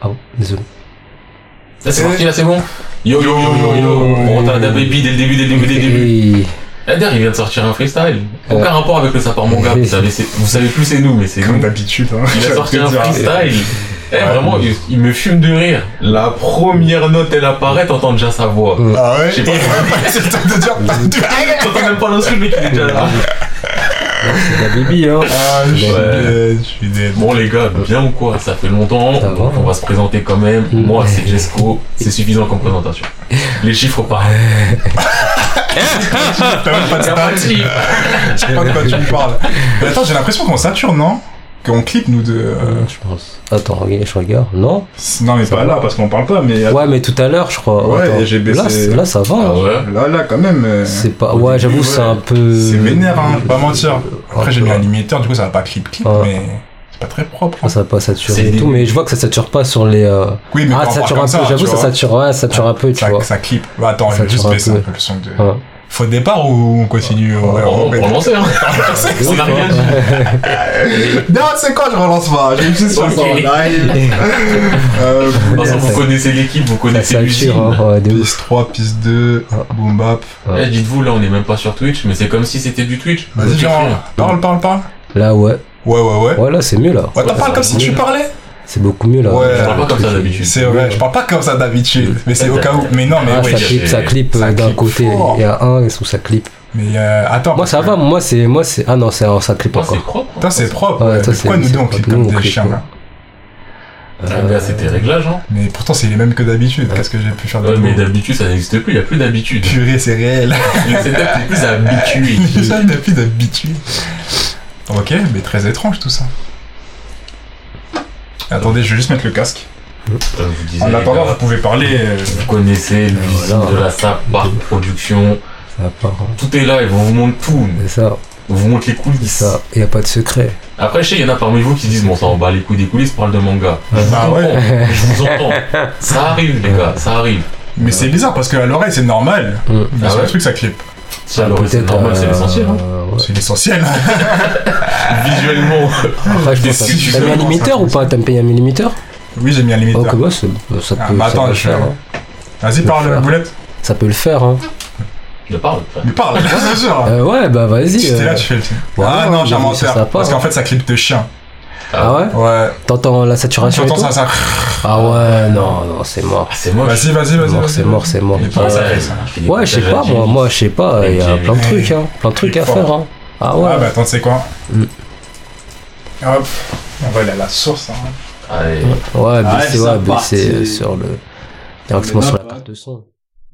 Ah bon, désolé. Là, c'est parti, là, c'est bon. Yo, yo, yo, yo, yo. On rentre à la baby dès le début, dès le début, dès le début. Et- D'ailleurs, il vient de sortir un freestyle. Aucun Ouais. rapport avec le sapin manga. Vous savez, c'est- vous savez plus c'est nous, mais c'est Comme nous. d'habitude, hein. Il a j'allais sorti te un dire. freestyle. Eh, vraiment, il, il me fume de rire. La première note, elle apparaît, t'entends déjà sa voix. Ah Je ouais sais pas. C'est le temps de dire pas de- T'entends même pas l'instru, mais qu'il est déjà là. La baby, hein. Ah, je suis Ouais. dead, je suis dead. Bon, les gars, bien ou quoi Ça fait longtemps. Ça va. donc on va se présenter quand même. Mm. Moi, c'est Jesco. C'est suffisant comme présentation. Les chiffres parlent. T'as même pas C'est de stats, je parti. sais pas de Euh, quoi tu me parles. Mais attends, j'ai l'impression qu'on sature, non Qu'on clip, nous, de... euh, Je pense. Attends, regarde, je regarde. Non Non, mais pas là, parce qu'on parle pas, mais... Ouais, mais tout à l'heure, je crois. Ouais, Attends. j'ai baissé. Là, c'est- là, ça va. hein. Ah ouais Là, là, quand même... euh, C'est euh, pas. au Ouais, début, j'avoue, c'est un peu. Ah, bah, C'est vénère, hein, faut pas mentir. Après, j'ai mis un Ouais. limiteur, du coup, ça va pas clip-clip, Ouais. mais... C'est pas très propre. hein. ah, Ça va pas saturer C'est et des- tout, mais je vois que ça sature pas sur les. euh, Oui, mais Ah, ça quand on parle sature comme un ça, peu, j'avoue, tu ça vois, sature, ouais, ça sature un peu, tu ça, vois. ça clip. Bah, attends, je Ça vais juste sature un baisser peu. un peu le son de... Ouais. Oh, Faut le départ ou on continue ouais, On on- va lancer, hein. On a hein. rien dit. Non, c'est quoi, je relance pas. J'ai juste sur Ok. ça en live. Euh, De toute façon, vous Ça- connaissez l'équipe, vous Ça connaissez l'usine. sature, hein, ouais, de ouf. Piste 3, piste 2, boom bap. Eh, dites-vous, là, on est même pas sur Twitch, mais c'est comme si c'était du Twitch. Vas-y, Vous viens, écrivez. parle, parle, parle. Là, ouais. Ouais, ouais, ouais. Ouais, là, c'est mieux, là. Ouais, t'en parles comme si tu parlais C'est beaucoup mieux, là. Ouais. Je parle pas comme ça d'habitude. C'est vrai, je parle pas comme ça d'habitude, mais c'est au cas où. Mais non, mais Ah, ouais. ça j'ai- clip, ça clip ça euh, d'un clip côté, fort. il y a un et sous ça clip. Mais euh, attends. Moi parce ça que- va, moi c'est moi c'est ah non c'est un ça clip Putain, c'est encore. propre. hein. Toi, c'est propre. Ouais, ouais. toi, Mais c'est- Pourquoi nous c'est deux, on propre. clip Nous, comme on des clip, chiens, ouais. là Euh, Ah, bah, c'est tes réglages, hein. Mais pourtant, c'est les mêmes que d'habitude. Qu'est-ce que j'ai pu faire Ouais, mais de d'habitude, ça n'existe plus, il n'y a plus d'habitude. Purée, c'est réel. Le setup n'est plus habitué. Ça, il a plus d'habitude. Ok, mais très étrange tout ça. Attendez, je vais juste mettre le casque. Euh, Vous disiez, En les attendant, gars, vous pouvez parler. euh, vous connaissez l'usine Voilà. de la SAP par production. Ça va pas. hein. Tout est là, ils vous montre tout. C'est ça, On vous montre les c'est coulisses. ça, il y a pas de secret. Après, je sais, il y en a parmi vous qui disent, bon, ça en bat les couilles des coulisses, parle de manga. je Bah ouais. comprends, je vous entends. Ça arrive, les gars, ça arrive. Mais c'est bizarre parce que à l'oreille c'est normal. Mm. Mais Ah sur ouais le truc ça clip. Ça, alors, c'est normal, c'est euh, l'essentiel. hein. ouais. C'est l'essentiel. Visuellement. Après je Des pense ça- six, t'as mis un justement, limiteur ça- ou pas T'as payé un millimiteur oui j'ai mis un Oh limiteur. que moi ça peut ça Ah, peut bah attends, le je- faire. hein. Vas-y Faut parle faire. boulette. Ça peut le faire hein. Je parle. frère. Mais parle, bien sûr. Euh, ouais bah Si vas-y. t'es Ah. là euh, tu fais le truc. ouais, ah ouais, non j'ai un mais ça, ça va menteur. pas, Parce qu'en hein. fait ça clip de chien. Ah ouais Ouais. T'entends la saturation et J'entends tout ça ça. Ah ouais non non c'est mort. Ah, c'est moi. Vas-y vas-y vas-y. Mort, vas-y. C'est mort, c'est mort. Mais pourquoi ça fait ça Ouais, je sais pas, moi, moi, je sais pas, il y a plein de trucs, hein, plein de trucs à faire, hein. Ah ouais. Ah bah attends c'est quoi Mm. Hop. Ah On va aller à la source. hein. Allez. Ouais, Ah, baisser, c'est ouais, parti. baisser euh, sur le. Directement Mais sur non, la ouais. carte de son.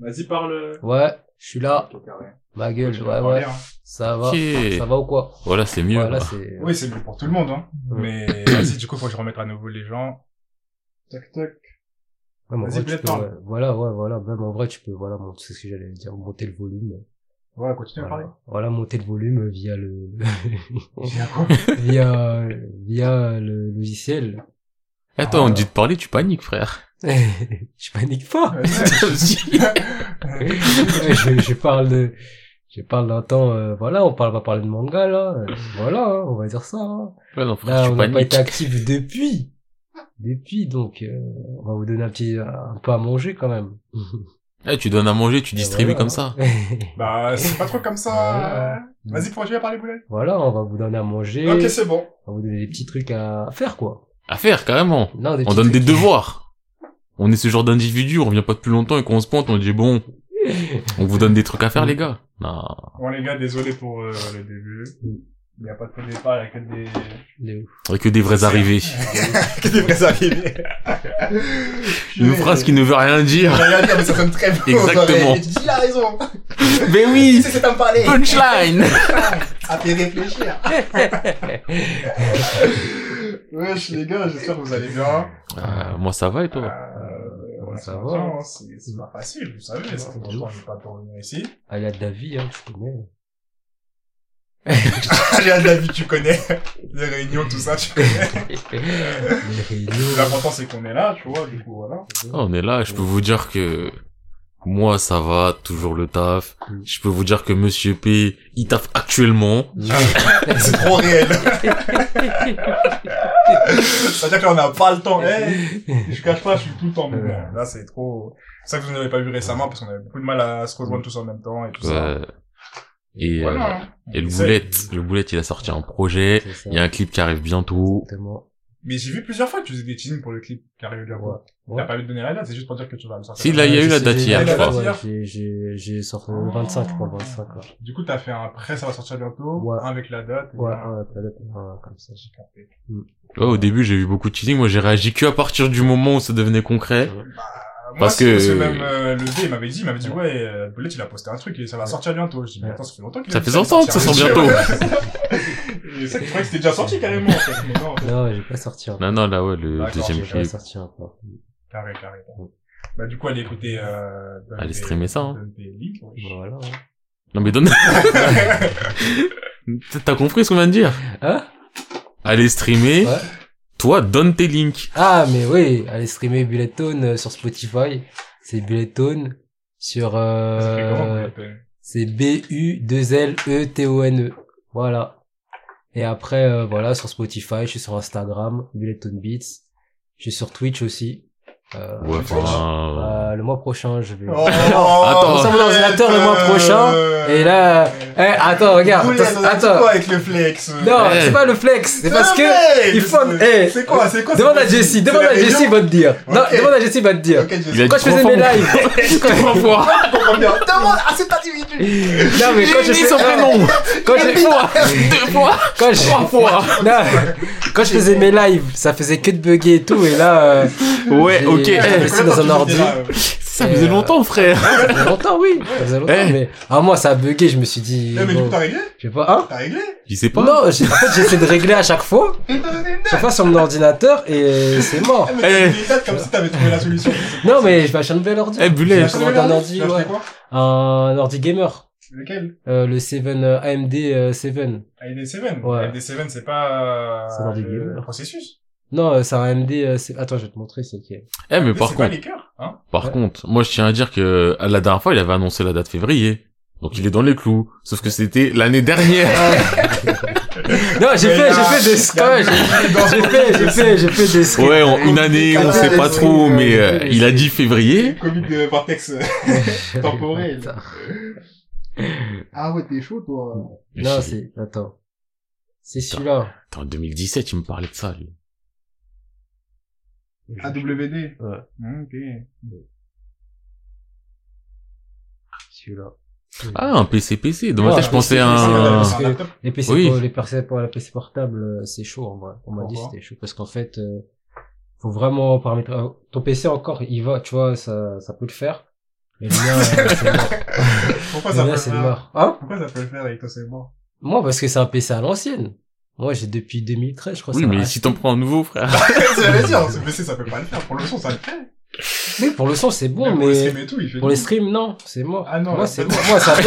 Vas-y parle. euh, Ouais, je suis là. Ma gueule, Tu ouais, vas ouais. parler, hein. Ça va. Ok. Ça va ou quoi Voilà, c'est mieux. Ouais, là, quoi. c'est. Oui c'est mieux pour tout le monde hein. Mm. Mais vas-y du coup faut que je remette à nouveau les gens. Tac tac. Ouais, mais en Vas-y, vrai, tu Bled, peux, parle. ouais, Voilà, ouais, voilà. Même en vrai, tu peux, voilà, monter, c'est ce que j'allais dire, monter le volume. Voilà continue à parler. Voilà, Voilà, monter le volume via le, J'ai un coup. via, via le logiciel. Attends, Eh, on dit de parler, tu paniques, frère. je panique pas. Euh, je, je parle de je parle d'un temps euh, voilà on parle on va parler de manga là euh, voilà hein, on va dire ça hein. Ouais, non, là on frère, tu n'a pas paniques. été actif depuis depuis donc euh, on va vous donner un petit un peu à manger quand même Eh, tu donnes à manger, tu distribues Ah, Voilà. comme ça. Bah, c'est pas trop comme ça. Voilà. Vas-y, pour à parler boulettes. voilà on va vous donner à manger Ok, c'est bon. on va vous donner des petits trucs à faire quoi À faire, carrément. non, des On petits donne des trucs. devoirs. On est ce genre d'individu, on revient pas depuis longtemps et qu'on se pointe, on dit bon, on vous donne des trucs à faire, les gars. Non. Bon, les gars, désolé pour euh, le début. Il n'y a pas de faux départ, il n'y a que des... Des ouf. Et que des vrais arrivés. que des vrais arrivés. Une phrase qui ne veut rien dire. Rien dire, mais ça sonne très beau. Exactement. Tu dis la raison. Mais Tu oui! sais, c'est à me parler. Punchline! À fait réfléchir. Wesh, les gars, j'espère que vous allez bien. Euh, moi, ça va et toi? Euh, Ouais, ouais, ça c'est va. bien, hein, C'est c'est pas facile, vous savez. Ça fait longtemps que je n'ai pas pu revenir ici. ah il y a de la vie hein tu connais J'ai hâte de la vie, tu connais. Les réunions, tout ça, tu connais. les réunions L'important, c'est qu'on est là, tu vois, du coup, voilà. Ah, on est là, je peux vous dire que moi ça va, toujours le taf. Mm. Je peux vous dire que Monsieur P, il taffe actuellement. C'est trop réel. C'est-à-dire qu'on n'a pas le Oh. temps. Hey, je cache pas, je suis tout le temps. mou. Là, c'est trop. C'est ça que vous n'avez pas vu récemment parce qu'on avait beaucoup de mal à se rejoindre tous en même temps et tout ça. Euh, et, euh, Voilà. et le C'est- boulette, le boulette, il a sorti un projet. C'est ça. Il y a un clip qui arrive bientôt. Exactement. Mais j'ai vu plusieurs fois que tu faisais des teasings pour le clip qui arrive bientôt. Ouais. T'as Ouais. pas vu de donner la date, c'est juste pour dire que tu vas le sortir. Si, là, il y a Ouais, eu je la sais, date j'ai- hier, ouais, je crois. ouais, j'ai- J'ai j'ai sorti le 25, je crois, le 25. quoi. Du coup, t'as fait un prêt, ça va sortir bientôt. Ouais. Un avec la date. et Ouais, un- ouais, peut-être, ouais, comme ça. J'ai capté. Ouais, au début, j'ai eu beaucoup de teasing. Moi, j'ai réagi que à partir du moment où ça devenait concret. Ah, Moi, Parce parce que, que- parce que même euh, le D, il m'avait dit, il m'avait dit, ouais, euh, Bullet, il a posté un truc et ça va sortir bientôt. J'ai dit, mais attends, ça fait longtemps qu'il Ça a fait dit longtemps il que ça sortira sort bientôt. bientôt. Et ça, je croyais que c'était déjà sorti carrément, en fait. Mais non, Non, j'ai pas sorti un. Non, non, là, ouais, le D'accord, deuxième J'ai pas clip. sorti un. quoi. carré, carré. Bah, du coup, allez écouter, euh, donne Allez tes- streamer ça, hein. donne tes links, wesh. Voilà. hein. Non, mais donne. T'as- T'as compris ce qu'on vient de dire? Hein Allez streamer. Ouais. Toi, donne tes links. Ah, mais oui, allez streamer Bullet Tone euh, sur Spotify. C'est Bullet Tone sur... Ça s'écrit comment, Euh, Bullet Tone c'est E B-U-2-L-E-T-O-N-E. Voilà. Et après, euh, voilà, sur Spotify, je suis sur Instagram, Bullet Tone Beats. Je suis sur Twitch aussi. Euh, Ouais, enfin. euh, le mois prochain, je vais... Oh, Attends. Nous sommes dans l'ordinateur le mois euh, prochain, Et là... euh, Eh, attends, regarde. Bullet, attends, on a dit attends. quoi avec le flex Non, Eh. c'est pas le flex. C'est parce que... que il faut- eh, C'est quoi C'est quoi Demande c'est- à Jessie, c'est demande la à région Jessie, il va te dire. Non, Ok. demande à Jessie, il va te dire. Ok, Jessie. Il a dit Quand je faisais mes trois lives, Trois fois. comprends bien. Demande à cet individu. non mais quand je dit fais son prénom. quand je Une fois, Eh, eh, deux fois, quand je trois fois. non, quand je faisais mes lives, ça faisait que de bugger et tout et là euh, Ouais, J'ai- ok. j'ai- eh, C'est dans un ordi. ça faisait longtemps, frère. ça faisait longtemps oui, ça faisait longtemps Eh. mais à moi ça a bugué, je me suis dit Non, mais du coup, bon, t'as réglé je sais pas hein T'as réglé Il sait pas. Non, j'ai- en fait j'essaie de régler à chaque fois, Mais Eh, t'as donné une date chaque fois sur mon ordinateur et c'est mort. Eh, Eh. mais t'as donné une date comme si t'avais trouvé la solution. Non mais je vais acheter un nouvel ordi, Eh, Tu Bullet. l'as acheté, commandé un Bernard ordi, Tu l'as acheté oh, ouais. quoi un ordi gamer, Lequel euh, le 7 euh, AMD euh, 7. AMD7. Ouais. AMD7, c'est pas. euh, C'est l'ordi le gamer. processus. Non, euh, c'est un AMD euh, c'est- attends, je vais te montrer c'est lequel. Eh, mais Mais par C'est pas contre, les cœurs, hein par Ouais. contre, moi, je tiens à dire que, à la dernière fois, il avait annoncé la date février. Donc, il est dans les clous. Sauf que c'était l'année dernière. Non, j'ai Mais fait, j'ai Eh, là, fait des y a scores, des- j'ai dans- j'ai fait, j'ai fait, j'ai fait des scores. Ouais, en une année, on sait pas trop, mais euh, il a dit février. Covid de vortex euh, temporel. Putain. Ah ouais, t'es chaud, toi. Non, c'est, attends. C'est celui-là. Attends, en 2017, il me parlait de ça, lui. AWD. Ouais. Ok. Celui-là. Ah, un PCPC. Dans ma Ouais, tête, je un pensais à PCPC, un... parce C'est un que- laptop. Les PC, Oui. pour, les PC pour la PC portable, euh, c'est chaud, en vrai. On m'a dit Pourquoi c'était chaud. Parce qu'en fait, euh, faut vraiment paramétrer. euh, Ton PC encore, il va, tu vois, ça, ça peut le faire. Mais le mien, euh, c'est mort. Pourquoi ça Le peut mien, le c'est faire mort. Hein? Pourquoi ça peut le faire avec toi, c'est mort Moi, parce que c'est un PC à l'ancienne. Moi, j'ai depuis 2013, je crois. Oui, c'est un mais H- si t'en prends un nouveau, frère. Ça veut dire, ce PC, ça peut pas le faire. Pour le son, ça le fait. Mais pour le son, c'est bon, Pour mais, le stream et tout, il fait pour les tout. streams, non, c'est mort. Ah non, moi, là, c'est c'est mort. Moi, ça bug.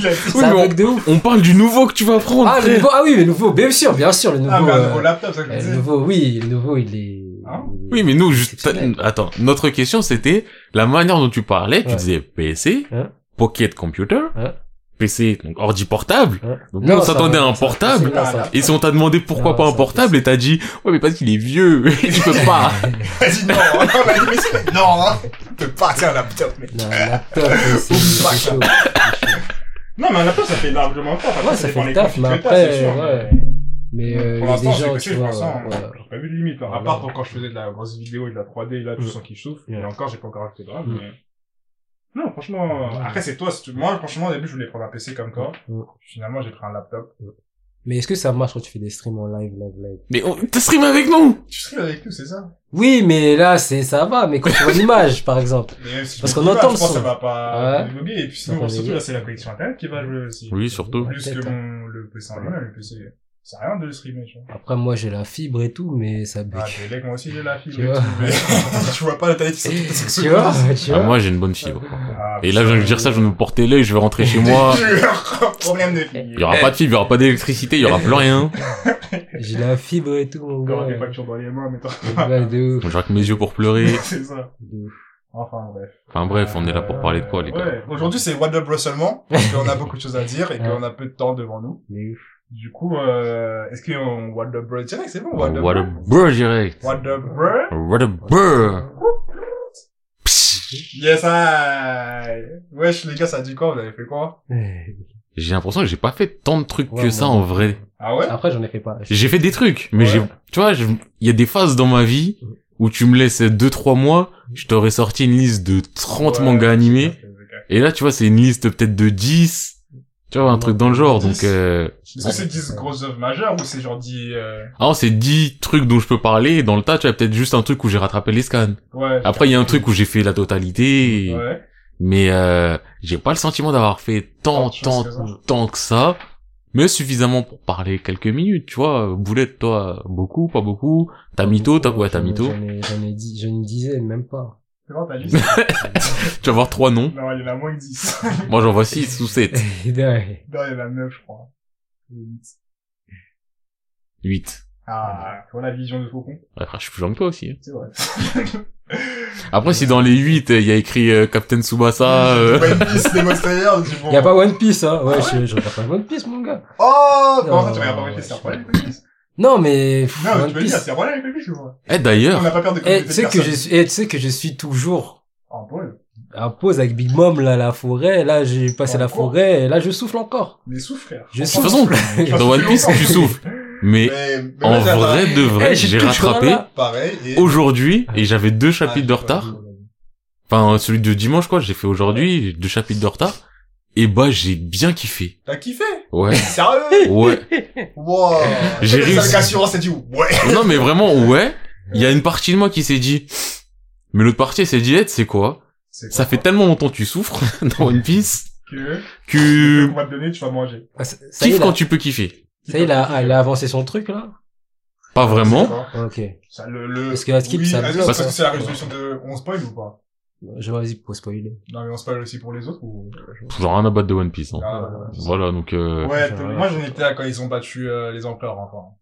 Il a dit- Oui, Ça mais on- bug de ouf. On parle du nouveau que tu vas prendre, Ah, le frère. nouveau, ah oui, le nouveau, bien sûr, bien sûr, le nouveau. Ah, mais un nouveau euh, laptop, ça que je le disais. nouveau, oui, le nouveau, il est. Hein Oui, mais nous, juste, Exceptionnel. attends, notre question, c'était la manière dont tu parlais, tu Ouais. disais PC, Hein Pocket Computer, Hein PC, donc ordi portable. Hein Donc, nous, on ça s'attendait à va, un ça- portable. c'est pas ça. Et si on t'a demandé pourquoi Non, pas un ça, portable, et t'as dit, ouais, mais parce qu'il est vieux, il peut pas. Vas-y, non, hein. On a dit, mais c'est- non, hein. Tu peux pas faire un laptop, mec. Non, un laptop, c'est- c'est c'est chaud. Non, mais un laptop, ça fait largement le taf. Après, Ouais, ça dépend fait le des taf, config que mais t'as, après, c'est sûr, ouais. Mais euh, il Pour y a l'instant, des c'est gens, PC, tu pour vois. l'instant, ouais, ouais. J'ai pas vu de limite, hein. À Voilà. part donc, quand je faisais de la grosse vidéo et de la 3D, là, tu Mm. sens qu'il chauffe. Yeah. Et encore, j'ai pas encore acté grave, Mm. mais. Non, franchement, euh, après, c'est toi, si tu- moi, franchement, au début, je voulais prendre un PC comme toi. Mm. Finalement, j'ai pris un laptop. Mais est-ce que ça marche quand tu fais des streams en live, live, live mais on, t'as stream avec nous! Tu stream avec nous, c'est ça? Oui, mais là, c'est ça va. Mais quand tu vois l'image, par exemple. Mais même si Parce je me qu'on dis pas, entend le je pense son. que ça va pas Ouais. dégoguer. Et puis Ça va sinon, surtout dégoguer. là, c'est la connexion internet qui va jouer aussi. Oui, surtout. Plus que peut-être, mon, le PC en lui-même, le PC, c'est rien de le streamer, tu vois. Après, moi, j'ai la fibre et tout, mais ça bug. Ah, t'es laid, moi aussi j'ai la fibre Tu et vois. tout, mais tu vois pas la taille qui sort toutes les cinq tu secondes. vois, tu Ah, vois. moi, j'ai une bonne fibre. Ah, Et là, je viens de dire ça, je vais me porter l'œil, je vais rentrer chez moi. Moi... problème de fibre. Il y aura pas de fibre, il y aura pas d'électricité, il y aura plus rien. J'ai la fibre et tout, mon Encore gars. des factures dans les mains, mais t'en- Ouais, de ouf, J'aurai que mes yeux pour pleurer. c'est ça. de ouf. Enfin, bref. Enfin bref, on est là pour parler de quoi, les gars? Ouais. Aujourd'hui, c'est What Up Bruxelles, parce qu'on a beaucoup de choses à dire et Ouais. qu'on a peu de temps devant nous. Mais Du coup, euh, est-ce qu'on what the bro direct, c'est bon, what the What a bro? brr, direct. What the bro? What a brr. Psst. Yes, I. Wesh, les gars, ça dit quoi? Vous avez fait quoi? J'ai l'impression que j'ai pas fait tant de trucs Ouais, que ça moi, en vrai. Ah ouais? Après, j'en ai fait pas. J'ai fait des trucs, mais Ouais. j'ai, tu vois, je- il y a des phases dans ma vie où tu me laisses deux, trois mois, je t'aurais sorti une liste de 30 Ouais, mangas animés. c'est vrai, Et là, tu vois, c'est une liste peut-être de 10. Tu vois, un Ouais. truc dans le genre. 10. Donc, euh... c'est vrai. Est-ce que c'est 10 grosses œuvres majeures ou c'est genre 10, euh... alors ah, c'est 10 trucs dont je peux parler. et Dans le tas, tu as peut-être juste un truc où j'ai rattrapé les scans. ouais. Après, il y a un truc où j'ai fait la totalité. et- Ouais. Mais, euh, j'ai pas le sentiment d'avoir fait tant, Tant de choses tant, que ça. tant que ça. Mais suffisamment pour parler quelques minutes, tu vois. Boulette, toi, beaucoup, pas beaucoup. T'as mytho, t'as, ouais, t'as mytho. J'en ai, j'en ai dix, j'ai une dizaine, même pas. C'est bon, t'as liste? Tu vas voir trois noms. non, il y en a moins que 10. Moi, j'en vois six ou sept. Ouais. non, il y en a 9, je crois. Huit. Huit. Ah, tu vois la vision de Faucon? Ouais, frère, je suis plus jeune que toi aussi. hein. C'est vrai. Après, si dans les huit, il y a écrit euh, Captain Tsubasa, euh, One Piece, des Monster Girls, du bon. Y a pas One Piece, hein. Ah Ouais, je, je regarde pas One Piece, mon gars. Oh! Comment ça, Non, tu regardes pas One ouais, Piece? C'est un je- problème avec One Piece? Non, mais, pff, Non, mais One tu veux dire, Piece. c'est un problème avec One Piece, je vois. Eh, On d'ailleurs, n'a pas peur de Eh, communauté tu sais de que je personnes. suis, eh, tu sais que je suis toujours Ah, ouais. à pause avec Big Mom, là, la forêt. Là, j'ai passé la Encore. forêt, et là, je souffle encore. Mais souffre, frère. Je Enfin, souffle. façon, ça dans One fait Piece, longtemps. tu souffles. Mais, Mais, mais en là, ça va. vrai de vrai, Eh, j'ai toujours rattrapé là. Pareil. Et... aujourd'hui, et j'avais deux Ah, chapitres de j'ai pas retard. vu, ouais. Enfin, celui de dimanche, quoi, j'ai fait aujourd'hui, j'ai deux chapitres de retard. Et bah, j'ai bien kiffé. T'as kiffé Ouais. Sérieux Ouais. Wow J'ai T'as fait réussi. Ça, le assurance, t'as dit ouais Non, mais vraiment, ouais. Il y a une partie de moi qui s'est dit, mais l'autre partie, elle s'est dit, Eh, tu sais quoi? C'est quoi, Ça fait tellement longtemps que tu souffres dans One Piece Que que on va te donner, tu vas manger. Ah, ça- ça y est, kiffe là. quand tu peux kiffer. Ça y est, elle a, elle a avancé son truc, là. Pas vraiment. Ça, Ok. ça, le, le... Parce que la skip, oui, ça est-ce bloque, que hein. c'est la résolution de... On spoil ou pas Je vas-y, pour spoiler. Non mais on spoil aussi pour les autres ou... Toujours rien à battre de One Piece. hein. Ah, ouais, ouais. Voilà, donc... Euh... Ouais, ça t- va. moi j'en étais à quand ils ont battu euh, les empereurs encore.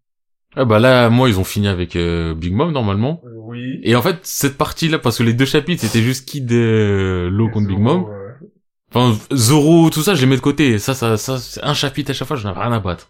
ah bah là, moi, ils ont fini avec euh, Big Mom, normalement. Euh, oui. Et en fait, cette partie-là, parce que les deux chapitres, c'était juste Kid euh, Lo contre Big oh. Mom. Enfin, Zoro, tout ça, je les mets de côté. Ça, ça, ça, c'est un chapitre à chaque fois, je n'ai rien à battre.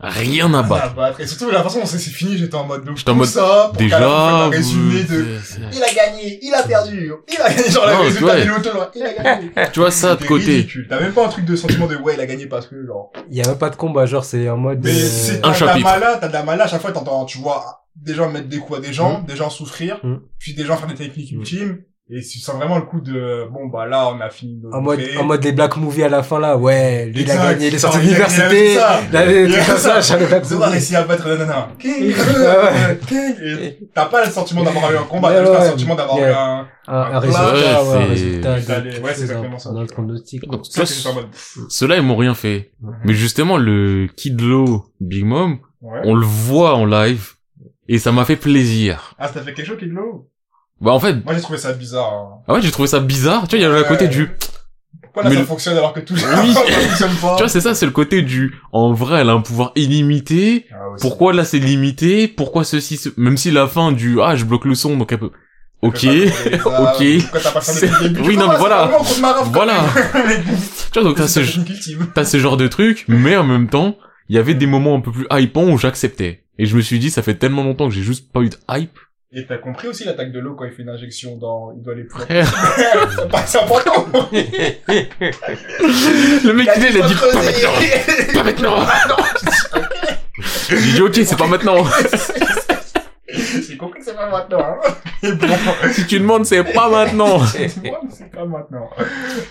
Rien à Bah. battre. Et surtout la façon dont c'est c'est fini, j'étais en mode donc Ah J'étais en tout mode, ça pour qu'à la fin, Déjà... un résumé de vous- c'est- Il a gagné, il a perdu, il a gagné, genre Non, la tu vois. résultat de l'auto, genre, il a gagné. c'est- Tu vois, ça, de C'était côté. ridicule. T'as même pas un truc de sentiment de ouais, il a gagné parce que genre. Y a même pas de combat, genre, c'est en mode. Mais euh, c'est t'as un de la chapitre. mala, t'as de la mala, à chaque fois t'entends, tu vois des gens mettre des coups à des Mmh. gens, des gens souffrir, Mm. puis des gens faire des techniques Mm. ultimes, et tu sens vraiment le coup de bon bah là on a fini notre En mode, créer. en mode les Black Movie à la fin, là. Ouais, lui, il a Exact. gagné, il est sorti de Genre, il a- l'université. il a fait Il a des trucs Il comme a ça, fait ça. Shadow Black Zoro a Movie. réussi à battre nanana. King, Ah ouais. euh, King. Et T'as pas le sentiment d'avoir eu un combat, Ouais, t'as juste ouais, un sentiment d'avoir yeah. eu un. un, un Ouais, résultat, ouais, un c'est- résultat. de Allez, quelque ouais, c'est chose, exactement ça. un- un pronostic, quoi. Donc, ça, Ça, c'est Mhm. juste en mode. pff, Ceux-là, ils m'ont rien fait. Mais justement, le Kid Lo, Big Mom, Ouais. on le voit en live, et ça m'a fait plaisir. Ah, ça fait quelque chose, Kiglo Bah en fait, Moi j'ai trouvé ça bizarre. hein. ah ouais, j'ai trouvé ça bizarre. Tu vois, il y a le côté Ouais. du, tu Pourquoi là Mais ça le- fonctionne alors que tout ça Oui. fonctionne pas vois, c'est ça, c'est le côté du, en vrai, elle a un pouvoir illimité. Ah, ouais, Pourquoi là c'est limité Pourquoi ceci ce- Même si la fin du, ah, je bloque le son, donc elle peut. c'est- Ok. Pourquoi t'as pas fait ça ok. Pourquoi t'as pas fait ça C'est- depuis le début Oui, Tu non, mais vois, c'est voilà. vraiment contre ma rave, Voilà. quand même. Tu vois, donc C'est t'as sa ce, technique ultime. t'as ce genre de truc, mais en même temps, il y avait des moments un peu plus hypants où j'acceptais. Et je me suis dit, ça fait tellement longtemps que j'ai juste pas eu de hype. Et t'as compris aussi l'attaque de l'eau quand il fait une injection dans... Il doit les prendre. Frère, C'est pas- c'est important le mec, il est, il a dit, Creuser. pas maintenant, pas maintenant. J'ai dit, ok, c'est pas maintenant. J'ai compris que c'est pas maintenant, hein. Mais bon, Si tu demandes, c'est pas maintenant. moi, c'est pas maintenant.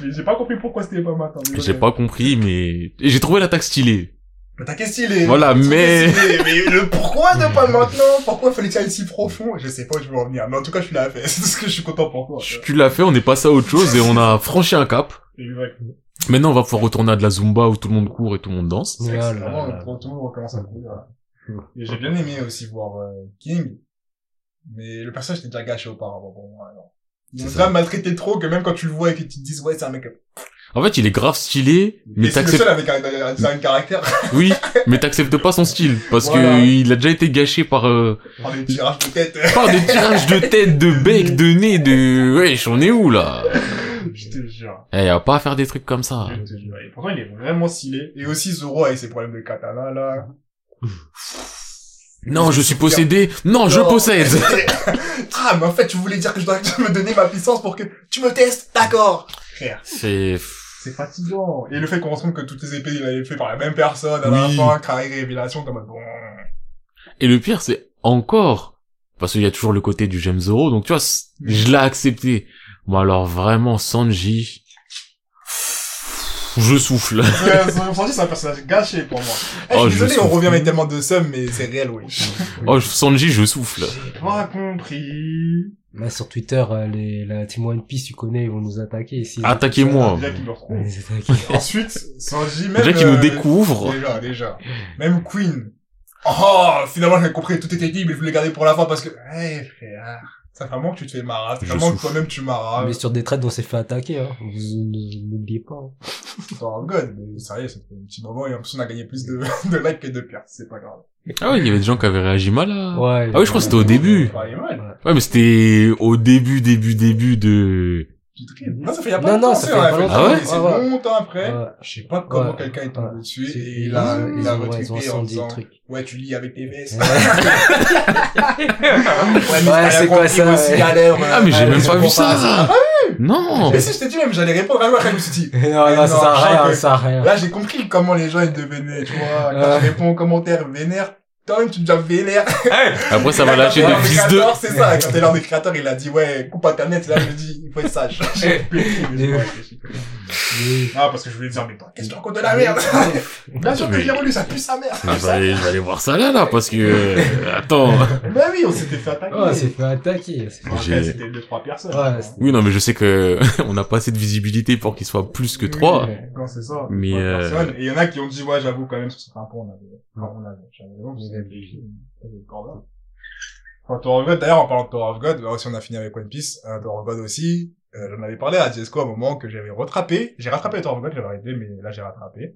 Mais j'ai pas compris pourquoi c'était pas maintenant. mais J'ai bon. pas compris, mais et j'ai trouvé l'attaque stylée. Mais T'as qu'est-ce qu'il est Voilà, T'as mais- qu'est-ce qu'il est Mais le pourquoi de pas maintenant Pourquoi fallait il aille si profond Je sais pas où je veux en venir. Mais en tout cas, je suis là. C'est tout ce que je suis content pour toi. Tu l'as fait, on est passé à autre chose et on a franchi un cap. Exact. Maintenant, on va pouvoir retourner à de la zumba où tout le monde court et tout le monde danse. C'est vrai que c'est Oh là vraiment là. le retour, on commence à courir. là. Hmm. Et j'ai bien aimé aussi voir euh, King. Mais le personnage était déjà gâché auparavant pour moi. Alors. Ils l'ont C'est déjà maltraité trop que même quand tu le vois et que tu te dis ouais c'est un mec En fait, il est grave stylé, mais Et c'est le seul t'acceptes, avec un, un design de caractère oui, mais t'acceptes pas son style parce Voilà. que il a déjà été gâché par euh, par les tirages de tête par des tirages de tête, de bec, de nez, de wesh, on est où là je te jure. Eh, y a pas à faire des trucs comme ça. Je te jure. Et pourtant, il est vraiment stylé. Et aussi, Zoro avec ses problèmes de katana, là. Non, je suis possédé. Non, je Non. possède. ah, mais en fait, tu voulais dire que je dois me donner ma puissance pour que tu me testes, d'accord. Frère, C'est, c'est fatigant. Et le fait qu'on se rende compte que toutes les épées, il avait fait par la même personne, à la Oui. fin, Kairi Révélation, t'es en mode, bon. et le pire, c'est encore, parce qu'il y a toujours le côté du j'aime Zoro, donc tu vois, c'est- je l'ai accepté. Bon, alors vraiment, Sanji, je souffle. Ouais, Son Sanji, c'est un personnage gâché pour moi. Eh, Oh, je suis je désolé, on souffre. revient avec tellement de seum, mais c'est réel, wesh. Oh, je- Sanji, je souffle. J'ai pas compris. Là, sur Twitter, euh, les, la Team One Piece, tu connais, ils vont nous attaquer ici. Attaquez-moi. Déjà qu'il me retrouve. Ils vont nous attaquer. Ensuite, Sanji, même. Déjà qui euh, nous découvre. Déjà, déjà. Même Queen. Oh, finalement, j'ai compris, tout était dit, mais je voulais garder pour la fin parce que, hey, frère. Ça fait un moment que tu te fais marave. Ça fait Je un moment que souffle. toi-même tu maraves. Ah. Mais sur des traites, on s'est fait attaquer, hein. Vous vous- n'oubliez pas. hein. T'es en god, mais sérieux, ça fait un petit moment et en plus on a gagné plus de, de likes que de pierres. C'est pas grave. Ah oui, il y avait des gens qui avaient réagi mal à... Ouais. Ah oui, je crois que c'était au début. Pas mal. Ouais, mais c'était au début, début, début de... Tu Eh. te Non, ça fait il y a pas Non, longtemps. non, ça fait c'est- on a pas fait- longtemps. Ah ouais C'est Ouais, ouais. longtemps après. Ouais. Je sais pas comment Ouais. quelqu'un est tombé Ouais. dessus C'est- et ils il a, ont- il a ils ont- ouais, ils ont retweeté en incendié disant, le truc. ouais, tu lis avec tes vestes. Ouais. Ouais, mais Ouais, t'as c'est rien quoi compris ça, aussi, ouais. galère, Ah, mais j'ai Ouais, même je pas vu comprends ça. Non. Mais si je t'ai dit même, j'allais répondre à après je me suis dit, non, non, ça non, sert à je rien, crois que- ça sert à rien. là j'ai compris comment les gens ils devenaient, tu vois, quand Ouais. tu réponds aux commentaires vénère, toi-même tu deviens vénère. Après, ça va Quand lâcher t'es des l'un fils de... créateurs, C'est ça, quand t'es l'un des créateurs, il a dit, ouais, coupe internet, et là je me dis, il faut être sage. J'ai compris, mais j'ai pas réfléchi. Mais- Ah, parce que je voulais dire, mais toi, qu'est-ce que tu racontes de la merde? Bien sûr que Mais- je l'ai relu, ça pue sa mère. Non, Ah, je, vais aller, je vais aller voir ça là, là, parce que... euh, Attends. Bah oui, on s'était fait attaquer. Ah, Oh, c'est fait attaquer. c'est- Après, J'ai- c'était deux, trois personnes. Ouais, Hein. Oui, non, mais je sais que on n'a pas assez de visibilité pour qu'il soit plus que trois. Ouais. Non, c'est ça. Mais, Trois euh, personnes. Et il y en a qui ont dit, ouais, j'avoue, quand même, sur certains points, on avait, enfin, on avait, j'avais raison, On parce avait que obligé. ça, c'est encore là. Enfin, Tower of God, d'ailleurs, en parlant de Tower of God, là aussi, on a fini avec One Piece, euh, Tower of God aussi, euh, j'en avais parlé à Jesco à un moment que j'avais rattrapé. J'ai rattrapé Tower of God, j'avais arrêté, mais là, j'ai rattrapé.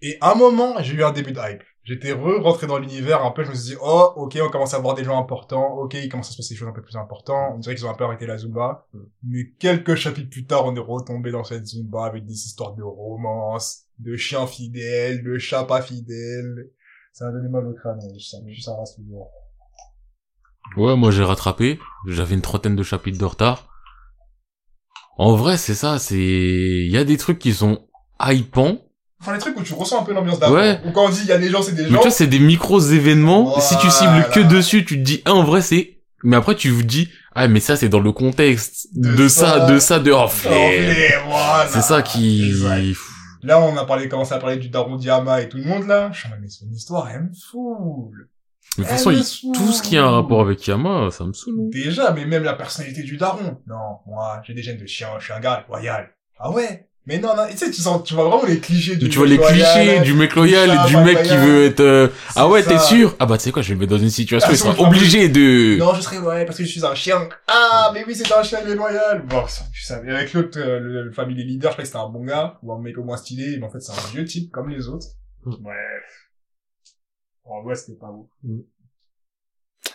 Et à un moment, j'ai eu un début de hype. J'étais re-rentré dans l'univers un peu, je me suis dit, oh, ok, on commence à voir des gens importants, ok, il commence à se passer des choses un peu plus importantes, on dirait qu'ils ont un peu arrêté la Zumba. Mm. Mais quelques chapitres plus tard, on est retombé dans cette Zumba avec des histoires de romance, de chiens fidèles, de chats pas fidèles. Ça m'a donné mal au crâne, je sais plus ça reste toujours. Ouais, moi j'ai rattrapé. J'avais une trentaine de chapitres de retard. En vrai, c'est ça, c'est... Il y a des trucs qui sont hypants. Enfin, les trucs où tu ressens un peu l'ambiance d'avant. Ouais. Ou quand on dit, il y a des gens, c'est des Mais tu gens. vois, c'est des micros événements. Oh Si tu cibles que Voilà. dessus, tu te dis, ah, en vrai, c'est... Mais après, tu vous dis, ah, mais ça, c'est dans le contexte. De De, ça, ça. de ça, de... Oh, Oh, flemme. mais voilà. C'est ça qui... Exact. Là, on a parlé, commencé à parler du Daron Diama et tout le monde, là. Je suis en mode, Ah, mais son histoire, elle me foule. Mais de toute façon, Elle me il- saoule. tout ce qui a un rapport avec Yama, ça me saoule. Déjà, mais même la personnalité du Daron. Non, moi, j'ai des gènes de chien, je suis un gars loyal. Ah ouais? Mais non, non, tu sais, tu sens, tu vois vraiment les clichés du Tu vois les mec loyal, clichés du mec loyal chat et du pas mec qui loyal. veut être... euh, C'est Ah ouais, t'es ça. sûr Ah bah tu sais quoi, je vais le mettre dans une situation, Ah, il c'est sera pas obligé de... Non, je serais loyal parce que je suis un chien. Ah, mais oui, c'est un chien, il est loyal. Bon, ça, tu savais. Avec l'autre, euh, le, le family leader, je crois que c'était un bon gars, ou un mec au moins stylé, mais en fait, c'est un vieux type, comme les autres. Hmm. Bref. En vrai, c'était pas ouf.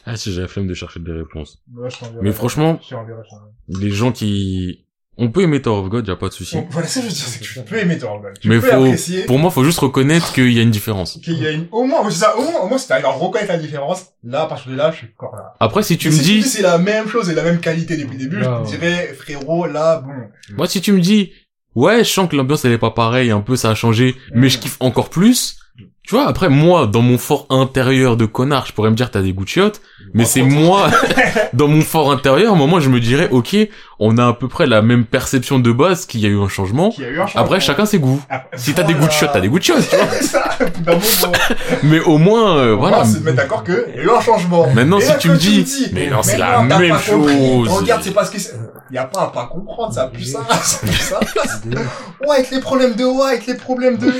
Ah si, j'ai la flemme de chercher des réponses. Moi, je t'enverrai. Mais franchement, Je t'enverrai, je t'enverrai. les gens qui... On peut aimer Tower of God, y a pas de souci. Donc, voilà, ça, je veux dire, c'est que tu peux aimer Thor Gold. Tu Mais peux faut- apprécier. Pour moi, faut juste reconnaître qu'il y a une différence. Qu'il y a une, au moins, c'est ça, au moins, au moins, si t'arrives à reconnaître la différence, là, à partir de là, je suis encore là. Après, si tu Mais me dis... si c'est la même chose et la même qualité depuis le début, je Non. te dirais, frérot, là, bon. Moi, si tu me dis... Ouais, je sens que l'ambiance, elle est pas pareille, un peu, ça a changé, mais je kiffe encore plus... Tu vois, après, moi, dans mon fort intérieur de connard, je pourrais me dire, t'as des goûts de chiottes, mais Par c'est contre- moi, dans mon fort intérieur, moi, moi, je me dirais, ok, on a à peu près la même perception de base, qu'il y a eu un changement, Qu'il y a eu un changement. Après, chacun ses goûts. Après, Si t'as des goûts de voilà. shot, t'as des goûts de shot, tu vois. ça, au bout d'un moment. Mais au moins, euh, voilà. Voilà. On va se mettre d'accord que il y a eu un changement. Maintenant, Et si là, tu quand me dis, mais non, c'est la non, t'as même pas compris. chose. Regarde, c'est parce que c'est... Y a pas à pas comprendre, ça pue ça, ça pue ça. Des- Ouais, avec les problèmes de ouais, avec les problèmes de...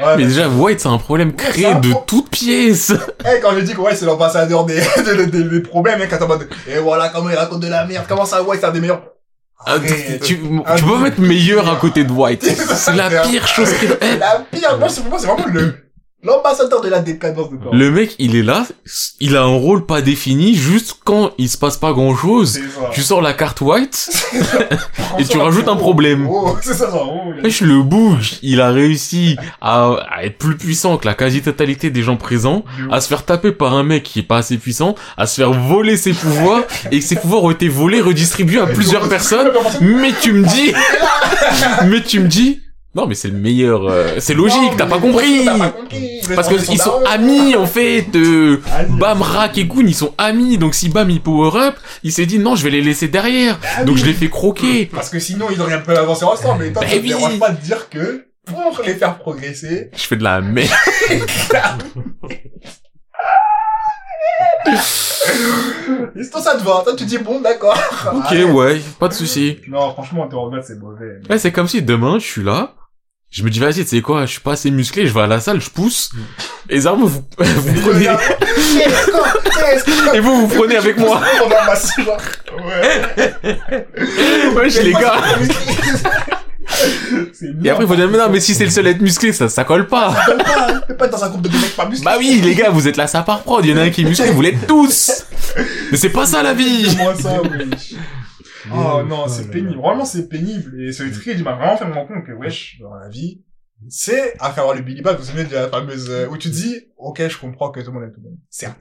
Ouais, Mais déjà, White, c'est un problème c'est créé un de pro- toutes pièces. Eh, quand je dis que ouais, c'est l'ambassadeur des, des, des, des problèmes, hein, quand t'es en mode, et voilà, comment il raconte de la merde, comment ça, ouais, c'est un des meilleurs. Ah, Arrête. Tu, tu Ah, peux pas mais- mettre meilleur à côté de White. C'est la pire chose créée. La pire, moi, c'est, pour moi, c'est vraiment le L'ambassadeur de la décadence de Thor. Le mec, il est là, il a un rôle pas défini, juste quand il se passe pas grand chose, C'est ça. tu sors la carte white, Prends et ça, tu là, rajoutes c'est- un problème. Oh, c'est ça, genre, oh, il y a- Wesh, le bouge, il a réussi à, à être plus puissant que la quasi-totalité des gens présents, à se faire taper par un mec qui est pas assez puissant, à se faire voler ses pouvoirs, et que ses pouvoirs ont été volés, redistribués à Et plusieurs tu- personnes, mais tu me dis, mais tu me dis, non mais c'est le meilleur, euh, c'est Non, logique, mais t'as pas les compris Français, t'as pas compris. Les parce Français qu'ils sont darons. amis en fait, euh, Ah, Amis. Bam, Rak et Goon ils sont amis, donc si Bam il power up, il s'est dit non je vais les laisser derrière, Amis. donc je les fais croquer. Parce que sinon, ils auraient pu avancer ensemble, mais toi, Bah ça te oui. dérange pas de dire que, pour les faire progresser, Je fais de la merde. et toi, ça te va, toi, tu dis bon, d'accord. Ok Arrête. ouais, pas de souci. Non, franchement, Thor of God, c'est mauvais. Ouais, c'est comme si demain je suis là, je me dis vas-y tu sais quoi, je suis pas assez musclé, je vais à la salle, je pousse, Mm. les armes vous, vous prenez et vous vous prenez avec moi. On a massé, genre. Ouais. Wesh les gars. C'est Et après vous dire mais non mais si c'est le seul à être musclé ça ça colle pas. T'es pas dans un groupe de mecs pas musclés. Bah oui les gars vous êtes là ça part prod, y en a un qui est musclé, vous l'êtes tous. Mais c'est pas ça la vie. Moi, ça, wesh. Oh non, Oh c'est là pénible. là. Vraiment, c'est pénible. Et ce trade, il m'a vraiment fait me rendre compte que, wesh, dans la vie, c'est, après avoir le Billy Bag, vous vous souvenez de la fameuse, euh, où tu dis, ok, je comprends que tout le monde aime tout le monde. Certes.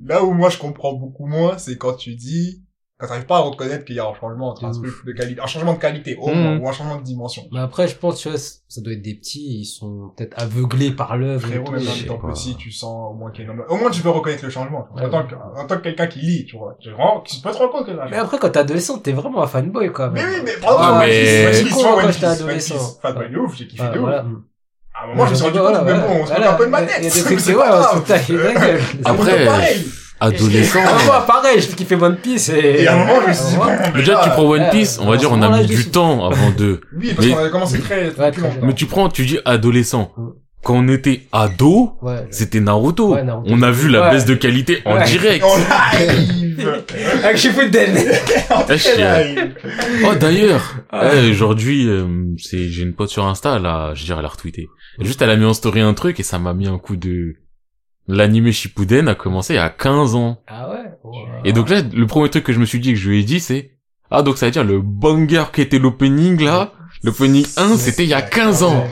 Là où moi, je comprends beaucoup moins, c'est quand tu dis, quand t'arrives pas à reconnaître qu'il y a un changement entre un De ouf. truc de qualité, un changement de qualité, au Mhm. moins, ou un changement de dimension. Mais après, je pense, tu vois, c- ça doit être des petits, ils sont peut-être aveuglés par l'œuvre. et Frérot, même tout. en je sais étant pas. petit, tu sens au moins qu'il y a une- Au moins, tu peux reconnaître le changement. tu vois. Ouais. En tant que, en tant que quelqu'un qui lit, tu vois. Tu, rends- tu peux te rendre compte que là, Mais après, quand t'es adolescent, t'es vraiment un fanboy, quand Mais même. oui, mais Ah, pardon, mais- j'ai C'est kiffé, con, One quand Piece, j'étais One Piece, adolescent. Fat Boy de ouf, j'ai kiffé Ah, de ouf. voilà. Ah, À un moment, je me suis rendu compte, mais Voilà, bon, on se moque voilà, un peu de ma il y a- tête. Il y a des c'est trucs, c'est pas ouais, on se grave. fout de ta gueule. C'est un peu Après, pareil. Adolescent. Ah, moi, pareil, je kiffe One Piece et... Et à un moment, je me suis dit, Ouais. bon, mais Mais déjà tu là, prends One Ouais, Piece, on dans va ce dire on a moment-là, mis euh, je du suis- temps avant de. Oui, parce Mais- qu'on avait commencé très, Ouais, très très longtemps. jeune. Mais tu prends, tu dis adolescent. Mm. Quand on était ado, Ouais. c'était Naruto. Ouais, Naruto. On a vu la Ouais. baisse de qualité en Ouais. Et direct. On live! Ah, que je suis fou de Dell. On Ah, je suis- live! Oh d'ailleurs, Ah. eh, aujourd'hui, euh, c'est j'ai une pote sur Insta là, je dirais elle a retweeté. Juste elle a mis en story un truc et ça m'a mis un coup de L'anime Shippuden a commencé à 15 ans. Ah ouais? Ouais. Et donc là, le premier truc que je me suis dit que je lui ai dit, c'est Ah, donc ça veut dire le banger qui était l'opening là, l'opening 1, c'était il y a 15 ans.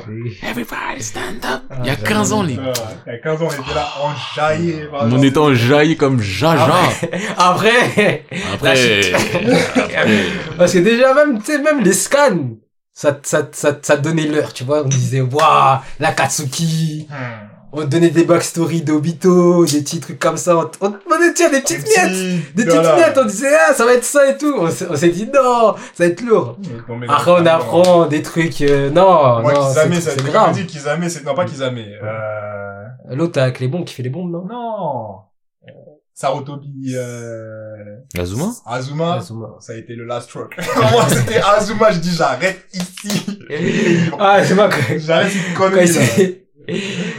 Everybody stand up Ah, Il y a 15 ans, les Euh, Il y a 15 ans, on était là, en jaillit. On était en jaillit comme jaja. Ah, Après, Après, parce que déjà, même, tu sais, même les scans, ça, ça, ça, ça donnait l'heure, tu vois. On disait, waouh, la Katsuki. Hmm. On donnait des backstories d'Obito, des petits trucs comme ça. On, on, on tiens, des petites miettes. Des petites miettes. On disait, ah, ça va être ça et tout. On, s'est- on s'est dit, non, ça va être lourd. Après, Ah, on apprend des trucs, euh, non, Moi, non, Kizame, c'est ça, c'est c'est grave. grave. dit Kizame, c'est, non, pas Kizame, euh, L'autre avec les bombes qui fait les bombes, Hein? non? non. Euh, Sarutobi, euh, Azuma Azuma. Azuma. Ça a été le last truck. Moi, c'était Azuma, je dis, j'arrête ici. Ah, c'est moi, quand- J'arrête cette quand connerie. il là. s'est,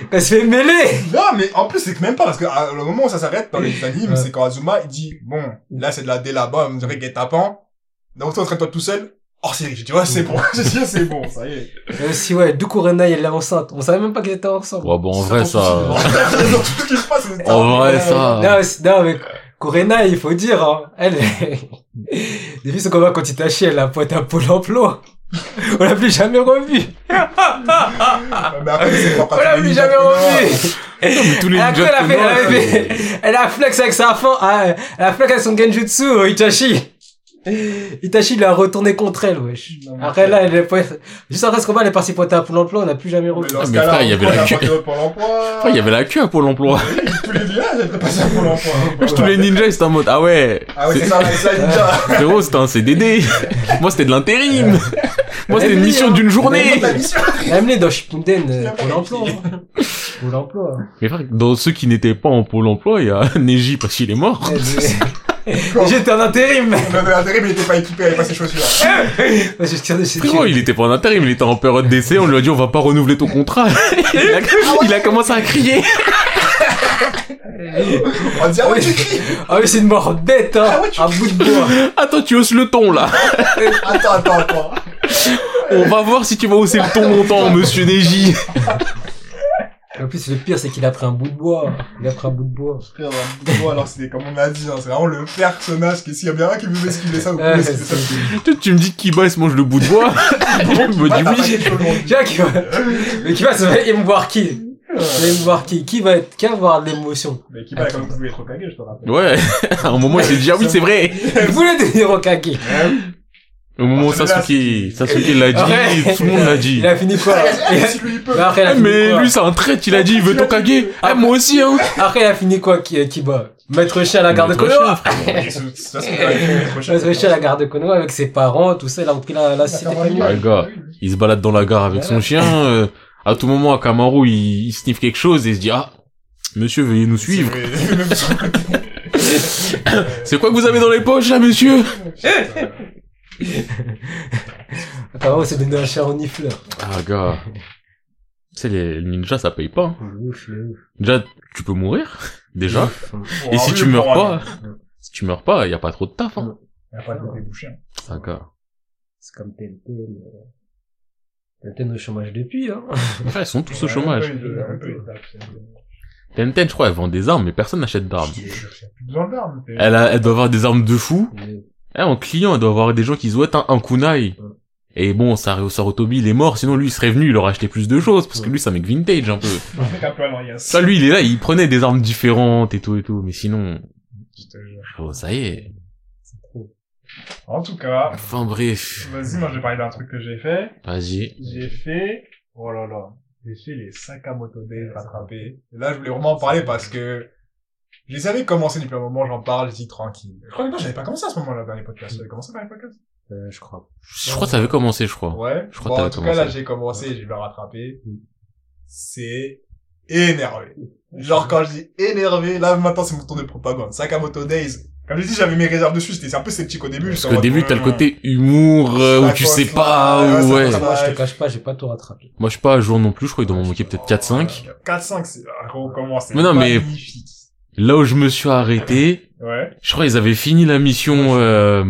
quand il se fait mêler. Non, mais en plus, c'est que même pas, parce que à, le moment où ça s'arrête dans les animes, Ouais. c'est quand Azuma, il dit, bon, là, c'est de la D là-bas, on dirait qu'il est tapant. Donc, toi, traite-toi tout seul. Hors série. J'ai dit, ouais, c'est bon. J'ai dit, c'est bon, ça y est. Et aussi, Euh, ouais, Dukurena, elle est enceinte. On savait même pas qu'ils étaient ensemble. Ouais, bon, en vrai, ça. Dans tout ce qui se passe, c'est En vrai, ça. Non, c'est- non, mais Kurena, il faut dire, hein, elle, depuis son combat contre Itachi, elle a pointé à Pôle emploi. On l'a plus jamais revue. Ah. Mais après, c'est propre On à tous l'a les plus ninjas jamais qu'on a. revue. Tous les Et après, ninjas elle a fait, elle Konoha, a fait- elle a flex avec sa fin, ah, elle a flex avec son Genjutsu, euh, Itachi. Itachi, il a retourné contre elle, wesh. Non, mais Après, là, elle est pointée- juste après ce combat, elle est partie pointer à Pôle emploi, on l'a plus jamais Mais revu. dans ce mais cas-là, frère, il y avait on prend la la queue. photo pour l'emploi. Putain, Il y avait la queue à Pôle emploi. Oui, tous les villages, elles étaient passées à Pôle emploi. Tous les ninjas, ils étaient en mode Ah ouais, Ah ouais, c'est ça, c'est ça, ninja. frérot, c'était un CDD. Moi, c'était de l'intérim. Moi, c'était une mission d'une journée. Même les dans Shippuden, euh, a pas Pôle emploi. réussi. hein. Pôle emploi. Mais frère, dans ceux qui n'étaient pas en Pôle emploi, il y a Neji parce qu'il est mort. J'étais en intérim. Non, mais l'intérêt, mais il était pas équipé, il avait pas ses chaussures. Moi, j'ai tiré de chez Frérot, il était pas en intérim, il était en période d'essai, on lui a dit on va pas renouveler ton contrat. Il a, il a commencé à crier. On dit, ah ouais, Oui. tu cries. Ah oui, c'est une mort bête, hein. Ah ouais, tu- un bout de bois. Attends, tu hausses le ton là. Attends, attends, attends. On va voir si tu vas hausser le ton longtemps, monsieur Neji. En plus, le pire, c'est qu'il a pris un bout de bois. Il a pris un bout de bois. Frère, un bout de alors c'est comme on l'a dit, hein, c'est vraiment le personnage qui, s'il y a bien un qui veut esquiver ça, vous Euh, pouvez esquiver ça. Toi, tu me dis qu'Iba, il se mange le bout de bois. Bon, tu me dis oui. Tiens, qui va, mais qui va se il va me voir qui? Il va me voir qui? Qui va être, qui va avoir de l'émotion? Mais qui va quand même voulu être Hokage, je te rappelle. Ouais, à un moment, il s'est dit, ah oui, c'est vrai. Il voulait devenir Okage. Au moment où Parce que là, Sasuke, Sasuke l'a dit, Après- tout le monde l'a dit. Il a fini quoi? Il a- Si lui, Ah, il peut. Bah, après, il a Eh, fini mais quoi lui, c'est un trait, il a dit, il veut Il a dit, Tokage. Ah, moi aussi, hein. Après, il a fini quoi, Ki- Kiba? Maître chien à la garde de Maître Konoha. Et ce- De toute façon, il va être prochain. Maître chien à la garde de Konoha avec ses parents, tout ça, il a repris la, la cité familiale. Ah, le gars. Il se balade dans la gare avec son chien. euh, à tout moment, Akamaru, il, il sniffe quelque chose et il se dit, ah, monsieur, veuillez nous suivre. C'est quoi que vous avez dans les poches, là, monsieur Apparemment, c'est devenu un chat renifleur. Ah, gars. Tu sais, les ninjas, ça paye pas. hein. Déjà, tu peux mourir. Déjà. Et si tu meurs pas, si tu meurs pas, y a pas trop de taf, hein. Il a pas de débouché. Ah, gars. C'est comme Telltale. euh, Telltale au chômage depuis, hein. Enfin, ils sont tous au chômage. Il y a un peu les taxes. Tenten, je crois, elle vend des armes, mais personne n'achète d'armes. Il y a plus de gendarmes. t'es- Elle, a- elle doit avoir des armes de fou. Mais- Eh, en client, elle doit avoir des gens qui souhaitent un, un kunai. Ouais. Et bon, Sar- Sarutobi, il est mort, sinon lui, il serait venu, il aurait acheté plus de choses, parce que Ouais. lui, c'est un mec vintage, un peu. Un mec un peu à l'orias. Ça, lui, il est là, il prenait des armes différentes et tout et tout, mais sinon, Je te jure. oh, ça y est. En tout cas, Enfin, bref. vas-y, moi je vais parler d'un truc que j'ai fait. Vas-y. J'ai fait, oh là là, j'ai fait les Sakamoto Days rattrapés. Et là, je voulais vraiment en parler parce que je les avais commencé depuis un moment, j'en parle, je dis tranquille. Je crois que non, j'avais pas commencé à ce moment-là, dernier podcast. J'avais commencé dernier podcast. Euh, je crois. Je crois que ça avait commencé, je crois. Ouais. Je crois bon, que en t'avais tout cas, là, commencé. Mm. j'ai commencé et j'ai bien rattrapé. C'est énervé. Genre, quand je dis eh, énervé, là, maintenant, c'est mon tour de propagande. Sakamoto Days. Comme je dis, j'avais mes réserves dessus, c'était c'est un peu sceptique au début. Parce j'étais en qu'au mode, début, t'as le euh, côté humour, euh, où Ça tu commence sais là, pas, ouais, ou ça ouais. commence Moi, je te cache pas, j'ai pas tout rattrapé. Moi, je suis pas à jour non plus, je crois, il doit m'en manquer peut-être 4-5. 4-5, euh, c'est, ah, gros, comment c'est Mais non, mais- magnifique. Là où je me suis arrêté, Ouais. je crois qu'ils avaient fini la mission, euh,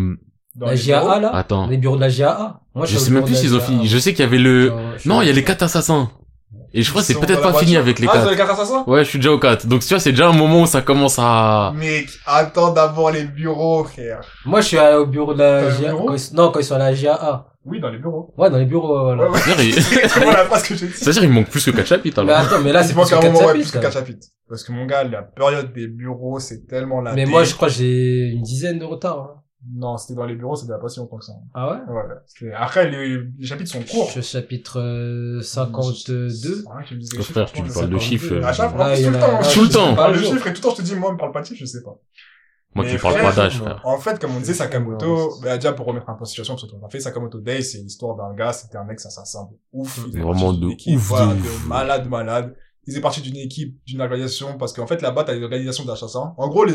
Dans La les GAA, bureaux. là? attends. Les bureaux de la GAA? Moi, Ah, Je sais même plus s'ils ont fini. Je sais qu'il y avait le, Euh, Non, il y a les 4 assassins. Et je crois que c'est Ils sont peut-être dans pas la fini voiture. avec les Ah, dans 4. les quatre assassins Ouais, je suis déjà au 4. Donc tu vois, c'est déjà un moment où ça commence à... Mec, attends d'abord les bureaux, frère. Moi, je suis allé au bureau de la Dans le GAA. bureau quand ils sont- Non, quand ils sont à la GAA. Oui, dans les bureaux. Ouais, dans les bureaux, euh, voilà. Ouais, ouais. C'est-à-dire, il- C'est exactement la phrase que j'ai dit. C'est-à-dire, il manque plus que 4 chapitres, Mais Bah, alors. attends, mais là, c'est Il plus manque que un 4 moment, ouais, plus chapitres. que là. 4 chapitres. Parce que mon gars, la période des bureaux, c'est tellement la Mais dé- moi, je crois que j'ai une dizaine de retard. hein. Non, c'était dans les bureaux, c'était pas si longtemps que ça. Ah ouais? Voilà. C'était- Après, les, les chapitres sont courts. Je suis au chapitre Mmh. euh, 52. Ouais, tu me disais Oh, les frère, chiffres, tu me je parles de sais chiffres. pas. euh, À chaque fois, Là, Ah, il y tout le en a- temps. là, Tout le je sais temps. Je pas, parle de jour. chiffres et tout le temps, je te dis, moi, me parle pas de chiffres, je sais pas. Moi, Mais tu me parles frère, pas d'âge, moi. frère. En fait, comme on disait, Ouais, Sakamoto, c'est- bah, déjà pour remettre un peu en situation, parce qu'on a fait Sakamoto Day, c'est l'histoire d'un gars, c'était un ex-assassin de ouf. Il faisait Vraiment partie de d'une équipe, ouf, de voilà, ouf. malade, malade. Il faisait partie d'une équipe, d'une organisation, parce qu'en fait, là-bas, t'as des organisations d'assassins. En gros, les...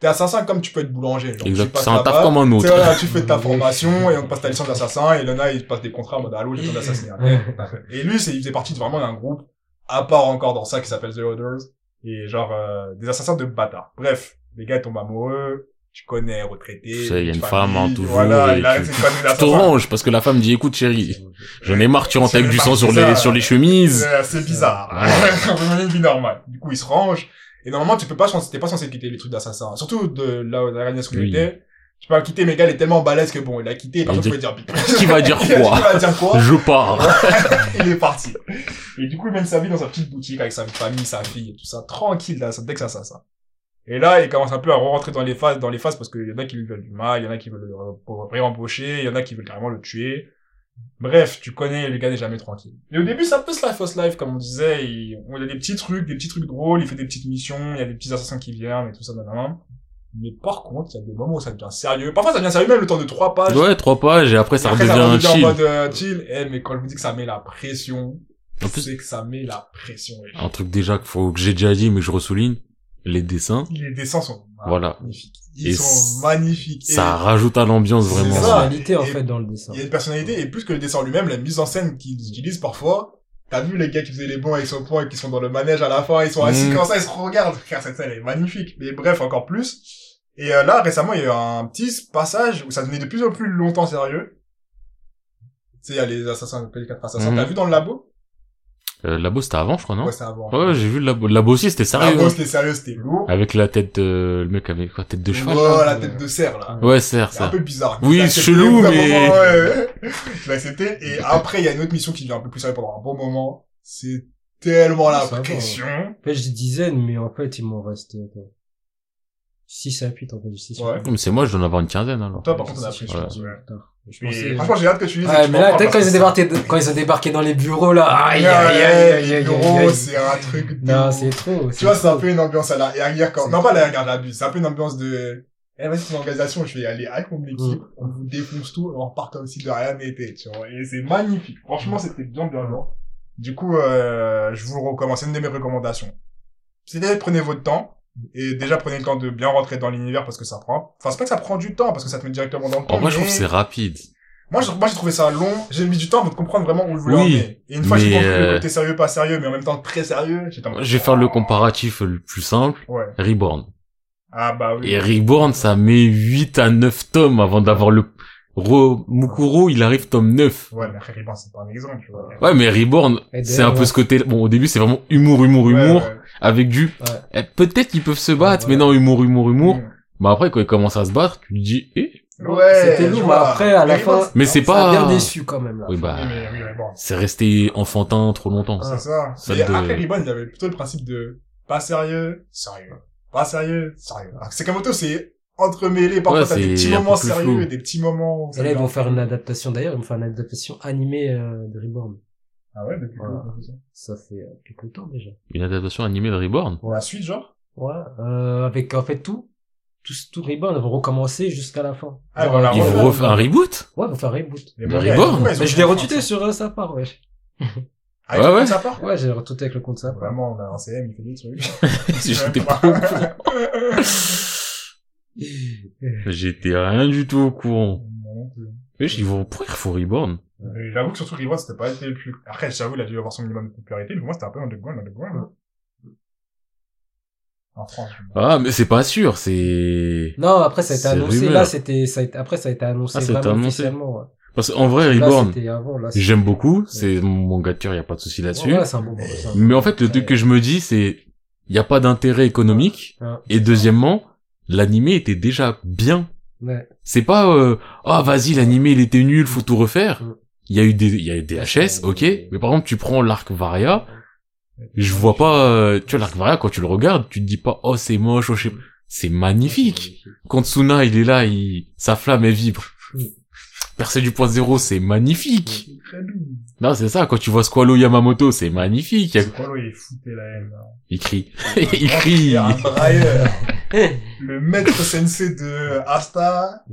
t'es assassin comme tu peux être boulanger. Genre, tu Exact. passes C'est un taf là-bas, comme un tu sais, autre. voilà, tu fais ta formation et on te passe ta licence d'assassin et il y en a, ils passent des contrats en mode allô, j'ai besoin d'assassiner. un tel. Et lui, c'est, il faisait partie de vraiment d'un groupe, à part encore dans ça, qui s'appelle The Others, et genre, euh, des assassins de bâtards. Bref, les gars ils tombent amoureux, tu connais, retraité. Tu sais, il y a petite une femme, hein, famille, toujours, Voilà, et il a, tu- c'est pas des Tu te assassins. ranges, parce que la femme dit, écoute, chérie, j'en ai marre, tu rentres C'est avec du sang parti, sur les, ça. sur les chemises. C'est assez bizarre. Vraiment une vie normale. Du coup, il se range. Et normalement, tu peux pas, t'es pas censé quitter les trucs d'assassin. Surtout de là où la où il Oui. était. Tu peux pas le quitter, mais le gars, il est tellement balèze que bon, il a quitté, et personne dit- pouvait dire bip. Qui va dire quoi? Qui va dire quoi? Je pars. il est parti. Et du coup, il mène sa vie dans sa petite boutique avec sa famille, sa fille et tout ça, tranquille, là, ça, dès que ça, ça, ça. Et là, il commence un peu à rentrer dans les phases, dans les phases parce qu'il y en a qui lui veulent du mal, il y en a qui veulent le re- pour- réembaucher, il y en a qui veulent carrément le tuer. Bref, tu connais, le gars n'est jamais tranquille. Et au début, c'est un peu Slife of Life, comme on disait, il, on- il y a des petits trucs, des petits trucs drôles, il fait des petites missions, il y a des petits assassins qui viennent et tout ça, nanana. Mais par contre, il y a des moments où ça devient sérieux. Parfois, ça devient sérieux même le temps de trois pages. Ouais, trois pages, et après, ça Après, redevient un en chill. mode euh, chill. Eh, mais quand je vous dis que ça met la pression, En plus, Ah. c'est que ça met la pression. les gens. un truc déjà qu'il faut, que j'ai déjà dit, mais je ressouligne, les dessins, Les dessins sont Voilà. magnifiques. Ils Et sont c- magnifiques. Ah. Et ça rajoute à l'ambiance C'est Une vraiment. ça. personnalité, en Et- fait, dans le dessin. Il y a une personnalité, et plus que le dessin lui-même, la mise en scène qu'ils utilisent parfois. T'as vu les gars qui faisaient les bons avec son point et qui sont dans le manège à la fin, ils sont assis Mm. comme ça, ils se regardent. Frère, cette scène est magnifique. Mais bref, encore plus. Et euh, là, récemment, il y a eu un petit passage où ça devenait de plus en plus longtemps sérieux. Tu sais, il y a les assassins, les quatre assassins. Mhm. T'as vu dans le labo? Euh, Labo, c'était avant, je crois, non Ouais, c'est avant. Ouais, j'ai vu le Labo. Le Labo aussi, c'était La sérieux. bosse, hein. c'était sérieux, c'était lourd. Avec la tête, euh, le mec avait quoi, tête de cheval Oh, là, la euh, tête de cerf, là. Ouais, c'est C'est un ça. peu bizarre. Oui, Je l'ai accepté chelou, au bout d'un mais- moment, ouais, ouais. Je l'ai accepté. Et après, il y a une autre mission qui devient un peu plus sérieuse pendant un bon moment. C'est tellement la Ça va. pression. En fait, je dis dizaines, mais en fait, il m'en reste, euh, quoi. 6 à 8, en fait, 6 Ouais. Mais c'est moi, je dois en avoir une quinzaine, alors. Toi, par contre, on a pris, je Ouais. pense. ouais. Je Mais pensais... franchement, j'ai hâte que tu lises. et que Ouais, tu mais m'en là, parles peut-être quand parce ils ont que Ah, débarqué, quand ils ont débarqué dans les bureaux, là. Aïe, aïe, aïe, aïe, aïe, aïe, Bureau, aïe. c'est un truc de Non, ouf. c'est trop. Tu vois, c'est un trop. peu une ambiance à la guerre quand, C'est non pas à la guerre, j'abuse, c'est un peu une ambiance de, eh, vas-y, c'est une organisation, je vais y aller avec mon Mm. équipe, on vous défonce tout, on repart aussi de rien n'était, tu vois. Et c'est magnifique. Mm. Franchement, c'était bien, bien, bien. Du coup, euh, je vous le recommande, c'est une de mes recommandations. C'est-à-dire, prenez votre temps. Et déjà, prenez le temps de bien rentrer dans l'univers parce que ça prend, enfin, c'est pas que ça prend du temps parce que ça te met directement dans le temps. En vrai, je trouve mais- que c'est rapide. moi, je- moi, j'ai trouvé ça long. J'ai mis du temps avant de comprendre vraiment où je voulais Oui, en venir. Et une fois, j'ai mais, compris le euh, côté sérieux, pas sérieux, mais en même temps très sérieux. J'étais en mode- Je vais faire le comparatif le plus simple. Ouais. Reborn. Ah, bah oui. Et Reborn, ça met 8 à 9 tomes avant d'avoir le... Ro... Mukuro, il arrive tome 9. Ouais, mais Harry Potter, c'est pas un exemple, tu vois. Ouais, mais Reborn, Et c'est d'ailleurs, un peu ouais. ce côté... Bon, au début, c'est vraiment humour, humour, Ouais, humour, ouais. avec du... Ouais. Eh, Peut-être qu'ils peuvent se battre, Ouais, mais non, humour, humour, humour. Mm. Bah après, quand ils commencent à se battre, tu te dis... Eh Ouais. C'était je lourd, mais vois. après, à la Harry fin. Potter, Mais c'est ça a pas... bien déçu, quand même, là. Oui, bah... Oui, mais oui, mais bon. C'est resté enfantin trop longtemps. Ah. C'est ça. Ça Ah. Mais te- après Ribbon, il y avait plutôt le principe de pas sérieux, sérieux. Pas sérieux, sérieux. Alors que Sakamoto, c'est entremêlé. Parfois, Ouais, t'as des c'est petits un peu moments plus sérieux flou. et des petits moments. où ça Et là, ils devient- vont faire une adaptation, d'ailleurs, ils vont faire une adaptation animée euh, de Reborn. Ah ouais, depuis Voilà. quand ça Ça fait euh, quelque temps, déjà. Une adaptation animée de Reborn La suite, genre Ouais, euh, avec, en fait, tout. Tout, tout Reborn, ils vont recommencer jusqu'à la fin. Ah, Genre, voilà, euh, Ils vont Reborn. refaire un reboot Ouais, ils vont faire un reboot. Les Mais mangas, Reborn. pourquoi ils ont Mais je fait l'ai ça retweeté sur euh, sa part, ouais. Ah, Ouais, ils ont fait ouais. ça part Ouais, j'ai retweeté avec le compte ça. Vraiment, on a un CM, il fait des trucs. J'étais pas au courant. J'étais rien du tout au courant. Mais ils vont pourquoi ils refont Reborn Et J'avoue que surtout Reborn, c'était pas été le plus. Après, j'avoue, il a dû avoir son minimum de popularité, mais moi, c'était un peu un underground, underground. hein. En France. je- Ah mais c'est pas sûr, c'est Non, après, ça a été C'est annoncé. rumeur. Là, c'était, ça a été- après, ça a été annoncé Ah, ça a été vraiment annoncé. officiellement, ouais. parce qu'en vrai Là, Reborn, c'était avant, là. c'était- j'aime beaucoup, c'est mon gars de cœur, y a pas de souci là-dessus. Ouais, ouais, c'est un bon, c'est un- Mais en fait le truc que je me dis c'est y a pas d'intérêt économique Ouais. et deuxièmement l'animé était déjà bien. Ouais. C'est pas euh, ah vas-y l'animé il était nul, faut tout refaire. Ouais. Il y a eu des il y a eu des HS, OK, mais par exemple tu prends l'arc Varia, Je vois pas, euh, tu vois, l'arc Varia, quand tu le regardes, tu te dis pas, oh, c'est moche, oh, je sais pas. C'est magnifique. Quand Tsuna, il est là, il, sa flamme, elle vibre. Percé du point zéro, c'est magnifique. C'est très doux. Non, c'est ça, quand tu vois Squalo Yamamoto, c'est magnifique. C'est quoi, il foutait la haine, hein. là. Il crie. il crie. un brailleur. Le maître sensei de Asta,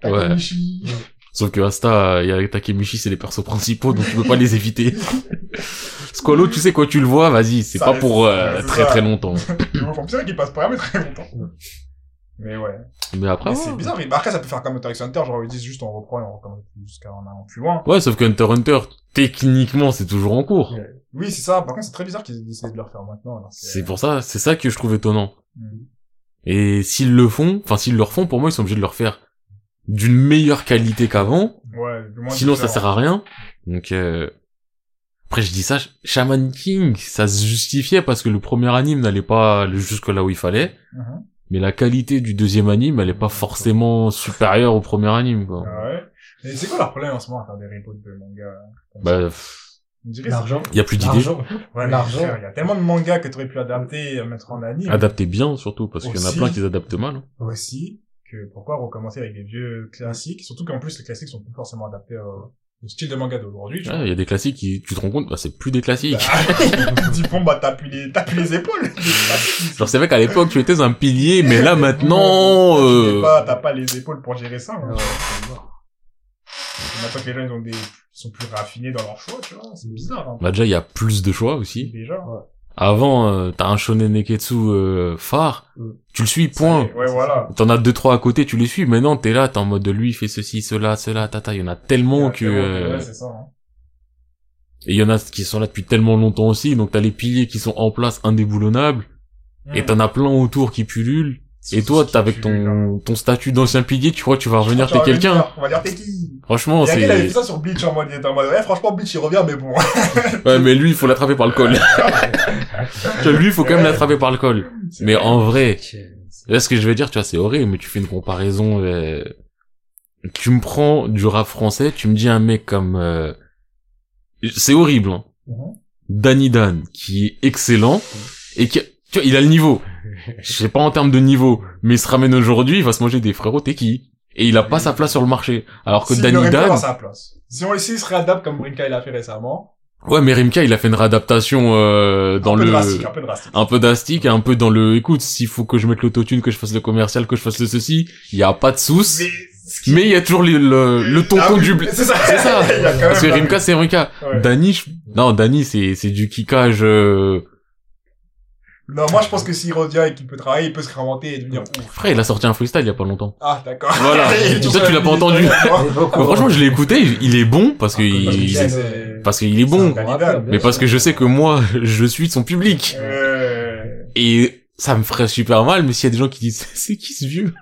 Takemichi. Sauf que Asta et Takemichi, c'est les persos principaux, donc tu peux pas les éviter. Squalo, tu sais, quand tu le vois, vas-y, c'est Ça pas reste- pour euh, c'est très ça. très longtemps. Je vois bien qu'il passe pas mais très longtemps. Mais ouais. Mais après, Mais ouais. c'est bizarre, mais après, ça peut faire comme Hunter x Hunter, genre, ils disent juste, on reprend et on recommence jusqu'à en allant plus loin. ouais, sauf que Hunter x Hunter, techniquement, c'est toujours en cours. Oui, c'est ça. Par contre, c'est très bizarre qu'ils essaient de le refaire maintenant. alors que- C'est pour ça, c'est ça que je trouve étonnant. Mhm. Et s'ils le font, enfin s'ils le refont, pour moi ils sont obligés de le refaire d'une meilleure qualité qu'avant. Ouais, du moins, Sinon ça différent. sert à rien. Donc euh, après je dis ça, Sh- Shaman King, ça se justifiait parce que le premier anime n'allait pas aller jusque là où il fallait. Mhm. Mais la qualité du deuxième anime, elle est pas forcément supérieure au premier anime quoi. Ah ouais. Et c'est quoi leur problème en ce moment à faire des reboots de manga hein, comme ça Bah pff, On dirait L'argent. y a plus d'idées. L'argent. c'est- ouais, mais l'argent. frère, Il y a tellement de mangas que t'aurais pu adapter et mettre en anime. Adaptez bien surtout parce qu'il y en a Aussi. plein qui adaptent mal. hein. aussi que pourquoi recommencer avec des vieux classiques, surtout qu'en plus les classiques sont plus forcément adaptés au, au style de manga d'aujourd'hui. tu Ouais, Il y a des classiques qui, tu te rends compte, bah, c'est plus des classiques. vois. Tu dis bon bah t'as plus les t'as plus les épaules. Les classiques. Genre c'est vrai qu'à l'époque tu étais un pilier, mais là maintenant, Tu n'es euh, pas- t'as pas les épaules pour gérer ça. hein. Ouais, c'est mort. Maintenant que les gens ils ont des ils sont plus raffinés dans leur choix, tu vois, c'est bizarre. hein. bah déjà il y a plus de choix aussi. Déjà. Avant euh, t'as un shonen neketsu euh, phare, Mm. tu le suis point. Ouais voilà. T'en as deux trois à côté, tu les suis. Maintenant t'es là, t'es en mode de lui il fait ceci, cela, cela, tata. Il y en a tellement que euh, Ouais, c'est ça. hein. et il y en a qui sont là depuis tellement longtemps aussi. Donc t'as les piliers qui sont en place indéboulonnables et Hmm. t'en as plein autour qui pullulent. Mmh. hein. Et toi, t'as avec ton, ton statut d'ancien pilier, tu crois que tu vas revenir t'es quelqu'un. On va dire t'es qui Franchement, Yagel c'est... avait fait ça sur Bleach en mode, il était en mode, ouais, franchement, Bleach, il revient, mais bon. Ouais, mais lui, il faut l'attraper par le col. Tu vois, lui, il faut quand même l'attraper par le col. Mais en vrai, là, ce que je vais dire, tu vois, c'est horrible, mais tu fais une comparaison. euh, Tu me prends du rap français, tu me dis un mec comme... euh, C'est horrible. Hein. Mhm. Danny Dan, qui est excellent, et qui... Tu vois, il a le niveau. Je sais pas en termes de niveau, mais il se ramène aujourd'hui, il va se manger des frérots, t'es qui Et il a pas sa place sur le marché. Alors que S'il Danny l'aurait fait Dan... dans sa place. Si on s'il se réadapte comme Brinka, il a fait récemment. Ouais, mais Rimka, il a fait une réadaptation euh, dans un peu le... drastique, hein. un peu drastique. un peu d'astic, un peu dans le, écoute, s'il faut que je mette l'autotune, que je fasse le commercial, que je fasse le ceci, il y a pas de souce. Mais, Mais il y a toujours le, le, le Ah tonton oui, du blé. C'est ça. C'est ça. Il y a quand même Parce que pas- Rimka, c'est Rimka. Ouais. Dani, je- non, Dani, c'est, c'est du kickage, euh... Non, moi, je pense que s'il revient et qu'il peut travailler, il peut se réinventer et devenir ouf. frère, il a sorti un freestyle il y a pas longtemps. Ah, d'accord. Voilà. Et Toi, tu l'as pas entendu. Mais beaucoup. Mais franchement, je l'ai écouté, il est bon parce que, Parce il- qu'il c'est- est- c'est- parce qu'il est c'est un bon. gars rappeur, bien Mais sûr. parce que je sais que moi, je suis de son public. Euh, Et ça me ferait super mal, mais s'il y a des gens qui disent, c'est qui ce vieux?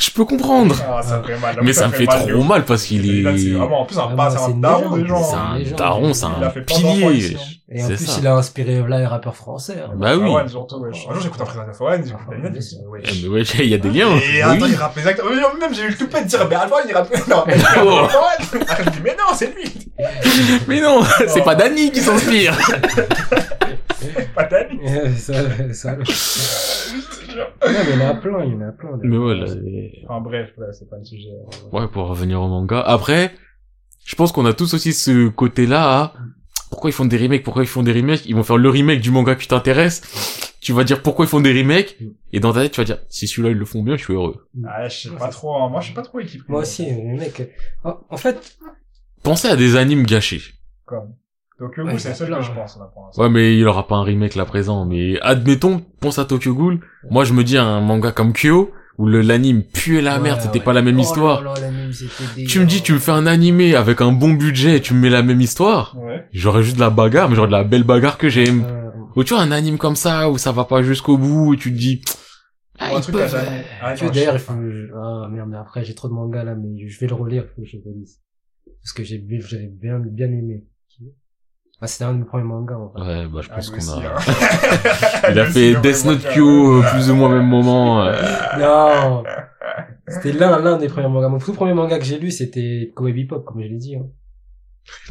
je peux comprendre. ah, ça me fait mal. Mais ça me fait mal de trop ouf. mal parce qu'il Là, c'est est... vraiment, en plus, un, Ah, pas- bah, c'est c'est un une daron de légende. gens. hein. C'est Les un gens, daron, c'est il a un fait plein d'enfants pilier. ici, hein. Et en C'est plus, ça. il a inspiré là les rappeurs français. hein. Bah oui. Foreign, surtout, Ah ouais. Un jour, j'écoute un frère de Foreign, j'écoute un Foreign, j'écoute un- ouais. Eh, mais ouais, il y a des liens. Bah Et attends, Oui. il rappe exactement. Même, même, j'ai eu le tout pas de dire, mais Alpha, il rappe. Non, mais Oh. Foreign. Ah, je dis, mais non, c'est lui. Mais non, c'est pas Dany qui s'inspire. Pas Danny. Euh, ça, ça... non, mais il y en a plein, il y en a plein. Mais voilà. c'est- Enfin, bref, ouais, c'est pas le sujet. Ouais, pour revenir au manga. Après, je pense qu'on a tous aussi ce côté-là. à, Pourquoi ils font des remakes Pourquoi ils font des remakes Ils vont faire le remake du manga qui t'intéresse. Tu vas dire pourquoi ils font des remakes et dans ta tête tu vas dire si celui-là ils le font bien je suis heureux. Ah, je sais pas trop, hein. Moi, je suis pas trop équipé. Moi aussi, mais mec. en- En fait, Pensez à des animes gâchés. Donc, le Ouais, il goût, y c'est en le a seul plein, que je ouais. pense, là, pour l'instant. Ouais mais il y aura pas un remake là présent mais admettons pense à Tokyo Ghoul. Moi je me dis un manga comme Kyo où le l'anime puait la Ah, merde, Ouais, c'était ouais. pas la même Oh histoire. là là, la mime, c'était dégueu. Tu me dis, tu me fais un animé avec un bon budget et tu me mets la même histoire. Ouais. J'aurais juste de la bagarre, mais genre de la belle bagarre que j'aime. Euh, Ou tu vois, un anime comme ça, où ça va pas jusqu'au bout, et tu te dis, ah, Ou un ils truc à peuvent, euh, jamais. Ah, Tu non, vois, d'ailleurs, je il sais faut. pas. je- Ah merde, mais après, j'ai trop de mangas là, mais je vais le relire, il faut que je le relise. Parce que j'ai bu- j'avais bien, bien aimé. Ah, c'était un de mes premiers mangas, en fait. Ouais, bah, je Ah, pense lui qu'on aussi, a... hein. Il a Lui fait aussi, Death ouais, Note ouais, Kyo, ouais. euh, plus ou moins au même moment. euh. Non C'était l'un, l'un des premiers mangas. Mon tout premier manga que j'ai lu, c'était Cowboy Bebop, comme je l'ai dit. Hein.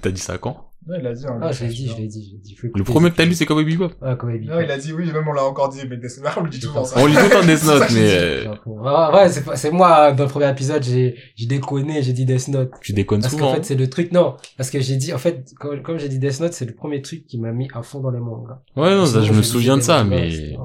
T'as dit ça quand? Ouais, il a dit, hein, Ah, lui, je l'ai c'est dit, sûr. je l'ai dit, je l'ai dit. Faut Le écouter, premier que t'as c'est- lu, c'est Cowboy Bebop. Ah, Cowboy Bebop. Non, il a dit oui, même on l'a encore dit, mais Death Note, on le dit toujours ça. On lit tout en Death C'est ça Note, que je mais, dis. euh, Ah, ouais, c'est pas- c'est moi, dans le premier épisode, j'ai j'ai déconné, j'ai dit Death Note. tu déconnes Parce souvent. hein. qu'en fait, c'est le truc, non. Parce que j'ai dit, en fait, comme, comme j'ai dit Death Note, c'est le premier truc qui m'a mis à fond dans les mangas. Ouais, non, ça, Sinon, je me j'ai souviens de détesté ça, les mangas, mais etc.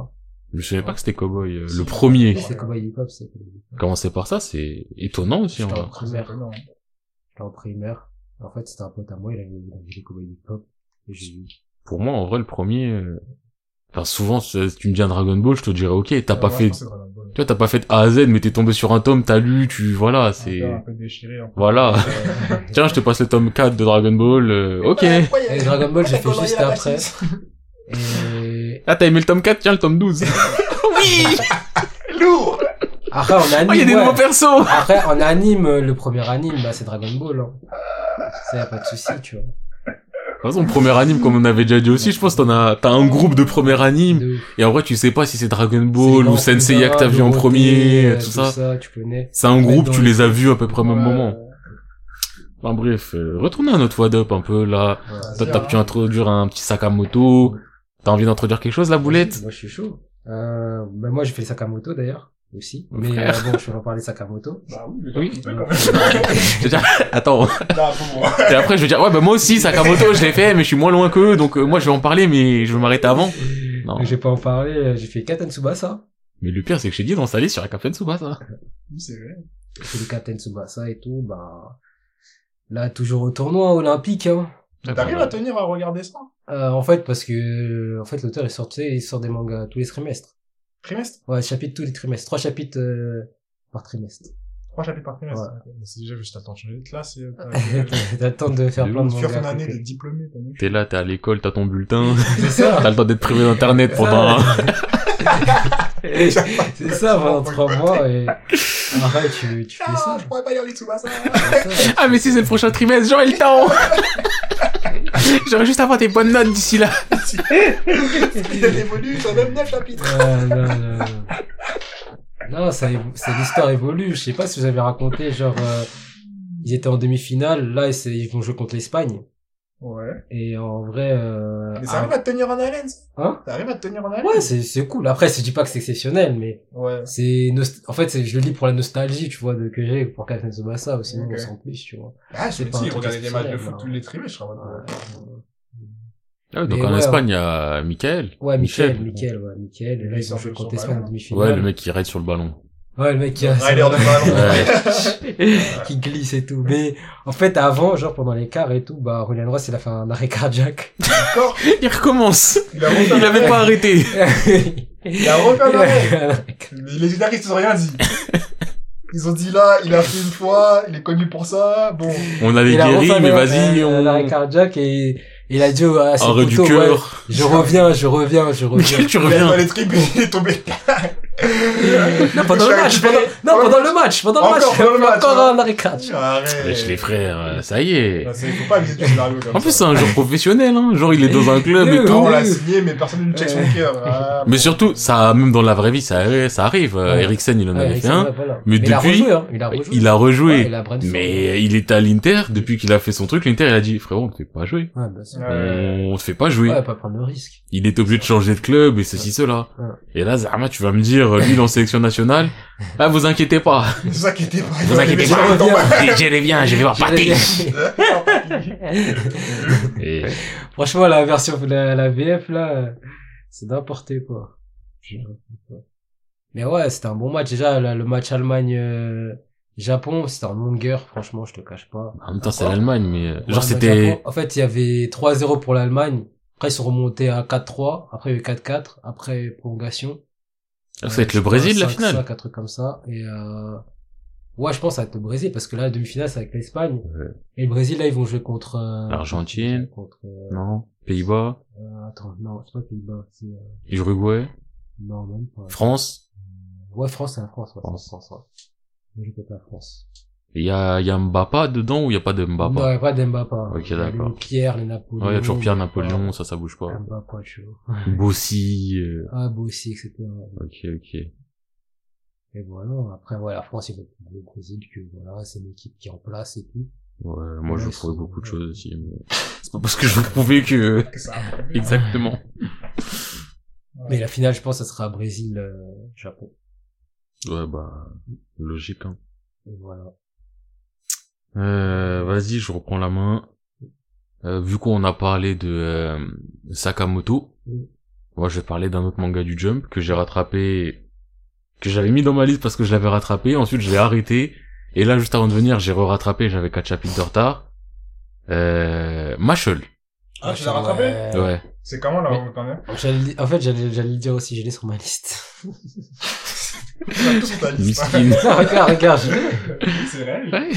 je me souviens pas que c'était Cowboy, euh, le Si. premier. Oui, c'est Cowboy Bebop, c'est je Commencer par ça, c'est étonnant aussi, en Putain. vrai. C'est étonnant. l'ai en primaire. En fait, c'était un pote à moi, il avait, il avait les Cowboy Bebop. Et j'ai eu. pour moi, en vrai, le premier, euh, enfin, souvent, si tu me dis un Dragon Ball, je te dirais, ok, t'as Ouais, pas moi, je fait, pense que c'est Dragon Ball. tu vois, t'as pas fait de A à Z, mais t'es tombé sur un tome, t'as lu, tu, voilà, c'est, Un peu déchiré. hein. voilà. Tiens, je te passe le tome 4 de Dragon Ball, euh, ok. Ouais, pourquoi il y a- Et Dragon Ball, j'ai fait Pourquoi juste il y a la après. raciste Et Ah, t'as aimé le tome 4, tiens, le tome 12. oui! Lourd après, on anime. Oh, il y a des ouais. nouveaux persos! Après, en anime, euh, le premier anime, bah, c'est Dragon Ball. Hein. Ça, y a pas de souci, tu vois. De toute façon, premier anime, comme on avait déjà dit aussi, je pense, t'en as, t'as un groupe de premier anime, De ouf. et en vrai, tu sais pas si c'est Dragon C'est les Ball ou grands Senseiya que cousins, t'as vu en Dorothée, premier, euh, tout ça. tu connais. C'est un Ouais, groupe, dans tu les- les as vus à peu près au même Ouais. moment. Enfin bref, euh, retournez à notre what up un peu là. Toi, t'as pu introduire un petit Sakamoto. T'as envie d'introduire quelque chose, la boulette Moi, je suis chaud. Euh, bah, moi, j'ai fait Sakamoto, d'ailleurs, aussi. Mon Mais frère. euh, bon, je vais en parler de Sakamoto. Bah oui. Oui. mais- Attends. Là, pour moi. Et après, je vais dire, ouais, bah moi aussi, Sakamoto, je l'ai fait, mais je suis moins loin qu'eux, donc euh, moi, je vais en parler, mais je vais m'arrêter avant. Non. Donc, je vais pas en parler. euh, J'ai fait Captain Tsubasa. Mais le pire, c'est que j'ai dit dans sa liste, il y aurait Captain Tsubasa. Oui, c'est vrai. J'ai fait le Captain Tsubasa et tout. Bah, là, toujours au tournoi olympique, hein. T'arrives à tenir à regarder ça Euh, en fait, parce que euh, en fait, l'auteur il sort, tu sais, il sort des mangas tous les trimestres. Trimestre Ouais, chapitre tous les trimestres. Trois chapitres euh, par trimestre. Trois chapitres par trimestre. Ouais. Ok, mais C'est déjà juste attends, changer de classe et t'as- T'as le temps de faire De plein de tu fais mangas. ton à année côté. de diplômé. t'as vu T'es là, t'es à l'école, t'as ton bulletin, C'est ça. t'as le temps d'être privé d'internet C'est pendant un... ça. C'est ça, pendant trois mois, et... Arrête, tu, tu fais ça. je pourrais pas lire Tsubasa. tu fais ça. Ah mais si c'est le prochain trimestre, j'aurai le temps J'aurai juste à avoir des bonnes notes d'ici là. Il évolue sur même 9 chapitres. Euh, non, non, non. Non, ça évo- c'est l'histoire évolue. Je sais pas si vous avez raconté, genre, euh, ils étaient en demi-finale, là, c'est- ils vont jouer contre l'Espagne. Ouais. Et en vrai, euh, Mais ça ah, arrive à te tenir en haleine, ça. Hein Ça arrive à te tenir en haleine. ouais, c'est, c'est cool. Après, c'est- je dis pas que c'est exceptionnel, mais Ouais. c'est, nost- en fait, c'est, je le dis pour la nostalgie, tu vois, de, que j'ai pour Captain Tsubasa, ou sinon, Ok. on s'en fiche, tu vois. Ah, je C'est me pas un dis, truc regardez des matchs de hein. exceptionnel, foot tous les trimestres, je crois. Ouais. Ah, donc Et en ouais. Espagne, il y a Michael. Ouais, Michael, Michel. Michael, ouais, Michael. Et là, Il ils ont sort joué de contre son l'Espagne en ballon. demi-finale. Ouais, le mec qui raide sur le ballon. Ouais, le mec qui a Ryder de ballon. Ouais. qui glisse et tout. Mais en fait, avant, genre pendant les quarts et tout, bah Julian Ross il a fait un arrêt cardiaque. Encore. Il recommence Il a refait Il un avait arrêt. pas arrêté il Il a refait un arrêt. fait un arrêt. Mais les scénaristes, ils ont rien dit. Ils ont dit là, il a fait une fois, il est connu pour ça, bon. On avait Il a guéri, refait un mais arrêt- vas-y, un- on... un arrêt cardiaque et il a dit oh, ah, à ses Un rue du poteaux, ouais, cœur. je reviens, je reviens, je reviens. Michael, tu Il est dans reviens. les tribunes, il est tombé. non, pendant le match, pendant, non, pendant le match, pendant le Encore match, il a pendant le fait match, encore hein. un arrêt cardiaque. Arrête. Wesh, les frères, euh, ça y est. Non, c'est- Faut pas viser du scénario comme En plus, c'est ça. un joueur professionnel, hein. Genre, il est dans un club Oui, et oui. tout. Non, on l'a signé, mais personne ne check son cœur. Ah, Mais surtout, ça, même dans la vraie vie, ça, arri- ça arrive. Euh, Ouais. Eriksen, il en Ouais, avait Ericsson, fait un. ouais, voilà. Mais il a depuis, rejoué, hein, il a rejoué. Il a Ouais, rejoué. il a Brentford. Mais il était à l'Inter. Depuis qu'il a fait son truc, l'Inter, il a dit, frérot, on te fait pas jouer. Ouais, bah, c'est- Ouais. On te fait pas jouer. ouais, pas prendre le risque. Il est obligé de changer de club et ceci, cela. Ouais. Et là, Zama, tu vas me dire, euh, lui, dans sélection nationale, ah, vous inquiétez pas. Ne vous inquiétez pas. Vous inquiétez Je pas. reviens. Je les viens, je vais voir partir. Et Franchement, la version, la, la VF, là, euh, c'est n'importe quoi. C'est n'importe quoi. Mais ouais, c'était un bon match. Déjà, là, le match Allemagne-Japon, c'était en longueur, franchement, je te cache pas. en même temps, c'est l'Allemagne, mais euh, genre, Ouais, bah, c'était, Japon, En fait, il y avait 3-0 pour l'Allemagne. Après, ils sont remontés à 4-3. Après, il y a eu 4-4. Après, prolongation. ça va être le Brésil, la finale. 5 un truc comme ça. Et, euh... ouais, je pense que ça va être le Brésil, parce que là, la demi-finale, c'est avec l'Espagne. Ouais. Et le Brésil, là, ils vont jouer contre, euh, L'Argentine. Contre, euh, Non. Pays-Bas, euh, attends, non, c'est pas Pays-Bas, c'est, euh, Uruguay, non, même pas. France. Ouais, France, c'est la France, ouais, France. France, France, ouais. Mais je peux pas France. Il y a, il y a Mbappa dedans ou il y a pas de Non, Mbappa y a pas d'Mbappa. Ok, Il y a d'accord. les Pierre, les Napoléon. Ouais, il y a toujours Pierre Napoléon, ça, ça bouge pas. Mbappa, tu vois. Bossy, euh, Ah, Bossi, etc. ok, ok. Et voilà, après, ouais, la France, ils vont prendre le Brésil, que voilà, c'est l'équipe qui est en place et tout. Ouais, moi je Ouais, ferais c'est- beaucoup de choses aussi, mais c'est pas parce que je veux prouver que... Exactement. Mais la finale, je pense, ça sera Brésil, euh, Japon. Ouais, bah, logique, hein. Et voilà. Euh, vas-y, je reprends la main. Euh, vu qu'on a parlé de euh, Sakamoto, Mm. moi je vais parler d'un autre manga du Jump que j'ai rattrapé, que j'avais mis dans ma liste parce que je l'avais rattrapé, ensuite je l'ai arrêté, et là juste avant de venir j'ai re-rattrapé, j'avais quatre chapitres de retard. Euh, Machel, Ah, tu l'as rattrapé? Ouais. ouais. C'est comment, là, où t'en es? J'allais- En fait, j'allais j'allais le dire aussi, je l'ai sur ma liste. On a tous sur ta liste. Miskin. Non, regarde, regarde, je C'est réel. Ouais,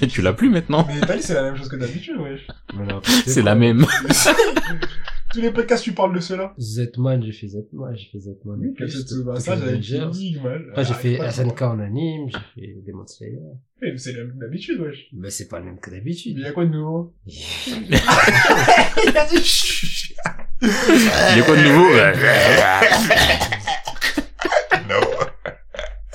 l'ai. tu l'as plus maintenant. Mais ta liste, c'est la même chose que d'habitude, wesh. C'est la même. Tous les podcasts, tu parles de cela. Zetman, j'ai fait Zetman, j'ai fait Zetman. Oui, J'ai fait bah, ça, Tokyo j'avais Revengers. fini, moi. Après, j'ai fait Ah, SNK en anime, j'ai fait Demon Slayer. Mais C'est la même d'habitude, wesh. Mais c'est pas le même que Mais il y d'habitude. a quoi de nouveau? Il a dit chut. Il y a quoi de nouveau Ouais.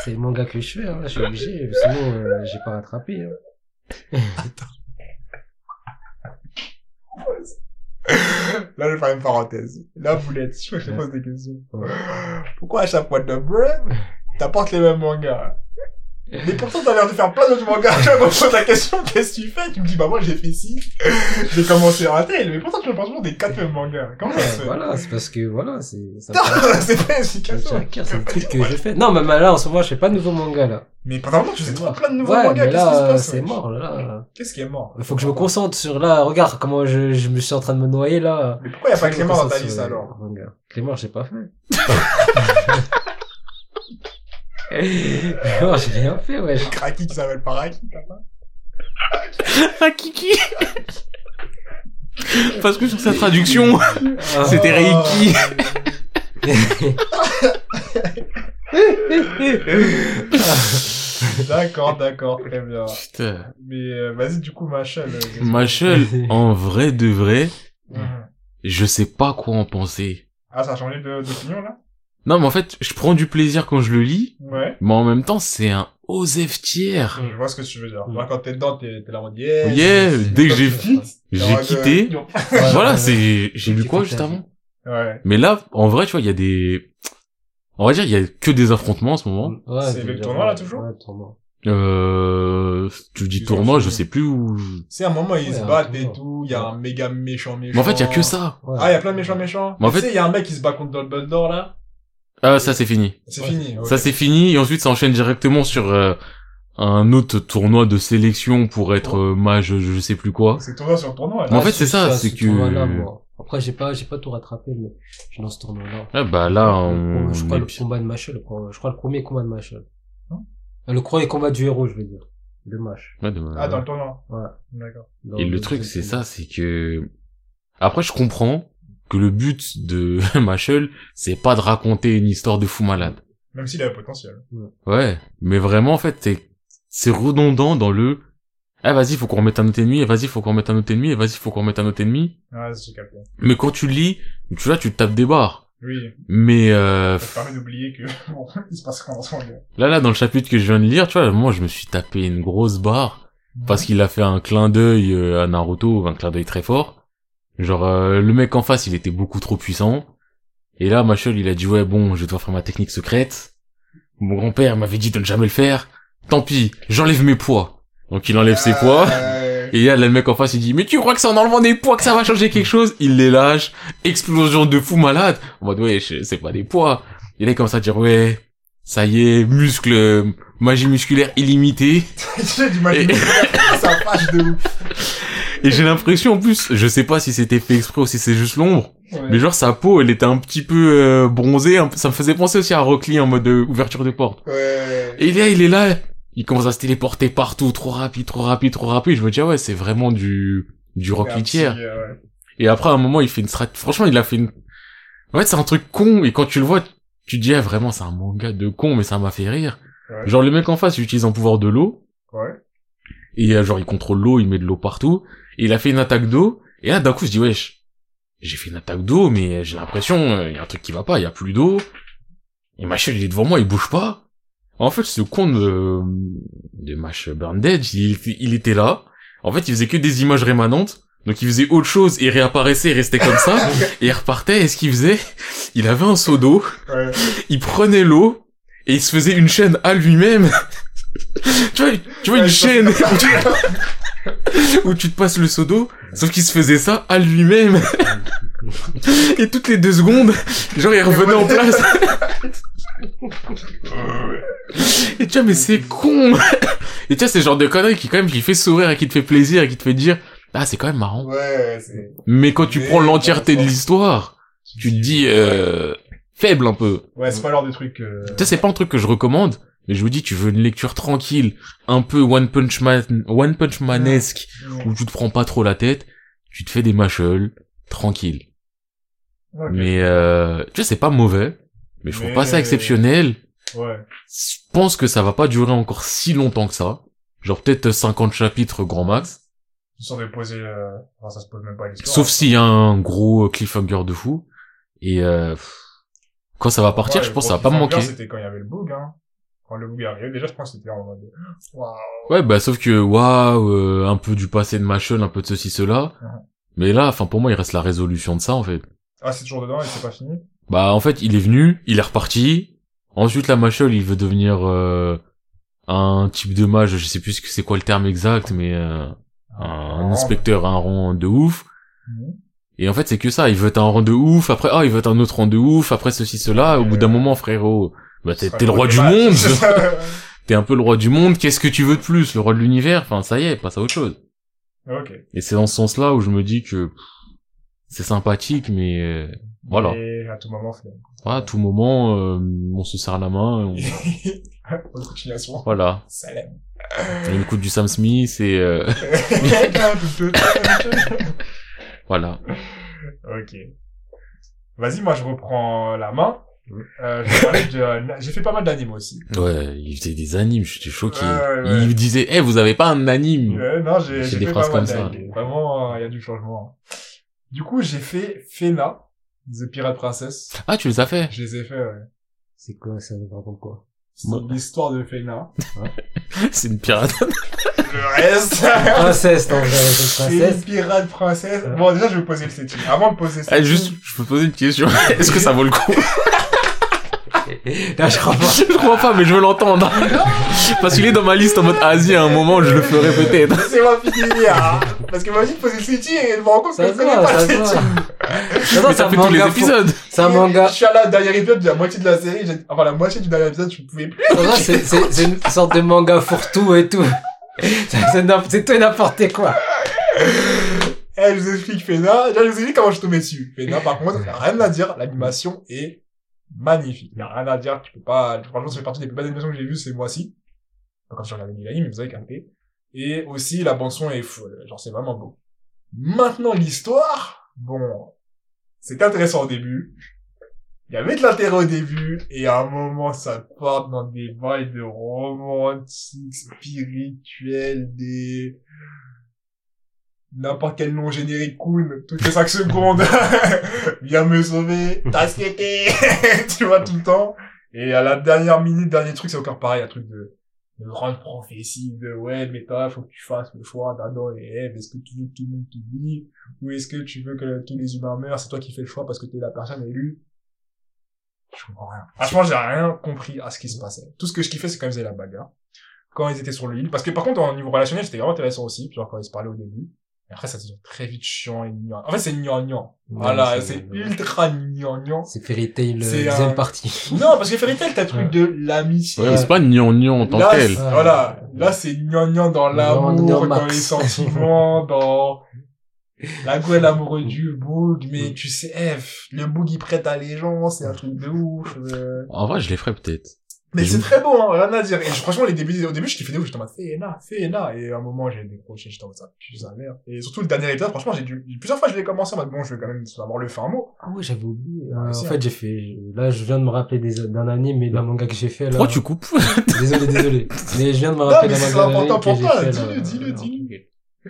C'est le manga que je fais, hein, je suis obligé, sinon euh, j'ai pas rattrapé. Hein. Là, je vais faire une parenthèse. Là, boulette, je crois que je te pose des questions. Ouais. Pourquoi à chaque fois de bref, t'apportes les mêmes mangas Mais pourtant, t'as l'air de faire plein d'autres mangas. Chaque fois, je pose la question, qu'est-ce que tu fais Tu me dis, bah moi, j'ai fait ci, j'ai commencé à rater. Mais pourtant, tu me parles toujours des quatre mêmes mangas. Comment ça se fait voilà, c'est parce que voilà, c'est ça. C'est pas ça- efficace. Chacun, c'est le truc que je fais. Non, mais là, en ce moment, je fais pas de nouveaux mangas, là. Mais pendant un moment, tu faisais trop plein de nouveaux ouais, mangas. mais Qu'est-ce qui se là, passe c'est wesh mort, là. Qu'est-ce qui est mort Il faut que je me concentre sur, là, regarde comment je, je me suis en train de me noyer, là. Mais pourquoi y a pas Clément dans ta Sur liste les alors mangas. Clément, j'ai pas fait. Clément, j'ai rien fait, ouais. Kraki qui s'appelle Paraki, t'as pas Ah, Kiki Oh. Parce que sur sa traduction, C'était Reiki. Oh. Eh D'accord, d'accord, très bien. Putain. Mais euh, vas-y, du coup, Machel. euh, qu'est-ce que- Machel, en vrai de vrai, Mhm. je sais pas quoi en penser. Ah, ça a changé de- d'opinion, là Non, mais en fait, je prends du plaisir quand je le lis, Ouais. mais en même temps, c'est un osef tiers. Je vois ce que tu veux dire. Mhm. Bah, quand t'es dedans, t'es t'es là en mode yeah. Yeah, dès que j'ai vu, J'ai quitté. Voilà, c'est, j'ai lu J'ai quoi fait juste ta avant? Ouais. Mais là, en vrai, tu vois, il y a des, on va dire, il y a que des affrontements en ce Mm. moment. Ouais, C'est le tournoi, là, toujours Ouais, le tournoi. Euh, tu dis Ils ont tournoi, fini. je sais plus où. C'est un moment, ils Ouais, se un battent et tournoi. tout. Il y a un méga méchant méchant. Mais en fait, il y a que ça. Ouais. Ah, il y a plein de méchants méchants. Mais en Tu fait- sais, il y a un mec qui se bat contre Dumbledore, là. Ah, ça, c'est fini. C'est Ouais. fini. ok. Ça, c'est fini. Et ensuite, ça enchaîne directement sur, euh, un autre tournoi de sélection pour être euh, mage, je sais plus quoi. C'est tournoi sur tournoi, Mais là. en fait, je c'est suis ça, à c'est ce que- tournoi-là, moi. Après, j'ai pas, j'ai pas tout rattrapé, mais je suis dans ce tournoi-là. Ah, bah, là, on, je crois est le bien. combat de Machel, le pro- je crois le premier combat de Machel. Hein le premier combat du héros, je veux dire. Le match. Ouais, dommage. Ah, dans le tournoi. Ouais. D'accord. Dans- Et le dans- truc, dans- c'est ça, c'est que après, je comprends que le but de Machel, c'est pas de raconter une histoire de fou malade. Même s'il a le potentiel. Ouais, mais vraiment, en fait, c'est c'est redondant dans le. Ah vas-y, faut qu'on remette un autre ennemi. Et vas-y, faut qu'on remette un autre ennemi. Et vas-y, faut qu'on remette un autre ennemi. Ah, j'ai capté. Mais quand tu lis, tu vois, tu te tapes des barres. Oui. Mais euh, Ça te permet d'oublier que, bon, il se passe rien en ce moment. là, là, dans le chapitre que je viens de lire, tu vois, moi, je me suis tapé une grosse barre. parce qu'il a fait un clin d'œil euh, à Naruto, un clin d'œil très fort. Genre euh, le mec en face, il était beaucoup trop puissant. Et là, Machel, il a dit ouais bon, je vais devoir faire ma technique secrète. Mon grand-père m'avait dit de ne jamais le faire. Tant pis, j'enlève mes poids. Donc il enlève ses poids. Euh, Et là, là, le mec en face, il dit mais tu crois que c'est en enlevant des poids que ça va changer quelque chose Il les lâche. Explosion de fou malade. En mode ouais, je- c'est pas des poids. Il est comme ça à dire ouais, ça y est, muscle, euh, magie musculaire illimitée. J'ai du mal. Et- Ça fâche de ouf. Et j'ai l'impression en plus, je sais pas si c'était fait exprès ou si c'est juste l'ombre, Ouais. mais genre sa peau, elle était un petit peu euh, bronzée, un peu- ça me faisait penser aussi à Rock Lee en mode euh, ouverture de porte. Ouais. Et là, il est là, il commence à se téléporter partout, trop rapide, trop rapide, trop rapide. Je me dis ah ouais, c'est vraiment du du Rock Un Lee petit, tiers. euh, ouais. Et après à un moment, il fait une strat. Franchement, il a fait une. En fait, c'est un truc con et quand tu le vois, tu te dis ah vraiment, c'est un manga de con, mais ça m'a fait rire. Ouais. Genre le mec en face, il utilise un pouvoir de l'eau. Ouais. Et euh, genre, il contrôle l'eau, il met de l'eau partout. Et il a fait une attaque d'eau. Et là, d'un coup, je dis, wesh, j'ai fait une attaque d'eau, mais j'ai l'impression, euh, il y a un truc qui va pas, il y a plus d'eau. Et Machel, il est devant moi, il bouge pas. En fait, ce con de, de Mash Burndage, il, était- il était là. En fait, il faisait que des images rémanentes. Donc, il faisait autre chose, il réapparaissait, il restait comme ça. et il repartait, et ce qu'il faisait, il avait un seau d'eau Ouais. il prenait l'eau et il se faisait une chaîne à lui-même. tu vois, tu vois Ouais, une je pense chaîne où tu... où tu te passes le seau d'eau, sauf qu'il se faisait ça à lui-même. et toutes les deux secondes, genre il revenait en place. et tu vois, mais c'est con. et tu vois, c'est le genre de connerie qui quand même qui fait sourire et qui te fait plaisir et qui te fait dire, ah c'est quand même marrant. Ouais, c'est. Mais quand tu Mais prends l'entièreté de intéressant. l'histoire, tu te dis euh, faible un peu. Ouais, c'est pas le genre de truc. euh, Ça, c'est pas un truc que je recommande, mais je vous dis, tu veux une lecture tranquille, un peu One Punch Man, One Punch Manesque, où tu te prends pas trop la tête, tu te fais des machels, tranquille. Ok. Mais, euh, tu sais, c'est pas mauvais, mais je trouve Mais- pas ça exceptionnel. Ouais. Je pense que ça va pas durer encore si longtemps que ça. Genre peut-être 50 chapitres grand max. Ils sont déposés. Euh... Enfin, ça se pose même pas hein. l'histoire. Sauf s'il y a un gros euh, cliffhanger de fou. Et, euh, pff, quand ça va partir, Ouais, je pense que le ça va pas me Cliffhanger, manquer. C'était quand il y avait le bug, hein. Quand le bug est arrivé, déjà, je pense que c'était en mode. Waouh. Ouais, bah sauf que waouh, euh, un peu du passé de Machel, un peu de ceci cela. Mhm. Mais là, enfin pour moi, il reste la résolution de ça en fait. Ah, c'est toujours dedans et c'est pas fini. Bah en fait, il est venu, il est reparti. Ensuite, la Machel, il veut devenir euh, un type de mage, je sais plus ce que c'est quoi le terme exact, mais euh, un inspecteur, un rang de ouf. Mhm. Et en fait, c'est que ça, il veut être un rang de ouf. Après, ah, il veut être un autre rang de ouf. Après ceci cela. Au bout d'un Euh, moment, frérot, bah Ce t'es sera t'es le roi du débat. monde. C'est ça, ouais. T'es un peu le roi du monde. Qu'est-ce que tu veux de plus, le roi de l'univers Enfin, ça y est, passe à autre chose. Ok. Et c'est dans ce sens-là où je me dis que pff, c'est sympathique, mais euh, voilà. Et à tout moment, c'est. Voilà, à tout moment, euh, on se serre la main. on- Bonne continuation. Voilà. Salam. On écoute du Sam Smith et euh, ok. voilà. Vas-y, moi, je reprends la main. Euh, je parlais de- j'ai fait pas mal d'animes aussi. Ouais, il faisait des animes, j'étais choqué. Ouais, ouais, ouais. Il disait, eh, vous avez pas un anime Euh, non, j'ai J'ai j'ai des fait phrases pas mal comme ça. d'animes. Vraiment, euh, il y a du changement. Du coup, j'ai fait Fena, The Pirate Princess. Ah, tu les as fait Je les ai fait, ouais. C'est quoi, ça nous raconte quoi C'est Ouais. l'histoire de Fena. C'est une pirate. Le reste, Princesse, t'en veux une c'est une princesse pirate princesse. Ouais. Bon, déjà, je vais poser le setting. Avant de poser le Ah, setting, juste, je peux poser une question. Est-ce que ça vaut le coup Là, je crois pas. Je crois pas, mais je veux l'entendre. Parce qu'il est dans ma liste en mode Asie à un moment, je le ferai peut-être. Laissez-moi finir, hein. Parce que moi aussi, poser le setting et je me rends compte que Ça je se connais voit, pas ça le se voit. setting. Non, c'est Mais un ça fait tous les manga épisodes. fran- C'est un manga. Je suis à la dernière épisode, de la moitié de la série, j'ai- enfin, la moitié du dernier épisode, je pouvais plus. Ça va, c'est- C'est c'est une sorte de manga fourre-tout et tout. C'est- c'est n'im- C'est tout et n'importe quoi. Eh, je vous explique Fena. Déjà, je vous explique comment je suis tombé dessus. Fena, par contre, rien à dire. L'animation est magnifique. Y a rien à dire. Tu peux pas, franchement, ça fait partie des plus belles animations que j'ai vues ces mois-ci. Enfin, Quand je regardais l'anime, vous avez capté. Et aussi, la bande-son est folle. Genre, c'est vraiment beau. Maintenant, l'histoire. Bon. C'est intéressant au début. Il y avait de l'intérêt au début, et à un moment, ça part dans des bails de romantique, spirituel, des, n'importe quel nom générique cool, toutes les 5 secondes, viens me sauver, t'as skaté, tu vois tout le temps. Et à la dernière minute, dernier truc, c'est encore pareil, un truc de, de grande prophétie, de ouais, mais toi, faut que tu fasses le choix d'Adam et Ève, est-ce que tu veux que tout le monde t'oublie, ou est-ce que tu veux que tous les humains meurent, c'est toi qui fais le choix parce que t'es la personne élue. Je comprends rien. Franchement, j'ai rien compris à ce qui se passait. Tout ce que je kiffais, c'est quand ils faisaient la bagarre. Quand ils étaient sur le île. Parce que par contre, au niveau relationnel, c'était vraiment intéressant aussi. Genre quand ils se parlaient au début. Et après, ça devient très vite chiant et gnangnan. En fait, c'est gnangnan. Ouais, Voilà, Ah c'est- c'est ultra gnangnan. C'est Fairy Tail, euh, C'est un- deuxième partie. Non, parce que Fairy Tail, t'as le Ouais. truc de l'amitié. C'est pas gnangnan en tant là, que tel. c'est- Voilà. Là, c'est gnangnan dans Gnangnan l'amour, dans max. les sentiments, dans la gueule amoureuse du boug. Mais tu sais, eh, le boug, il prête allégeance, c'est un truc de ouf. euh. En vrai, je l'ai ferai peut-être. Mais Et c'est je- très beau, hein, rien à dire. Et je- franchement, les débuts, au début, je kiffais des ouf, j'étais en mode, Féna, Féna. Et à un moment, j'ai décroché, j'étais en mode, ça pue sa mère. Et surtout, le dernier épisode, franchement, j'ai dû, plusieurs fois, je l'ai commencé en mode, bon, je vais quand même avoir le fin mot. Ah ouais, j'avais oublié. Euh, Ouais, en c'est fait, j'ai fait. Là, je viens de me rappeler des- d'un anime et d'un manga que j'ai fait. Là. Pourquoi tu coupes Désolé, désolé. Mais je viens de me Ah, Non, rappeler mais d'un c'est manga important que pour j'ai toi, fait. dis-le, euh, là. dis-le, dis-le.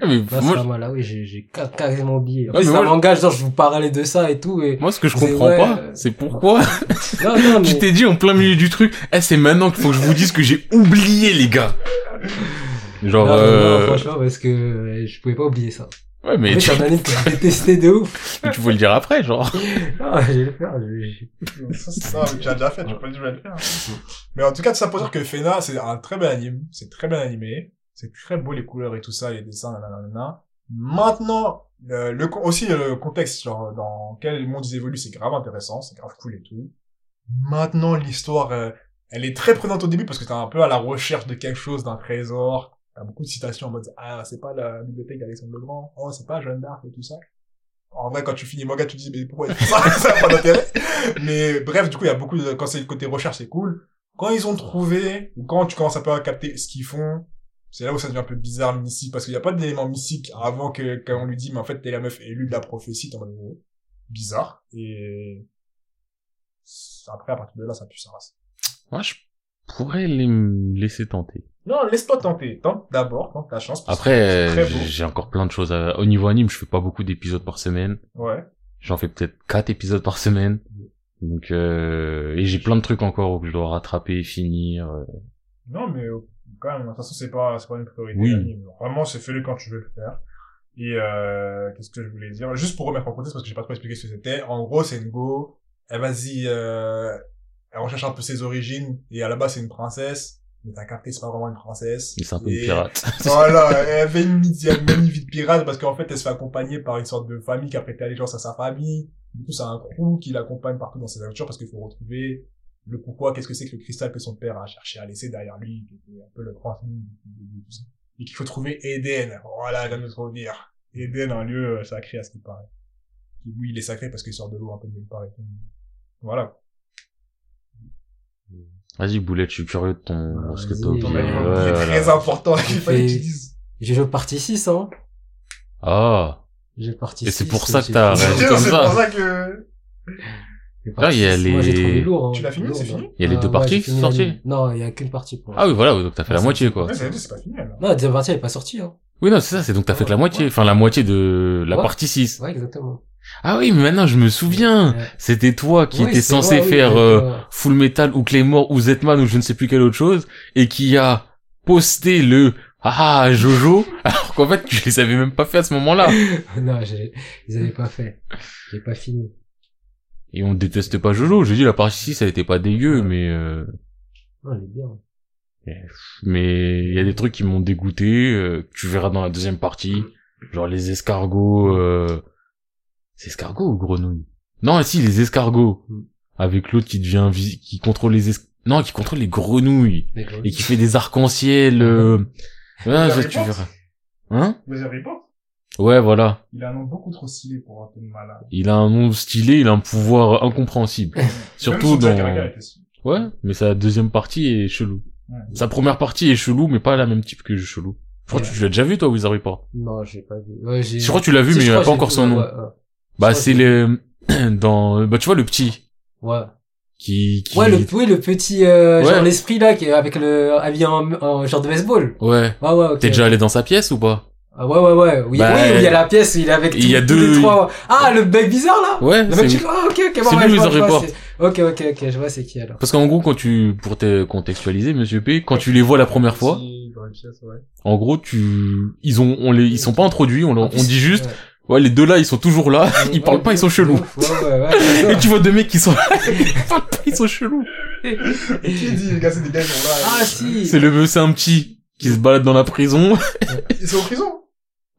Ah, Mais Là, Bah, c'est moi, vraiment là, oui, j'ai j'ai ca- carrément oublié. En Ouais, fait, mais c'est moi, un je- manga, genre, je vous parlais de ça et tout, et... Moi, ce que je C'est- comprends ouais. pas, c'est pourquoi Non, non, mais... tu t'es dit en plein milieu du truc, eh, c'est maintenant qu'il faut que je vous dise que j'ai oublié, les gars. Non, Genre, non, non, euh... franchement, parce que euh, je pouvais pas oublier ça. En ouais, mais fait, tu, c'est un anime que je détestais de ouf. mais tu peux le dire après, genre. Ah, je vais le faire, je- Ça, c'est ça, mais tu l'as déjà fait, tu peux dire, je vais le faire. Mais en tout cas, tout ça pour dire que Féna, c'est un très bel anime, c'est très bien animé, c'est très beau, les couleurs et tout ça, les dessins, nanana, nanana. Maintenant, euh, le, con- aussi le contexte, genre, dans quel monde ils évoluent, c'est grave intéressant, c'est grave cool et tout. Maintenant, l'histoire, euh, elle est très prenante au début parce que t'es un peu à la recherche de quelque chose, d'un trésor. T'as beaucoup de citations en mode, ah, c'est pas la bibliothèque d'Alexandre le Grand, oh, c'est pas Jeanne d'Arc et tout ça. En vrai, quand tu finis le manga, tu te dis, mais pourquoi ils font ça? Ça n'a pas d'intérêt. Mais bref, du coup, il y a beaucoup de, quand c'est le côté recherche, c'est cool. Quand ils ont trouvé, ou quand tu commences un peu à capter ce qu'ils font, c'est là où ça devient un peu bizarre, mystique, parce qu'il n'y a pas d'élément mystique avant que, quand on lui dit, mais en fait, t'es la meuf élue de la prophétie, t'es en mode, oh, bizarre. Et après, à partir de là, ça pue sa race. Moi, je pourrais les me laisser tenter. Non, laisse-toi tenter. Tente d'abord, tente ta chance. parce que Après, euh, c'est très beau. j'ai encore plein de choses à... Au niveau anime, je fais pas beaucoup d'épisodes par semaine. Ouais. J'en fais peut-être quatre épisodes par semaine. Donc, euh... et j'ai plein de trucs encore que je dois rattraper, finir. euh. Non, mais euh, quand même, de toute façon, c'est pas, c'est pas une priorité. Oui. l'anime. Vraiment, c'est fais-le quand tu veux le faire. Et euh, qu'est-ce que je voulais dire Juste pour remettre en contexte, parce que j'ai pas trop expliqué ce que c'était. En gros, c'est une go. Elle vas-y, euh, elle recherche un peu ses origines. Et à la base, c'est une princesse. Mais t'as capté, c'est pas vraiment une princesse. Et c'est un peu Et- une pirate. voilà, elle avait une vie, elle avait une vie de pirate parce qu'en fait, elle se fait accompagner par une sorte de famille qui a prêté allégeance à sa famille. Du coup, c'est un crew qui l'accompagne partout dans ses aventures parce qu'il faut retrouver le pourquoi, qu'est-ce que c'est que le cristal que son père a cherché à laisser derrière lui, qui était un peu le grand ami de- de- de tout ça. Et qu'il faut trouver Eden. Voilà, elle va nous revenir. Eden, un lieu euh, sacré à ce qu'il paraît. Qui, Oui, il est sacré parce qu'il sort de l'eau un peu de nulle part et tout. Voilà. Vas-y, Boulet, je suis curieux de ton, Ah, ce que vas-y, t'as ton Ton oublié. anime animal Ah, Ouais, qui est voilà. très important qu'il fallait que fait- tu dises. J'ai joué partie 6, hein. Ah. J'ai partie Et 6. c'est pour ça que t'as C'est euh, Ouais, sûr, comme c'est ça. pour ça que... Là, il y a Moi, j'ai trouvé les- lourd. hein. Tu l'as fini, Lourd, c'est hein. fini Il y a les Euh, deux ouais, parties j'ai qui fini sont la sorties ligne. Non, il y a qu'une partie pour Ah oui, voilà, donc t'as fait la moitié, quoi. Ouais, c'est c'est pas fini, alors. Non, la deuxième partie, elle est pas sortie. Hein. Oui, non, c'est ça, c'est donc t'as fait que la moitié, enfin la moitié de la Ouais. partie 6. Ouais, exactement. Ah oui, mais maintenant je me souviens, Ouais. c'était toi Oui, qui étais c'est censé vrai, oui, faire oui, euh, ouais. Full Metal ou Claymore ou Zetman ou je ne sais plus quelle autre chose et qui a posté le ah Jojo alors qu'en fait tu les avais même pas fait à ce moment-là. non, j'ai- ils avaient pas fait. J'ai pas fini. Et on déteste pas Jojo, j'ai dit la partie 6 elle était pas dégueu mais euh, Non, elle est bien. hein. mais il y a des trucs qui m'ont dégoûté euh, que tu verras dans la deuxième partie genre les escargots euh... c'est escargots ou grenouilles non si les escargots avec l'autre qui devient invis- qui contrôle les es- non qui contrôle les grenouilles Mais gros, et qui fait des arcs-en-ciel euh... ouais, ça, Harry tu Potter verras hein Vous avez pas ouais voilà Il a un nom beaucoup trop stylé pour un peu de malade. il a un nom stylé il a un pouvoir incompréhensible surtout Même son dans Jacques était stylé. ouais mais sa deuxième partie est chelou Ouais. sa première partie est chelou mais pas la même type que chelou je crois que tu l'as déjà vu toi Wizard pas Non, j'ai pas vu. Ouais, j'ai... Je crois que tu l'as vu, Si, mais je il a crois pas que encore j'ai son vu, nom. ouais, Bah, Je crois c'est que le, dans, bah, tu vois, le petit, Ouais, ouais. qui, qui, Ouais, le, oui, le petit, euh, Ouais. genre l'esprit là, qui est avec le habillé en, en genre de baseball. ouais. Ouais, ouais, ok. T'es déjà allé dans sa pièce ou pas? Ah, ouais, ouais, ouais. Oui, Bah, oui, oui, il y a la pièce, il est avec il y tous- a tous deux- les trois. Ah, le mec bizarre là Ouais, Le c'est- mec, tu... Ah, ok, ok, bon, c'est ouais, lui, je vois, Wizard je vois, Report. c'est- Ok, ok, ok, je vois c'est qui alors. parce qu'en gros, quand tu, pour te contextualiser, monsieur P, quand tu les vois la première fois, Petit, Dans une pièce, ouais. en gros, tu, ils ont, on les, ils sont pas introduits, on, leur- En plus, on dit juste, ouais. ouais, les deux là, ils sont toujours là, ils Ouais, parlent pas, ouais, ils sont de chelous. ouf, Ouais, ouais, ouais, Et d'accord. tu vois deux mecs qui sont là, ils parlent pas, ils sont chelous. Et qui dit, les gars, c'est des gars qui sont là. Ah, euh, si. C'est le, c'est un petit qui se balade dans la prison. Ils sont en prison.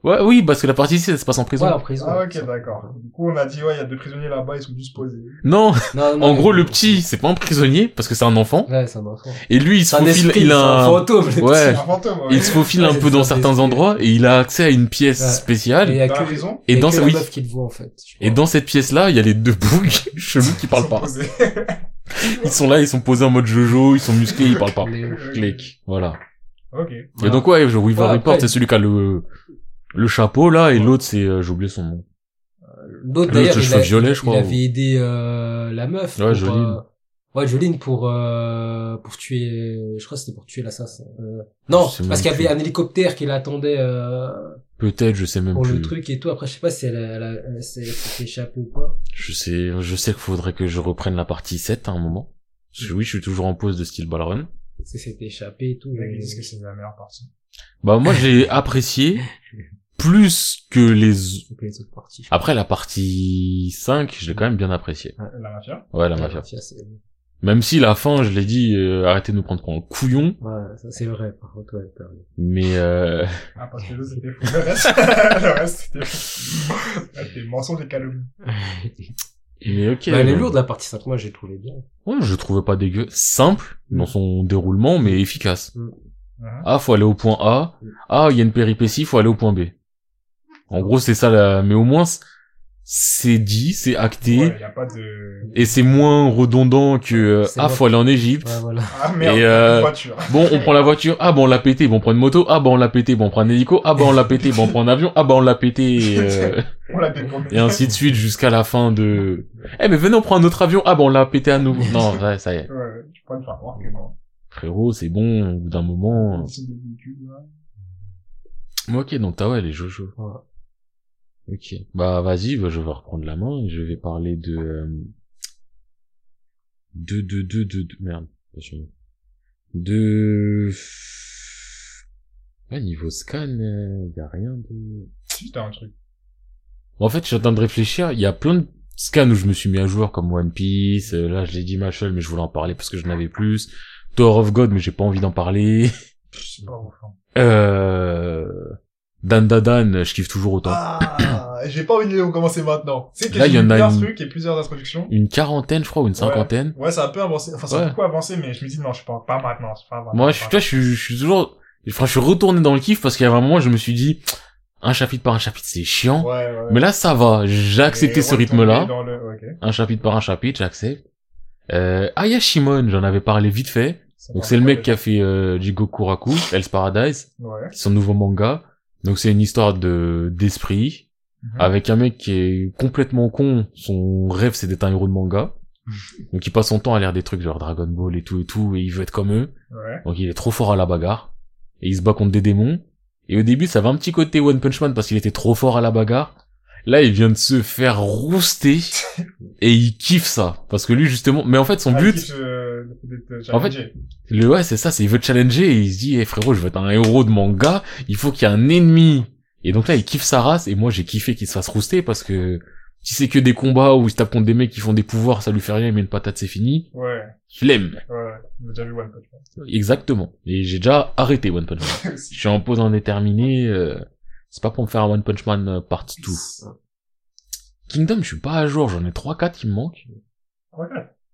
Ouais, oui, parce que la partie ici, ça se passe en prison. Ouais, en prison. Ah, ok, d'accord. Du coup, on a dit, ouais, il y a deux prisonniers là-bas, ils sont juste posés. Non, Non, non, en mais- gros, le petit, c'est pas un prisonnier, parce que c'est un enfant. Ouais, c'est un enfant. Et lui, il se C'est un faufile, esprit, il c'est un a un... fantôme, le Ouais. C'est un fantôme, ouais. il se faufile Ouais, un c'est peu ça, dans c'est certains ce qui est- endroits et il a accès à une pièce Ouais. spéciale. Et il y Et, a Dans la que, prison, il y a dans que ce- la oui. meuf qui le voit, en fait. je Et crois. dans cette pièce-là, il y a les deux boucs chelous qui ils parlent sont pas. posés. Ils sont là, ils sont posés en mode Jojo, ils sont musclés, ils parlent pas. Mais- Clic, voilà. Ok. Et Voilà. donc ouais, je Weaver Ouais, après, Report, c'est celui qui a le le chapeau là et Ouais. l'autre c'est euh, j'ai oublié son nom. L'autre, Le d'ailleurs, cheveu il, a- violet, je il crois, avait aidé euh, la meuf. Ouais, pour, Jolene. euh, ouais, Jolene pour, euh, pour tuer... Je crois que c'était pour tuer l'assassin. Euh, non, Je parce sais même qu'il y avait plus. un hélicoptère qui l'attendait euh, Peut-être, je sais même pour plus. le truc et tout. Après, je sais pas si elle, a- elle, a- elle s'est elle s'est échappée ou pas. Je sais, je sais qu'il faudrait que je reprenne la partie 7 à un moment. Parce que oui, je suis toujours en pause de Steel Ball Run. Si c'était échappé et tout. Les mecs, mais- ils disent que c'est la meilleure partie. Bah moi j'ai apprécié plus que les que les autres parties. je Après la partie 5, je l'ai quand même bien appréciée. La mafia. Ouais, la crois. mafia. Mafia, c'est- Même si la fin, je l'ai dit, euh, arrêtez de nous prendre pour un couillon, Ouais, ça, c'est vrai, par contre, ouais, t'as raison. mais euh, Ah, parce que l'autre, c'était fou. Le reste, le reste, c'était fou. Là, C'était mensonge et calomnie. mais ok. Bah, elle est euh, Bah, lourde, la partie 5, moi, j'ai trouvé bien. Ouais, je le trouvais pas dégueu. Simple Mm. dans son déroulement, mais efficace. Mm. Mhm. Ah, faut aller au point A. Mm. Ah, il y a une péripétie, faut aller au point B. En gros, c'est ça. La... Mais au moins, c'est dit, c'est acté, Ouais, y a pas de. et c'est moins redondant que euh, C'est ah, bon. faut aller en Égypte. Ouais, voilà. Ah, merde. Et, euh, une voiture. Bon, on prend la voiture. Ah, bon, on l'a pété. Bon, on prend une moto. Ah, bon, on l'a pété. Bon, on prend un hélico. Ah, bon, on l'a pété. Bon, on prend un avion. Ah, bon, on l'a pété. Et, euh, On l'a dégommé. et ainsi de suite jusqu'à la fin de... Eh, mais venez, on prend un autre avion. Ah, bon, on l'a pété à nouveau. Non, ouais, ça y est. Ouais, tu pourrais me faire croire que non. Frérot, c'est bon. Au bout d'un moment... euh. C'est des véhicules, là. Ok, donc t'as ouais, les Jojo. Ouais. Ok. Bah, vas-y, bah, je vais reprendre la main et je vais parler de... euh, De, de, de, de, de... Merde. Je- De... Ouais, niveau scan, euh, y a rien de... Si, t'as un truc. En fait, je suis en train de réfléchir. Il y a plein de scans où je me suis mis à jour, comme One Piece. euh, là, je l'ai dit Machel, mais je voulais en parler parce que j'en avais plus. Tower of God, mais j'ai pas envie d'en parler. C'est pas ouf. hein. Euh... Dan Dadan, je kiffe toujours autant. Ah, j'ai pas envie de les commencer maintenant. C'est que Là, j'ai il y en a plusieurs une- trucs et plusieurs introductions. Une quarantaine, je crois, ou une cinquantaine. Ouais, ça a un peu avancé. Enfin, ça a Ouais. beaucoup avancé, mais je me dis non, je parle pas maintenant. Je parle pas Moi, je suis, tu vois, je suis, je suis toujours, enfin, je suis retourné dans le kiff parce qu'il y a un moment, je me suis dit, un chapitre par un chapitre, c'est chiant. Ouais, ouais. Mais là, ça va. J'ai accepté Et ce retomber rythme-là. dans le- ok. Un chapitre par un chapitre, j'accepte. Euh, Aya Shimon, j'en avais parlé vite fait. Ça Donc va, c'est le ouais. mec qui a fait euh, Jigoku Raku, Hell's Paradise, Ouais. son nouveau manga. Donc c'est une histoire de d'esprit Mhm. avec un mec qui est complètement con. Son rêve, c'est d'être un héros de manga. Mhm. Donc il passe son temps à lire des trucs genre Dragon Ball et tout et tout, et il veut être comme eux. Ouais. Donc il est trop fort à la bagarre. Et il se bat contre des démons. Et au début, ça avait un petit côté One Punch Man parce qu'il était trop fort à la bagarre. Là, il vient de se faire rouster. et il kiffe ça. Parce que lui, justement, mais en fait, son Ah, but, qui se- d'être En fait, challengé. le, ouais, c'est ça, c'est il veut challenger et il se dit, eh frérot, je veux être un héros de manga, il faut qu'il y ait un ennemi. Et donc là, il kiffe sa race, et moi, j'ai kiffé qu'il se fasse rouster parce que si c'est que des combats où il se tape contre des mecs qui font des pouvoirs, ça lui fait rien, il met une patate, c'est fini. Ouais, Je l'aime. ouais. J'ai déjà vu One Punch Man. Exactement. Et j'ai déjà arrêté One Punch Man. Je suis en pause indéterminée, euh, c'est pas pour me faire un One Punch Man euh, partie 2. Kingdom, je suis pas à jour, j'en ai 3-4 qui me manquent. Ouais.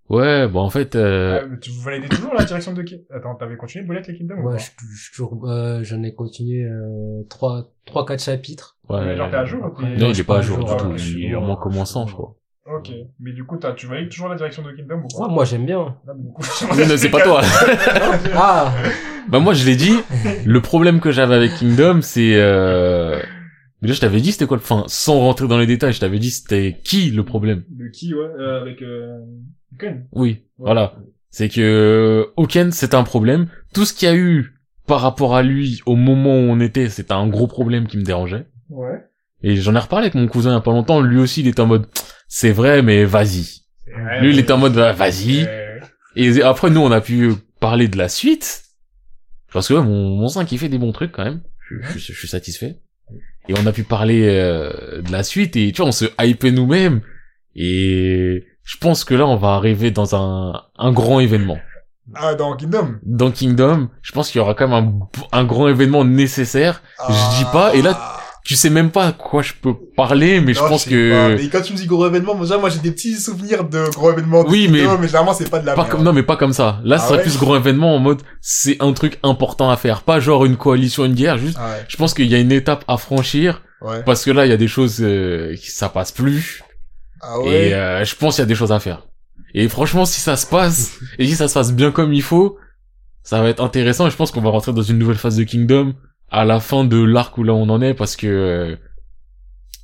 Ouais, bah en fait, euh, Ah, mais tu vous validez toujours la direction de qui Attends, t'avais continué Boulette les Kingdom ou Moi, pas je, je, je- euh, j'en ai continué euh, trois, trois, quatre chapitres. ouais. Mais genre t'es à jour ou t'es- Non, il est pas à jour Ah, du tout, ok. il est en commençant, je crois. Ok, mais du coup, t'as- tu valides toujours la direction de Kingdom ou Ouais, quoi moi, j'aime bien. Là, beaucoup. Oui, non, c'est pas toi. Ah, bah moi je l'ai dit. Le problème que j'avais avec Kingdom, c'est euh... mais là je t'avais dit c'était quoi le enfin sans rentrer dans les détails, je t'avais dit c'était qui le problème. De qui, ouais, euh, avec euh, Ken. Oui, Ouais. voilà. C'est que euh, Hawken c'était un problème. Tout ce qu'il y a eu par rapport à lui au moment où on était, c'était un gros problème qui me dérangeait. Ouais. Et j'en ai reparlé avec mon cousin il y a pas longtemps. Lui aussi il était en mode c'est vrai mais vas-y. Lui il était en mode Bah, vas-y. Euh, Et après, nous, on a pu parler de la suite. Parce que ouais, mon, mon 5, il fait des bons trucs quand même. Je, je- je suis satisfait. Et on a pu parler euh, de la suite. Et tu vois, on se hype nous-mêmes. Et je pense que là, on va arriver dans un, un grand événement. Ah, dans Kingdom Dans Kingdom, je pense qu'il y aura quand même un, b- un grand événement nécessaire. Je ah. dis pas, et là, Tu sais même pas à quoi je peux parler, mais je pense que... Mais quand tu me dis gros événement, moi, déjà, moi j'ai des petits souvenirs de gros événements. de Oui, mais- Kingdom, mais généralement, c'est pas de la Pas merde. comme, non, mais pas comme ça. Là, ce Ah serait ouais plus grand événement en mode, c'est un truc important à faire. Pas genre une coalition, une guerre, juste, Ah, ouais. je pense qu'il y a une étape à franchir Ouais. parce que là il y a des choses euh, qui ça passe plus Ah ouais. et euh, je pense qu'il y a des choses à faire. Et franchement si ça se passe et si ça se passe bien comme il faut, ça va être intéressant et je pense qu'on va rentrer dans une nouvelle phase de Kingdom à la fin de l'arc où là on en est parce que euh,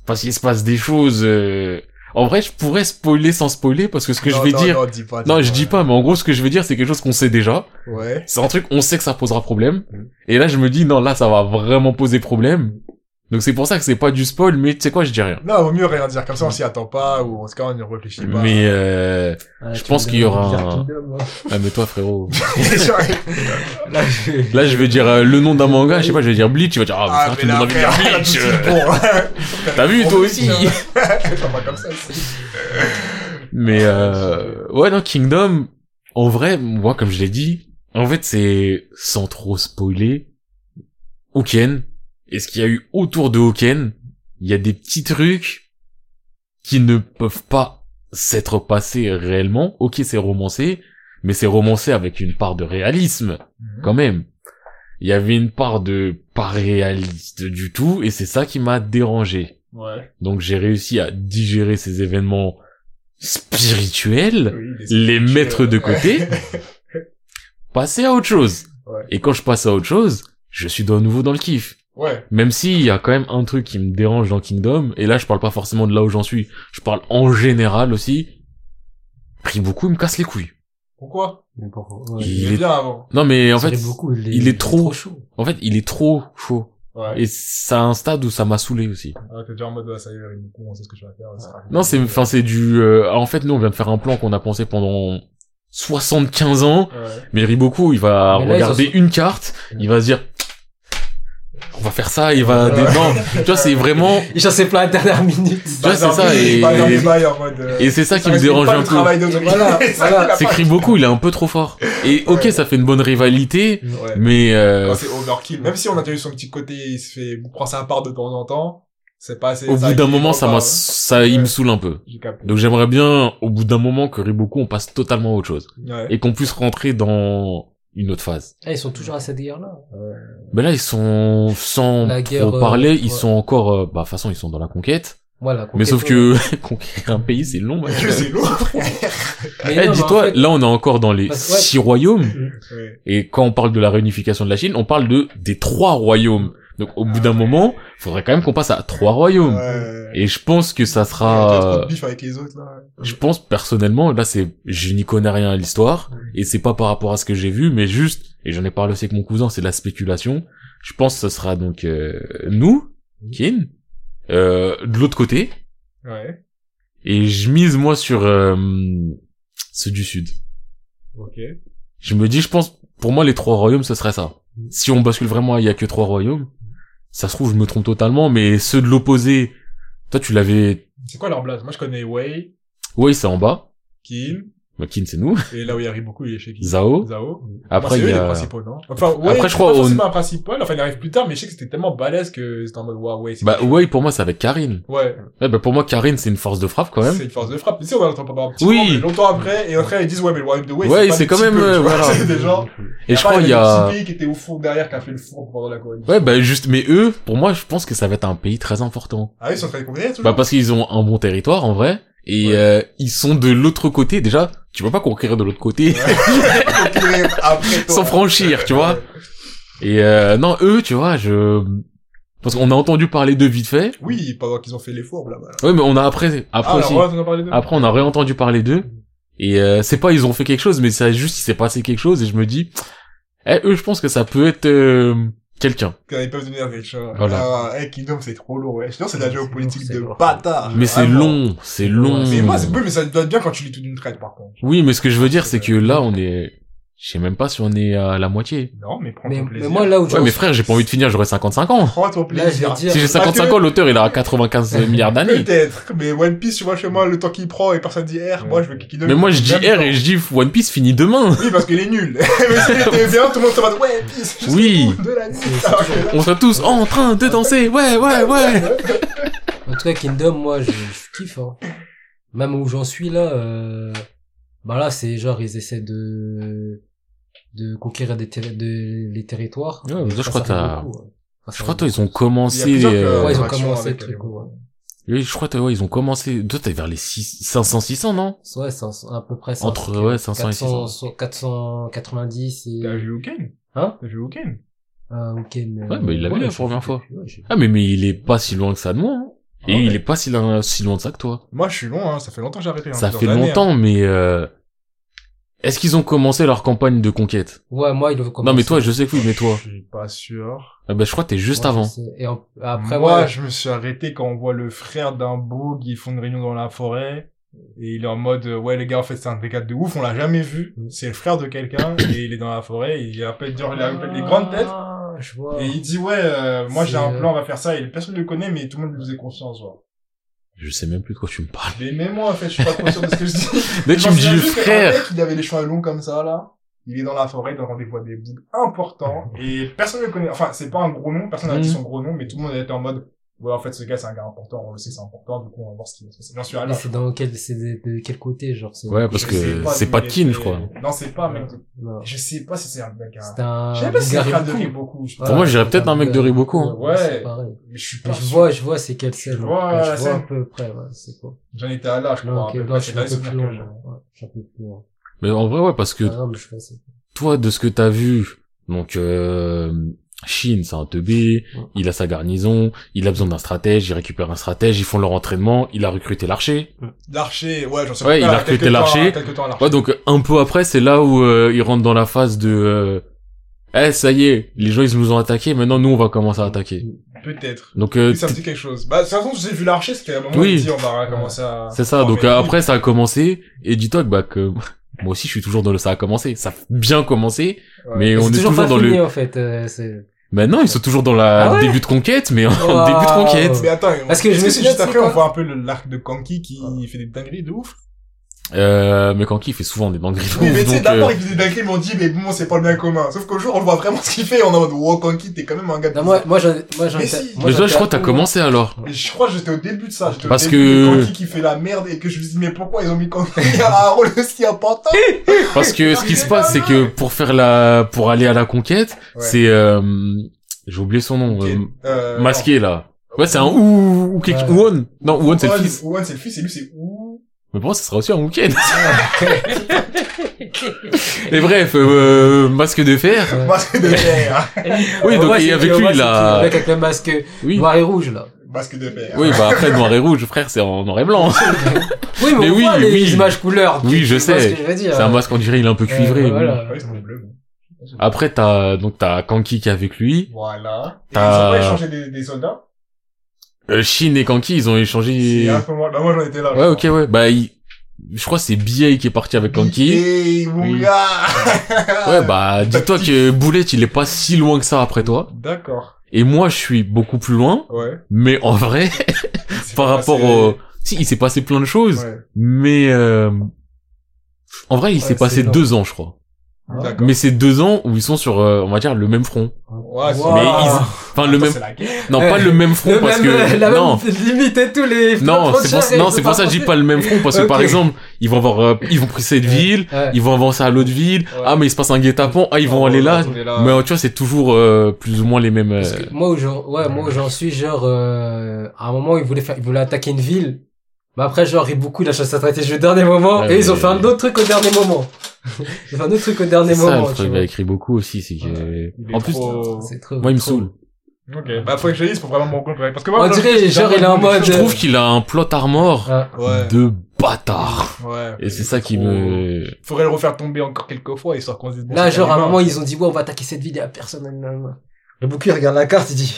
parce qu'il se passe des choses euh, en vrai, je pourrais spoiler sans spoiler parce que ce que Non, je vais non, dire Non, dis pas, non, je dis ouais. pas mais en gros ce que je vais dire c'est quelque chose qu'on sait déjà. Ouais. C'est un truc, on sait que ça posera problème. Mm. Et là, je me dis, non, là, ça va vraiment poser problème. Donc c'est pour ça que c'est pas du spoil, mais tu sais quoi, je dis rien. Non, vaut mieux rien dire. Comme ça, on s'y attend pas, ou en tout cas, on y réfléchit pas. Mais euh... Ah, Je tu pense me qu'il y aura demandes de un- dire Kingdom, hein. ah, mais toi, frérot. Ah, Là, je- Là, je vais dire euh, le nom d'un manga, je sais pas, je vais dire Bleach, tu vas dire, ah, frère, Ah, mais tu me là, donnes envie de après, dire là, tout de Bleach. hein. suite, euh. bon. T'as vu, toi aussi. T'as pas comme ça. c'est- Mais euh... ouais, non, Kingdom, en vrai, moi, comme je l'ai dit, en fait, c'est sans trop spoiler. Hawken, et ce qu'il y a eu autour de Hawken, il y a des petits trucs qui ne peuvent pas s'être passés réellement. Ok, c'est romancé, mais c'est romancé avec une part de réalisme, quand même. Il y avait une part de pas réaliste du tout, et c'est ça qui m'a dérangé. Mhm. Ouais. Donc j'ai réussi à digérer ces événements spirituels, Oui, il est euh, les spirituel. mettre de côté, passer à autre chose. Ouais. Et quand je passe à autre chose, je suis de nouveau dans le kiff. Ouais. Même s'il y a quand même un truc qui me dérange dans Kingdom, et là je parle pas forcément de là où j'en suis, je parle en général aussi, pris beaucoup, il me casse les couilles. Pourquoi Mais pour- ouais. Il Il est- est bien avant. Non mais en Ça fait, fait beaucoup, il est, il est trop- chaud. en fait il est trop chaud. Ouais. Et ça a un stade où ça m'a saoulé aussi. Ah, T'es déjà en mode, ouais, ça y est, du coup, on sait ce que tu vas faire. ça sera Non, c'est, enfin, c'est du, euh, en fait, nous, on vient de faire un plan qu'on a pensé pendant 75 ans, Ouais. mais Riboku, il va Mais là, ils regarder en une carte, il va se dire, on va faire ça, il va, Ouais. des- non, tu vois, c'est vraiment, Il chassait plein à la dernière minute. vois, c'est ça, et- Pas Bah, dans les bails en mode. euh, et c'est ça qui ça me respecte dérange pas un le peu. travail d'autrui. Voilà, Ça, voilà. il a C'est pas- que Riboku, il est un peu trop fort. Et, ok, Ouais. ça fait une bonne rivalité, Ouais. mais, euh, Quand c'est overkill. Même si on a déjà eu son petit côté, il se fait, il prend sa part de temps en temps, c'est pas assez. au ça bout d'un équilibre moment, ça pas, hein. m'a, ouais. ça, il me saoule un peu. J'ai capté. Donc j'aimerais bien, au bout d'un moment, que Riboku, on passe totalement à autre chose. Ouais. Et qu'on puisse rentrer dans une autre phase. Ah, ils sont toujours à cette guerre-là. Mais Ben là, ils sont sans La guerre, trop euh, parler, ils ouais. sont encore, euh, bah, de toute façon, ils sont dans la conquête. Voilà. mais sauf que conquérir un pays, c'est long. mec. Que c'est lourd. Mais Eh, non, mais dis-toi, en fait- là, on est encore dans les Parce- ouais. six royaumes. Mm, Ouais. Et quand on parle de la réunification de la Chine, on parle de des trois royaumes. Donc au bout d'un moment, faudrait quand même qu'on passe à trois royaumes. Ah Ouais. Et je pense que ça Il y a déjà trop sera, de bif avec les autres, là. je pense personnellement, là c'est, je n'y connais rien à l'histoire, et c'est pas par rapport à ce que j'ai vu, mais juste, et j'en ai parlé aussi avec mon cousin, c'est de la spéculation. Je pense que ce sera donc euh, nous, Kin, euh, de l'autre côté, Ouais. et je mise moi sur euh, ceux du sud. Ok. Je me dis, je pense, pour moi les trois royaumes, ce serait ça. Si on bascule vraiment, il y a que trois royaumes. Ça se trouve, je me trompe totalement, mais ceux de l'opposé, toi tu l'avais, C'est quoi leur blaze? Moi, je connais Wei, ouais c'est en bas, Kin, mais Kin c'est nous, et là où il arrive beaucoup, il est chez qui? Zao. Zao. Bah, Après c'est il eux y les a principaux, non? Enfin, Wei, Après, je crois c'est pas au- forcément un principal. Enfin, il arrive plus tard, mais je sais que c'était tellement balèze que c'était en mode, waouh, Wei, c'est Bah ouais, pour moi c'est avec Karine. Ouais, Ouais, bah pour moi Karine c'est une force de frappe quand même. c'est une force de frappe. Mais si on va l'entendre pendant un petit Oui. moment, mais longtemps après, et après ils disent ouais mais le royaume de Wei, Ouais, pas c'est des quand petits même, peuples, euh, tu vois, voilà. c'est des gens. Et je après, crois il y des a petits pays qui était au fond derrière qui a fait le four pendant la colonie. Ouais, bah juste mais eux, pour moi je pense que ça va être un pays très important. Ah oui, ils sont en train de conquérir toujours. Bah parce qu'ils ont un bon territoire en vrai et Ouais. euh, ils sont de l'autre côté déjà, tu peux pas conquérir de l'autre côté Conquérir après toi. sans franchir, tu vois. Et euh, non, eux, tu vois, je parce qu'on a entendu parler d'eux vite fait. Oui, pendant qu'ils ont fait les fourbes là-bas. là. Ouais, mais on a après après Ah, aussi. alors, on en a parlé d'eux. Après, on a réentendu parler d'eux. Et euh, c'est pas ils ont fait quelque chose, mais ça juste il s'est passé quelque chose et je me dis, eh, eux, je pense que ça peut être euh, quelqu'un. Quand ils peuvent devenir riches. hein. Voilà. Ah, hey, Kingdom, c'est trop lourd, ouais. Je pense que c'est de la C'est géopolitique lourd, c'est de lourd. bâtard. Mais c'est Ah, vraiment. long, c'est long. Mais moi, c'est peu, mais ça te donne bien quand tu lis tout d'une traite, par contre. Oui, mais ce que je veux dire, c'est que là, on est, je sais même pas si on est à la moitié. Non, mais prends Mais, ton mais plaisir. moi, là où je Ouais, mais frère, j'ai pas envie de finir, j'aurais 55 ans. Prends ton Là, je plaisir. vais dire... Si j'ai 55 ans, l'auteur, il aura 95 milliards d'années. Peut-être, mais One Piece, tu vois, chez moi, le temps qu'il prend et personne dit R, moi je veux qu'il donne. Mais moi, je dis Même R temps. et je dis One Piece finit demain. Oui, parce qu'il est nul. mais s'il était bien, tout le monde serait en mode Ouais, Piece, jusqu'au Oui. bout de la nuit. C'est- c'est Alors que toujours- là, On sera tous en train de danser. Ouais, ouais, ouais. En tout cas, Kingdom, moi, je, je kiffe. Hein. Même où j'en suis là, euh, bah là, c'est genre ils essaient de de conquérir des terri- de, les territoires. Ouais, mais toi, Ça, je crois ça que arrive t'as- beaucoup, ouais. Ça, Je ça crois, arrive toi, ils ont Il y a commencé, plusieurs, euh, euh, Ouais, ils ont interactions commencé hein. le avec truc. les- Ouais, Oui, je crois, toi, ouais, ils ont commencé. Toi, t'es vers les 6... 500, 600, non ouais c'est un- à peu près ça. Entre, ouais, 500 et 400, 490 et... T'as vu Hawken Hein T'as vu Hawken Ah, ok, mais... Ouais, mais il l'a vu la je- première fois. Ouais, je- Ah, mais, mais il est pas si loin que ça de moi. hein. Et Ah ouais. il est pas si loin, si loin de ça que toi. Moi je suis long, hein, ça fait longtemps que j'ai arrêté. hein, ça plusieurs fait années, hein. longtemps, mais euh... Est-ce qu'ils ont commencé leur campagne de conquête Ouais, moi, il le Non, mais toi, je sais que oui, mais toi. Je suis pas sûr. Ah, bah, je crois que t'es juste avant. Et en- après, moi ouais, je me suis arrêté quand on voit le frère d'un beau qui font une réunion dans la forêt. Et il est en mode, euh, ouais, les gars, en fait, c'est un dégât de ouf, on l'a jamais vu. C'est le frère de quelqu'un, et il est dans la forêt, il a à peine dur, il a à peine les grandes têtes. Ah, Je vois. Et il dit ouais, euh, moi j'ai C'est, un euh, plan, on va faire ça. Et personne ne le connaît, mais tout le monde lui faisait confiance. Genre. Je sais même plus de quoi tu me parles. Mais même moi en fait, je suis pas trop sûr de ce que je dis. Dès que Je tu m'en me dis souviens le juste que frère. Un mec, il avait les cheveux longs comme ça là. Il est dans la forêt, il doit rendez-vous à des bouts importants. Et personne ne le connaît. Enfin, c'est pas un gros nom, personne n'a dit Mhm. son gros nom, mais tout le monde était en mode ouais, en fait, ce gars c'est un gars important, on le sait que c'est important, du coup on va voir ce qu'il va se passer. J'en suis Mais allé. c'est dans quel, c'est de, de quel côté, genre, c'est. Ouais, parce Je que sais pas c'est d'où pas il Kin, était. je crois. Non, c'est pas un mec. de- Non. Je sais pas si c'est un mec. hein. C'est un. Je sais pas si c'est un frère de Rigoku. Riboku. je sais pas. Pour moi, je dirais peut-être un mec de Riboku, hein. Ouais. Ouais. c'est pareil. Mais je suis Mais pas Je sûr. vois, je vois c'est quelle scène. Je en vois tout cas, la je vois scène. à peu près, ouais, c'est quoi. J'en étais à là, je Non, crois. ok, à peu non, près, je c'est suis là un les peu souvenirs plus que loin, j'ai. là. Ouais, je suis un peu plus loin. Mais en vrai, ouais, parce que Ah, non, mais je vois, c'est- toi, de ce que t'as vu, donc euh, Chine, c'est un teubé, Ouais. il a sa garnison, il a besoin d'un stratège, il récupère un stratège, ils font leur entraînement, il a recruté l'archer. L'archer, ouais, j'en sais Ouais, plus, il a là, recruté quelques temps- l'archer. quelques temps à l'archer. Ouais, donc euh, un peu après, c'est là où euh, il rentre dans la phase de... euh, Eh, ça y est, les gens, ils nous ont attaqué, maintenant, nous, on va commencer à attaquer. Peut-être. Donc, euh, Oui, ça me dit quelque chose. Bah, de toute façon, j'ai vu l'archer, parce qu'à un moment, Oui. il dit, on va commencer à... c'est ça, Non, donc mais euh, oui. après, ça a commencé, et dis-toi que, bah, que... Moi aussi, je suis toujours dans le ça a commencé. Ça a bien commencé, Ouais. mais Mais on c'est est toujours, pas dans fini, le... en fait, euh, c'est- Maintenant, ils sont toujours dans la Ah ouais début de conquête, mais en Waouh. début de conquête. Mais attends, Oh. Parce que je est-ce me c'est souviens, juste c'est après, quoi Ah. on voit un peu le- l'arc de Kanki qui fait des dingueries de ouf. Euh, mais Kanki il fait souvent des dingueries. de Oui, ouf, mais tu sais, donc, d'abord, euh, il fait des dingueries, mais on dit, mais bon, c'est pas le bien commun. Sauf qu'au jour, on voit vraiment ce qu'il fait, on est en mode, wow, Kanki, t'es quand même un gars de Non, Bah, moi, moi, j'en, moi, j'en Mais étais- si. moi, mais j'en toi, je étais à crois que t'as fond, commencé alors. Et je crois que j'étais au début de ça, j'étais au Parce début de que- Kanki qui fait la merde et que je me dis mais pourquoi ils ont mis Kanki à un rôle aussi important Parce que ce qui se passe, c'est que pour faire la, pour aller à la conquête, Ouais. c'est, euh, j'ai oublié son nom, euh, Euh, masqué là. Ouais, c'est un ou, ou quelque, Ouais. ou on. Non, ou on, c'est le Owen- fils. Owen, c'est le fils, et lui, c'est Ou. Mais pour moi, ça sera aussi un Wookiee. ouais. Et bref, euh, masque de fer. Masque de fer. Oui, donc Moi, et Eh, c'est avec qui, lui, moi, c'est il qui, le a... mec avec le masque Oui. noir et rouge, là. Masque de fer. Oui, bah après, noir et rouge, frère, c'est en noir et blanc. Oui, mais, Mais on oui, voit les oui. images couleurs. tu- Oui, tu je vois sais. ce que je veux dire. C'est un masque, on dirait, il est un peu Euh, cuivré. oui. voilà. Ouais, c'est bleu. mais- Après, t'as, donc, t'as Kanki qui est avec lui. Voilà. Et ils T'as- ont pas échangé des, des soldats Euh, Shin et Kanki, ils ont échangé. C'est à ce moment Là, moi, j'en étais là. Ouais, ok, ouais. Bah, il- je crois que c'est BA qui est parti avec Kanki. Et mon Oui. gars Ouais, bah, dis-toi que Bullet, il est pas si loin que ça après toi. D'accord. Et moi, je suis beaucoup plus loin. Ouais. Mais en vrai, par rapport au... Si, il s'est passé plein de choses. Ouais. Mais... euh, En vrai, il Ouais, s'est passé c'est énorme. deux ans, je crois. D'accord. Mais c'est deux ans où ils sont sur, euh, on va dire, le même front. Ouais, c'est- Wow. Mais ils- Enfin, le Attends, même... c'est la guerre. Non, Euh, pas le même front, Le parce même- euh, que... la même Non. limite et tous les. Non, c'est pour, frontières, non, ils c'est peuvent pour ça que je dis passer. pas le même front, parce que par Ok. exemple, ils vont avoir, euh, ils vont pris cette ville, Ouais. ils vont avancer à l'autre ville, Ouais. ah mais il se passe un guet-apens, ah ils vont Ah, aller ouais, là, on est là. mais euh, tu vois c'est toujours euh, plus ou moins les mêmes... Parce euh, que moi où j'en, ouais, moi où j'en suis, genre, euh, à un moment, ils voulaient faire, ils voulaient attaquer une ville. Mais après, genre, Ibuku, il a chassé sa stratégie au dernier moment. Ouais, et ils ont mais- fait un autre truc au dernier moment. ils ont fait un autre truc au dernier C'est ça, moment, le tu truc vois. avec Riboku aussi, c'est que... Il est En plus, euh, trop- C'est trop. moi il me trop- saoule. Ok. Bah, faut que je lise pour vraiment me rendre compte. ouais. Parce que moi, On là, dirait, j'ai- genre, il est en mode. Je trouve qu'il a un plot armor Ah. Ouais. de bâtard. euh, Ouais. Et c'est ça qui Trop- me... Faudrait le refaire tomber encore quelques fois, histoire qu'on se dise. bon, Là, c'est genre, à un humain. moment, ils ont dit, ouais, on va attaquer cette ville, il y a personne. nan, nan, nan. Ibuku, il regarde la carte, il dit,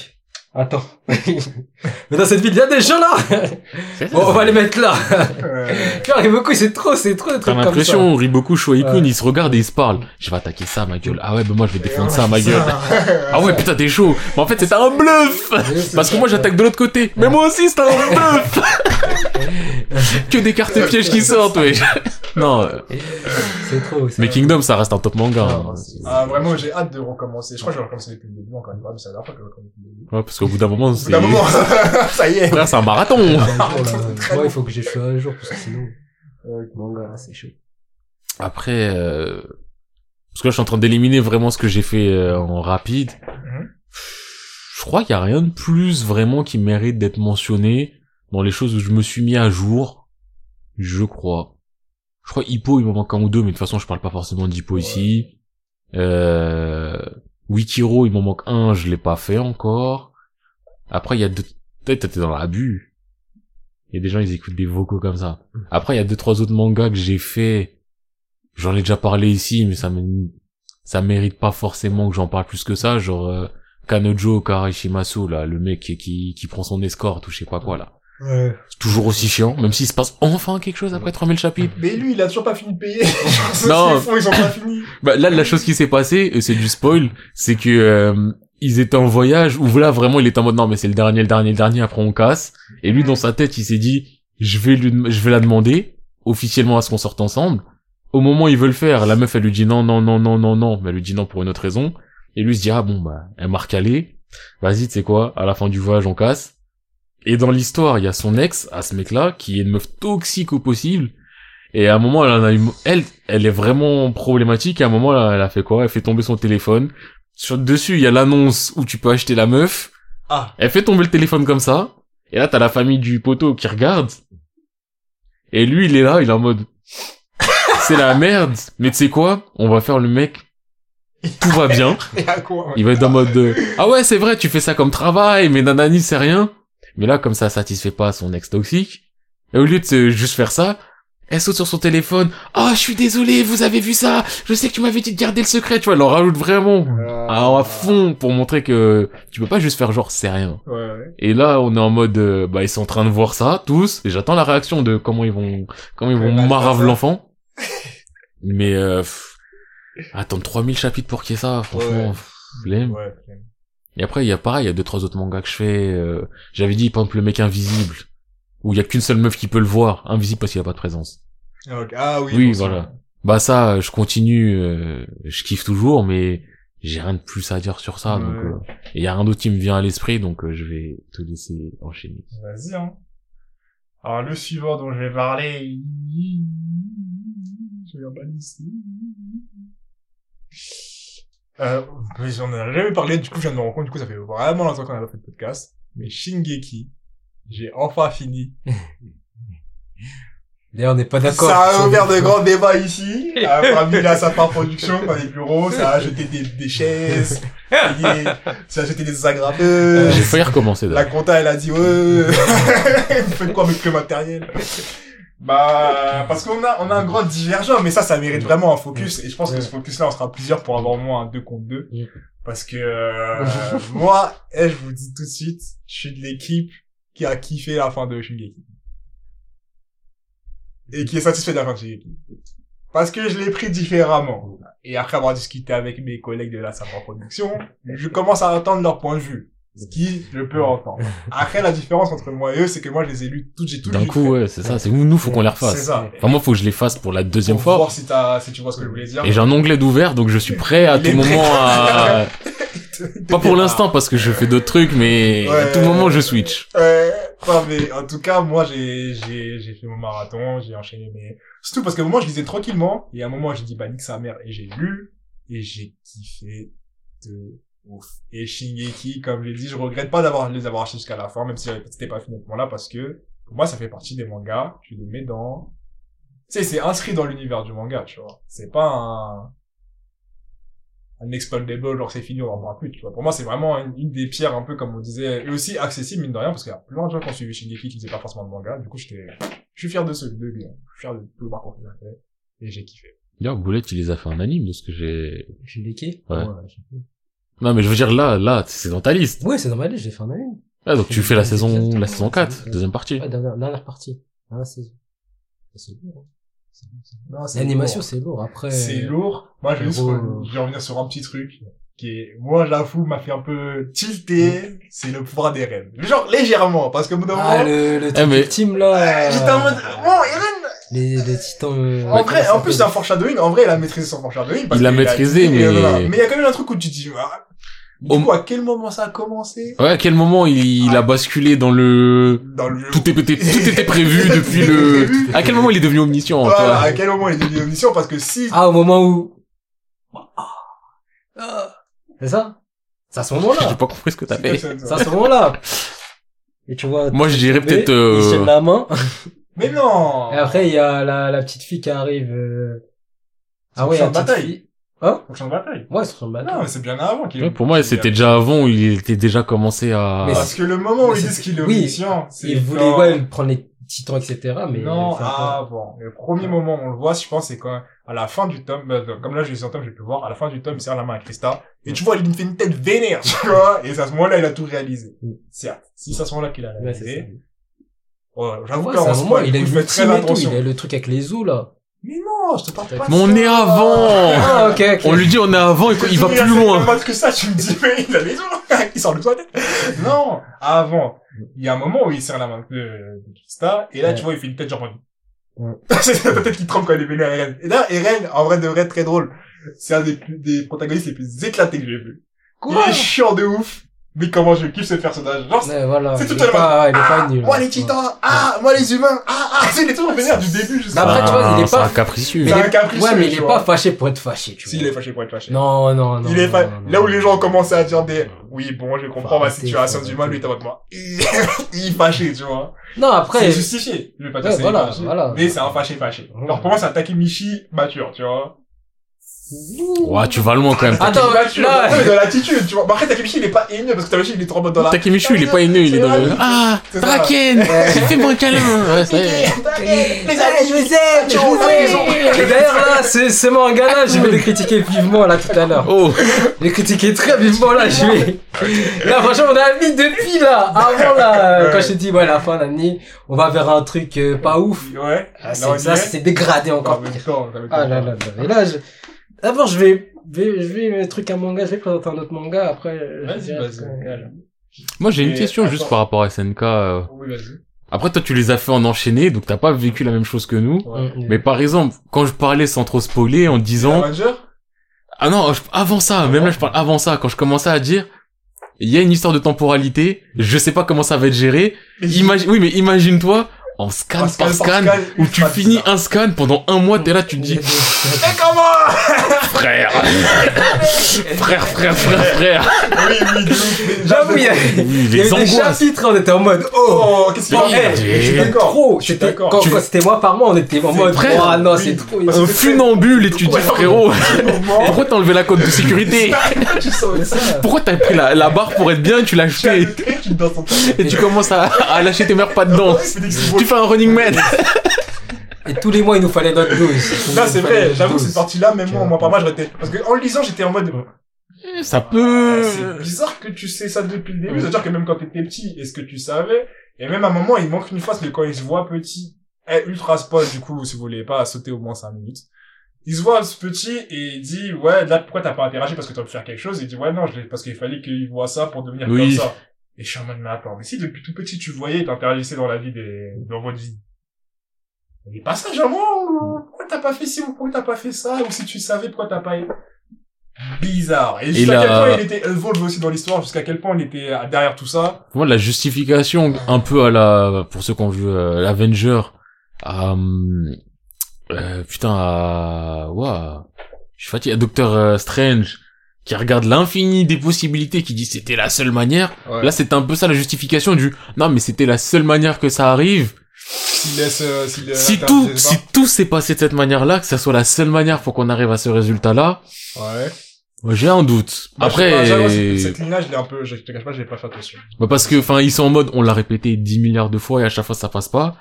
attends. Mais dans cette ville, il y a des gens là! Oh, Bon, on va les mettre là! Ouais. Genre, Ibuku, c'est trop, c'est trop des T'as trucs comme ça. l'impression, Riboku, Shoikun, Ouais. ils se regardent et ils se parlent. Je vais attaquer ça, ma gueule. Ah ouais, bah moi je vais défendre Ouais, ça, ma c'est gueule. Ah ouais, putain, t'es chaud. Mais en fait, c'est un bluff Parce que moi, j'attaque de l'autre côté. Mais moi aussi, c'est un bluff Que des cartes pièges qui sortent, ouais. Non, euh, C'est trop, c'est mais Kingdom, ça reste un top manga. Non, hein. c'est- Ah, vraiment, j'ai hâte de recommencer. Je crois que je vais recommencer depuis le début encore une fois, mais c'est la dernière fois que je recommence depuis le début. Ouais, parce qu'au bout d'un moment, Au bout c'est... d'un moment, ça y est. Frère, c'est un marathon Un jour, là, C'est très moi, long. il faut que je sois à jour, parce que sinon, euh, manga, c'est chaud. Après, euh, parce que là, je suis en train d'éliminer vraiment ce que j'ai fait euh, en rapide. Mhm. Je crois qu'il y a rien de plus vraiment qui mérite d'être mentionné dans les choses où je me suis mis à jour. Je crois. Je crois Hippo, il m'en manque un ou deux, mais de toute façon, je parle pas forcément d'Hippo ici. Euh... Wikiro, il m'en manque un, je l'ai pas fait encore. Après, il y a deux... Peut-être t'étais dans l'abus. Il y a des gens, ils écoutent des vocaux comme ça. Après, il y a deux, trois autres mangas que j'ai fait. J'en ai déjà parlé ici, mais ça me... ça mérite pas forcément que j'en parle plus que ça. Genre, euh, Kanojo Karishimasu, là, le mec qui, qui, qui prend son escorte ou je sais pas quoi, là. Ouais. C'est toujours aussi chiant, même s'il se passe enfin quelque chose après 3000 chapitres. Mais lui, il a toujours pas fini de payer. Non. non. Ils font, ils ont pas fini. Bah, là, la chose qui s'est passée, et c'est du spoil, c'est que euh, ils étaient en voyage, ou voilà, vraiment, il était en mode, non, mais c'est le dernier, le dernier, le dernier, après on casse. Et lui, dans sa tête, il s'est dit, je vais lui, dem- je vais la demander, officiellement, à ce qu'on sorte ensemble. Au moment où il veut le faire, la meuf, elle lui dit non, non, non, non, non, non, mais elle lui dit non pour une autre raison. Et lui il se dit, ah bon, bah, elle m'a recalé. Vas-y, tu sais quoi, à la fin du voyage, on casse. Et dans l'histoire, il y a son ex, à ce mec-là, qui est une meuf toxique au possible. Et à un moment, elle en a eu, elle, elle est vraiment problématique. Et à un moment, elle a- elle a fait quoi? Elle fait tomber son téléphone. Sur, dessus, il y a l'annonce où tu peux acheter la meuf. Ah. Elle fait tomber le téléphone comme ça. Et là, t'as la famille du poteau qui regarde. Et lui, il est là, il est en mode, c'est la merde. Mais tu sais quoi? On va faire le mec. Tout va bien. Et à quoi? Il va être en mode de, ah ouais, c'est vrai, tu fais ça comme travail, mais nanani, c'est rien. Mais là, comme ça satisfait pas son ex toxique, et au lieu de se- juste faire ça, elle saute sur son téléphone. Ah, je suis désolé, vous avez vu ça. Je sais que tu m'avais dit de garder le secret, tu vois. Elle en rajoute vraiment. Euh, Alors à Ah, fond pour montrer que tu peux pas juste faire genre c'est rien. Ouais, ouais. Et là on est en mode euh, bah ils sont en train de voir ça tous et j'attends la réaction de comment ils vont comment ils Ouais, vont bah, marave ça. l'enfant. Mais euh, pff, attendre 3000 chapitres pour qu'il y ait ça franchement. Ouais. pff, flemme. Ouais. Et après, il y a pareil, il y a deux trois autres mangas que je fais. euh, J'avais dit par exemple le mec invisible, où il y a qu'une seule meuf qui peut le voir, invisible parce qu'il a pas de présence. Ah, ok. Ah oui. Oui, bon, ça. voilà. Bah ça, euh, je continue, euh, je kiffe toujours, mais j'ai rien de plus à dire sur ça. Ouais. Donc, euh, et il y a rien d'autre qui me vient à l'esprit, donc euh, je vais te laisser enchaîner. Vas-y, hein. Alors, le suivant dont je vais parler. Je viens pas d'ici. Euh, mais j'en ai jamais parlé, du coup, je viens de me rendre compte, du coup, ça fait vraiment longtemps qu'on a pas fait de podcast. Mais Shingeki, j'ai enfin fini. D'ailleurs, on n'est pas d'accord. Ça sur a le ouvert de fond. grands débats ici. Ah, Parmi là, sa part production dans les bureaux, ça a jeté des, des chaises, des- ça a jeté des agrafeuses. J'ai failli recommencer Euh, La d'ailleurs. compta, elle a dit, ouais, vous faites quoi avec le matériel? Bah, parce qu'on a, on a un grand divergent, mais ça, ça mérite vraiment un focus, et je pense que ce focus-là, on sera plusieurs pour avoir au moins un 2 contre 2. Mm. Parce que, euh, moi, eh, je vous le dis tout de suite, je suis de l'équipe qui a kiffé la fin de Shingeki. Et qui est satisfait de la fin de Shingeki. Parce que je l'ai pris différemment. Et après avoir discuté avec mes collègues de la Sabra Production, je commence à entendre leur point de vue ce qui je peux entendre. Après, la différence entre moi et eux, c'est que moi, je les ai lus toutes, j'ai tout D'un lu coup, ouais, c'est ça. C'est nous, faut qu'on les c'est refasse. ça. Enfin, moi, faut que je les fasse pour la deuxième Pour fois. voir si, t'as- si tu vois ce que je voulais dire. Et j'ai un onglet d'ouvert, donc je suis prêt à Il tout est prêt. moment à... Pas pour l'instant, parce que je fais d'autres trucs, mais à Ouais. tout moment, je switch. Euh, non, mais en tout cas, moi, j'ai, j'ai, j'ai fait mon marathon, j'ai enchaîné mes... Surtout parce qu'à un moment, je lisais tranquillement, et à un moment, j'ai dit, bah, nique sa mère, et j'ai lu, et j'ai kiffé de ouf. Et Shingeki, comme j'ai dit, je regrette pas d'avoir, les avoir achetés jusqu'à la fin, même si j'avais- c'était pas fini à ce moment-là, parce que, pour moi, ça fait partie des mangas, tu les mets dans... Tu sais, c'est inscrit dans l'univers du manga, tu vois. C'est pas un... Un expandable, genre c'est fini, on en parle plus, tu vois. Pour moi, c'est vraiment une, une des pierres, un peu comme on disait, et aussi accessible, mine de rien, parce qu'il y a plein de gens qui ont suivi Shingeki qui faisaient pas forcément de manga. Du coup, j'étais, je suis fier de ce, de lui, hein. Je suis fier de tout le parcours qu'il a fait. Et j'ai kiffé. D'ailleurs, Boulette, tu les as fait en anime, de ce que j'ai... J'ai liqué. Ouais. j'ai- Non, mais je veux dire, là, là, c'est dans ta liste. Ouais, c'est normal, j'ai fait un anime. Ah, donc tu fais la saison, la saison Ouais, 4, ouais. deuxième partie. Ouais, dernière, dernière partie. Dernière saison. C'est lourd. hein. C'est lourd, c'est lourd. Non, c'est L'animation, lourd. c'est lourd. Après. c'est lourd. Moi, je vais juste, Gros. re- je vais revenir sur un petit truc qui est, moi, j'avoue, m'a fait un peu tilter. C'est le pouvoir des rêves. Genre, légèrement, parce qu'au bout d'un Ah, moment, le, le truc Eh, mais- ultime, là. j'étais en mode, bon, Eren, Les, les titans. euh, En vrai, en plus, c'est ça un foreshadowing. En vrai, il a maîtrisé son foreshadowing. parce Il l'a que maîtrisé, dit, euh, mais- voilà. Mais il y a quand même un truc où tu dis, ah, du Au- coup, à quel moment ça a commencé? Ouais, à quel moment il, il a basculé dans le... Dans le... Tout, est, tout était prévu depuis le... À quel moment il est devenu omniscient, hein, tu Voilà, vois à quel moment il est devenu omniscient? Parce que si, Ah, au moment où. Ah. C'est ça C'est à ce J'ai moment-là. pas compris ce que t'as Ah, C'est fait. comme ça, C'est à ce moment-là. Et tu vois. Moi, je dirais peut-être... Il se euh, tiennent la main. Mais non! Et après, il y a la, la petite fille qui arrive. euh, C'est le champ la de bataille. fille. Hein Faut que je change de bataille. Ouais, c'est son Non, bataille. mais c'est bien avant qu'il Ouais, pour moi, c'était déjà avant, il était déjà commencé à... Mais Parce que le moment où Mais ils c'est- disent qu'il est oui. omniscient, c'est... Il voulait, quand- ouais, prendre les titans, etc. Mais. non, ah, c'est un peu- avant. Le premier moment où on le voit, je pense, c'est quand, à la fin du tome, bah, comme là, je suis en tome, j'ai pu voir, à la fin du tome, il serre la main à Krista, et tu vois, il me fait une tête vénère, tu vois, et c'est à ce moment-là, il a tout réalisé. Mm. Certes, si c'est à ce moment-là qu'il a Ouais, c'est ça. réalisé, ouais, j'avoue Ouais, que là, c'est on un se moment, voit, il a il eu faut faire l'ultime très et tout. Il a attention. le truc avec les os, là. Mais non, je te parle pas de Mais on ça. est avant Ah, ok, ok. On lui dit on est avant, il, il va plus loin. Pas que ça, tu me dis, mais il a les os, il sort le toilette. Non, avant, il y a un moment où il serre la main de, de Krista, et là, Mm. Ouais. tu vois, il fait une tête genre, Ouais. c'est sa tête qui tremble quand il est venu à Eren. Et là, Eren, en vrai de vrai, très drôle. C'est un des, plus- des protagonistes les plus éclatés que j'ai vu. il est chiant de ouf, mais comment je kiffe ce personnage. Genre, Ouais, voilà. C'est il tout est à l'heure. pas, il est ah, pas nul. moi les Ouais. titans, ah, moi les humains, ah, ah, c'est les trucs vénères du début jusqu'à Bah, après, la tu fin. vois, il est Ah, C'est pas- un capricieux. Mais C'est il un est- capricieux, Ouais, mais il tu est vois. pas fâché pour être fâché, tu Si, il vois. est fâché pour être fâché. Non, non, non. il est non, fa- non, non. là où les gens commençaient à dire des oui bon je comprends ma arrêter, situation faut du mal lui t'es en mode moi il est fâché tu vois Non, après. c'est justifié je vais pas dire Ouais, c'est voilà, fâché, voilà. mais c'est un fâché fâché alors pour moi c'est un Takemichi mature tu vois Ouais, Ah, tu vas loin quand même. Attends, Takemichi mature, là- mais dans l'attitude tu vois mais après Takemichi il est pas haineux parce que Takemichi il est trop en mode dans la Takemichu, il est pas haineux, il est dans le... C'est Ah, C'est ça. Draken Fais-moi un câlin Ouais, ça y est. Les amis, je vous aime, Tu je vois, vous aime. Et d'ailleurs, là, ce, ce manga-là, je vais le critiquer vivement, là, tout à l'heure. Oh Je vais le critiquer très vivement, là, je vais. Là, franchement, on a mis depuis, là. Avant, là, euh, quand je t'ai dit, ouais, la fin d'année, on va vers un truc euh, pas ouf. ouais Ah, c'est- là on y là, est c'est dégradé en encore même pire. temps ça va être Ah là comme là là. Et là, je... d'abord, je vais, vais- je vais, truc un manga, je vais présenter un autre manga, après. euh, Vas-y, je dirai vas-y. ce que- Moi, j'ai une Et question attends. juste par rapport à SNK. euh. ça. oui vas-y Après, toi, tu les as fait en enchaîné, donc t'as pas vécu la même chose que nous. Ouais. Mm. Mais par exemple, quand je parlais sans trop spoiler, en disant... Avenger Ah non, je- avant ça, même là je parle avant ça, quand je commençais à dire, il y a une histoire de temporalité, je sais pas comment ça va être géré. Imagine, oui mais imagine-toi, en scan par scan, où tu finis un scan pendant un mois, t'es là, tu te dis, Et comment frère, frère, frère, frère, frère. Oui, oui, de ouf. J'avoue, il y a, Oui, il y a eu les des angoisses. chapitres, on était en mode, oh, Oh, qu'est-ce oh, que hey, je Je suis c'était d'accord. trop, Je suis c'était, d'accord. quand, Tu- quand c'était moi par moi, on était en mode, frère. oh non, Oui. c'est trop, Un funambule et tu dis, frérot, pourquoi t'as enlevé la code de sécurité? tu sens ça. Pourquoi t'as pris la, la barre pour être bien, tu l'as Tu as jetée le truc, tu danses en tête. et tu commences à, à lâcher tes mères pas dedans. Ouais, Félix, eh, Tu fais un running man. Et tous les mois, il nous fallait notre dose. Là, c'est vrai, j'avoue que cette parti partie-là, même moi, moi, par moi, j'aurais été. Parce que en le lisant, j'étais en mode. Ça Ah, C'est peut. bizarre que tu sais ça depuis le début. Ouais. C'est-à-dire que même quand t'étais petit, est-ce que tu savais Et même à un moment, il manque une phrase, mais quand il se voit petit, eh, ultra spoil du coup, si vous voulez pas sauter au moins 5 minutes. Il se voit ce petit et il dit ouais là pourquoi t'as pas interagi parce que t'as pu faire quelque chose il dit ouais non je l'ai- parce qu'il fallait qu'il voit ça pour devenir Oui. comme ça et je suis en mode mais attends mais si depuis tout petit tu voyais et t'interagissais dans la vie des dans votre vie il y a des passages à moi où pourquoi t'as pas fait ci ou pourquoi t'as pas fait ça ou si tu savais pourquoi t'as pas bizarre et jusqu'à la- quel point il était involved aussi dans l'histoire jusqu'à quel point il était euh, derrière tout ça Pour moi, la justification, un peu à la, pour ceux qui ont vu euh, l'Avenger, à, hum, euh, putain, à, ouah, je suis fatigué, à Doctor euh, Strange, qui regarde l'infini des possibilités, qui dit c'était la seule manière. Là, c'était un peu ça la justification du, non, mais c'était la seule manière que ça arrive. s'il laisse euh, s'il, euh, Si tout, interagissait si tout s'est passé de cette manière-là, que ça soit la seule manière pour qu'on arrive à ce résultat-là, pas. ouais moi, j'ai un doute. Moi, je sais pas, j'avoue, cette- Après, cette ligne là je l'ai un peu je te cache pas je l'ai pas fait attention Bah parce que, enfin, ils sont en mode, on l'a répété 10 milliards de fois et à chaque fois ça passe pas.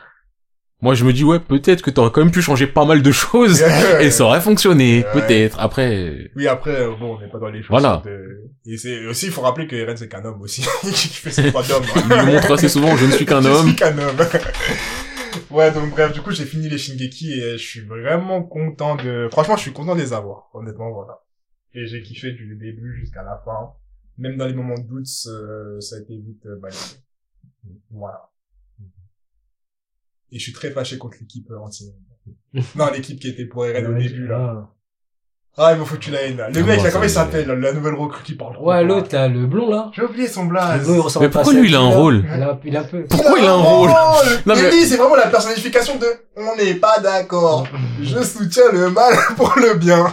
Moi, je me dis, ouais, peut-être que t'aurais quand même pu changer pas mal de choses Eh, et ça aurait fonctionné, Ouais. peut-être. Après, Oui, après, euh, bon, on n'est pas dans les choses. Voilà. de- Et c'est aussi, il faut rappeler que Eren, c'est qu'un homme aussi. qui fait ses droits d'homme. hein. il le montre assez souvent, je ne suis qu'un Je homme. suis qu'un homme. ouais, donc bref, du coup, j'ai fini les Shingeki et je suis vraiment content de... Franchement, je suis content de les avoir, honnêtement, voilà. Et j'ai kiffé du début jusqu'à la fin. Même dans les moments de doute, euh, ça a été vite euh, balayé. Voilà. Et je suis très fâché contre l'équipe euh, entière. non, l'équipe qui était pour Eren au début, là. Ah, il m'en fout que tu la haine, là. Le Ah, mec, moi, là, comment ça il me- s'appelle, là, la nouvelle recrue qui parle trop, Ouais, là. l'autre, là, le blond, là. Ah, J'ai oublié son Le blaze. blond, il ressemble Mais pas à pourquoi lui, ça. il a un rôle il a, il a un peu. Pourquoi il a un rôle Non, mais- Non, mais... lui, c'est vraiment la personnification de « On n'est pas d'accord. Je soutiens le mal pour le bien.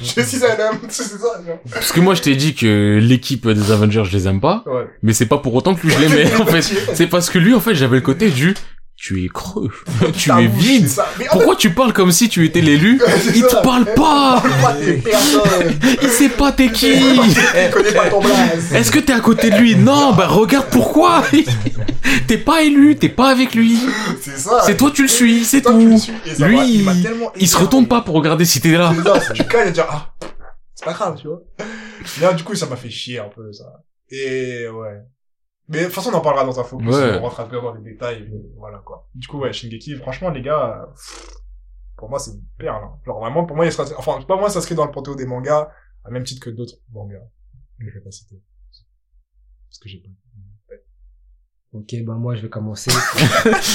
Je suis un homme. » C'est ça, non Parce que moi, je t'ai dit que l'équipe des Avengers, je les aime pas, Ouais. mais c'est pas pour autant que lui, je l'aimais, en fait. C'est parce que lui, en fait, j'avais le côté du, tu es creux, tu Ta es bouche, vide. c'est ça. Mais en fait, Pourquoi tu parles comme si tu étais l'élu c'est Il ça. te parle pas Il parle pas des personnes. Il sait pas t'es qui Eh. Il connaît pas ton blaze. Est-ce que t'es à côté de lui Non, bah regarde pourquoi T'es pas élu, t'es pas avec lui. C'est ça. C'est toi tu le suis, c'est Toi, tu le tout. suis. Et ça Lui, m'a- il m'a tellement Il se énervé. retourne pas pour regarder si t'es là. C'est ça, tu cales et dire ah, c'est pas grave, tu vois. Là, du coup, ça m'a fait chier un peu, ça. Et ouais. Mais de toute façon, on en parlera dans un faux plus, Ouais. on rentrera plus dans les détails, mais voilà, quoi. Du coup, ouais, Shingeki, franchement, les gars, euh, pff, pour moi, c'est une perle, hein. Genre, vraiment, pour moi, il sera, enfin, pas moi, ça serait dans le panthéon des mangas, à même titre que d'autres mangas. Mais je vais pas citer. Parce que j'ai pas. Ok, bah moi je vais commencer.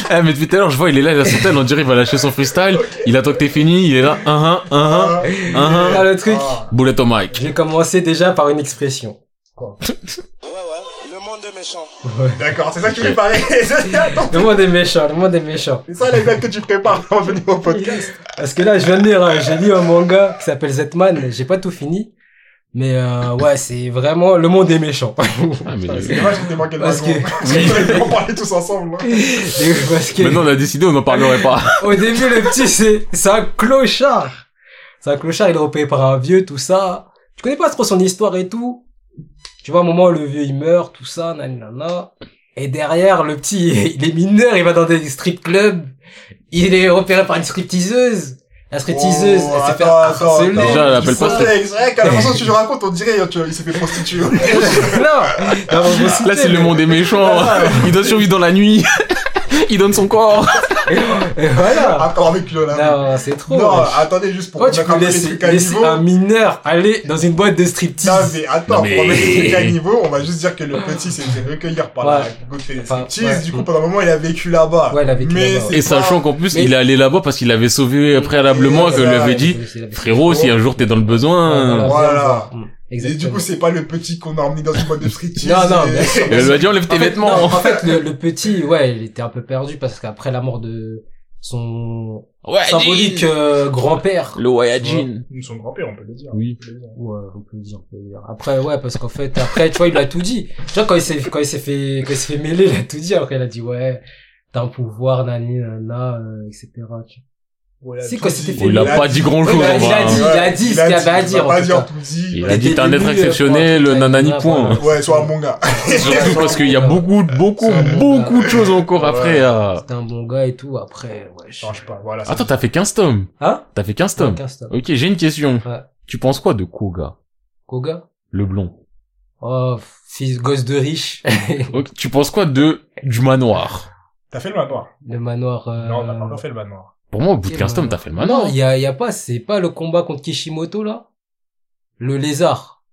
Ah mais depuis tout à l'heure je vois il est là, il a son tel, on dirait il va lâcher son freestyle. Il attend que t'es fini, il est là, un un un Ah, un un. Ah, le truc. ah. Boulette au mic. Je vais commencer déjà par une expression. Ouais, ouais, le monde est méchant. Ouais. D'accord, c'est ça que tu préparais. Attends, Le monde est méchant, le monde est méchant. c'est ça les blagues que tu prépares pour venir au podcast. Parce que là, je viens de lire, hein, j'ai lu un manga qui s'appelle Zetman, j'ai pas tout fini. Mais euh, ouais, c'est vraiment le monde est méchant. Ah, mais... C'est dommage qu'on ait manqué de Parce dragon. que- Parce qu'on parler tous ensemble, hein. Parce que Maintenant on a décidé on n'en parlerait pas. au début le petit c'est c'est un clochard. C'est un clochard, il est repéré par un vieux, tout ça. Tu connais pas trop son histoire et tout. Tu vois, à un moment le vieux il meurt, tout ça, nanana. Et derrière le petit, il est mineur, il va dans des strip clubs. Il est repéré par une stripteaseuse. La stripteaseuse, Oh, elle s'est fait attends, attends, harceler. attends. Déjà, elle appelle tout pas ça. strip- C'est vrai qu'à la façon dont tu le racontes, on dirait qu'il s'est fait prostituer. Non, non, vous citez, Là c'est le mais- monde est méchant. Il doit survivre dans la nuit. Il donne son corps. Et voilà. Encore avec le là. Ah. Non, c'est trop. Non, euh, wesh. attendez juste pour Pourquoi tu peux remettre un peu les laisser, trucs à laisser niveau. un mineur aller dans une boîte de Non striptease mais attends, Non, mais- pour remettre les trucs à niveau, on va juste dire que le petit s'est fait recueillir par la Ouais. beauté des Enfin, striptease, ouais. du coup pendant un moment il a vécu là-bas. Ouais, il a vécu mais là-bas, ouais. c'est Et pas- sachant qu'en plus Mais- il est allé là-bas parce qu'il avait sauvé préalablement que lui avait dit Frérot, si un jour t'es dans le Voilà. besoin, Voilà. Mm. Et du Exactement. coup, c'est pas le petit qu'on a emmené dans une boîte de frites. Non, non, bien sûr. Et elle lui a dit enlève tes en fait, vêtements. non, en fait, le, le petit, ouais, il était un peu perdu parce qu'après la mort de son Ouais, symbolique euh, grand-père. Bah, Le Wayajin. Son grand-père, on peut le dire. Oui. On peut le dire. Ouais, on peut le dire, on peut le dire. Après, ouais, parce qu'en fait, après, tu vois, il a tout dit. Tu vois, quand il s'est, quand il s'est fait, quand il s'est fait mêler, il a tout dit. Après, il a dit, ouais, t'as un pouvoir, nani, nana, euh, etc. tu- Ouais, il a Si, tout quand c'était dit. fait, Il a Il a pas dit grand Ouais, chose. il a- il a hein. dit- il a dit ce qu'il avait à il dire, a Pas en dire tout tout dit. Il a dit t'es un être exceptionnel, euh, Ouais, nanani ouais, point. voilà. Ouais, sur un manga. Surtout parce qu'il y a beaucoup, beaucoup, Ouais. beaucoup de choses encore après à... C'était un bon gars et tout. Après, ouais. je- Non, je sais pas, voilà. Attends, t'as fait 15 tomes. Hein? T'as fait 15 tomes. Aucun stop. Ok, j'ai une question. Ouais. Tu penses quoi de Koga, Koga? le blond Oh, fils, gosse de riche. Ok, Tu penses quoi de du manoir T'as fait le manoir. le manoir, euh... Non, on n'a pas encore fait le manoir. Pour moi, au bout de Ok, 15 tomes, bah, t'as fait le manoir. Non, il y a, il y a pas, c'est pas le combat contre Kishimoto, là. Le lézard.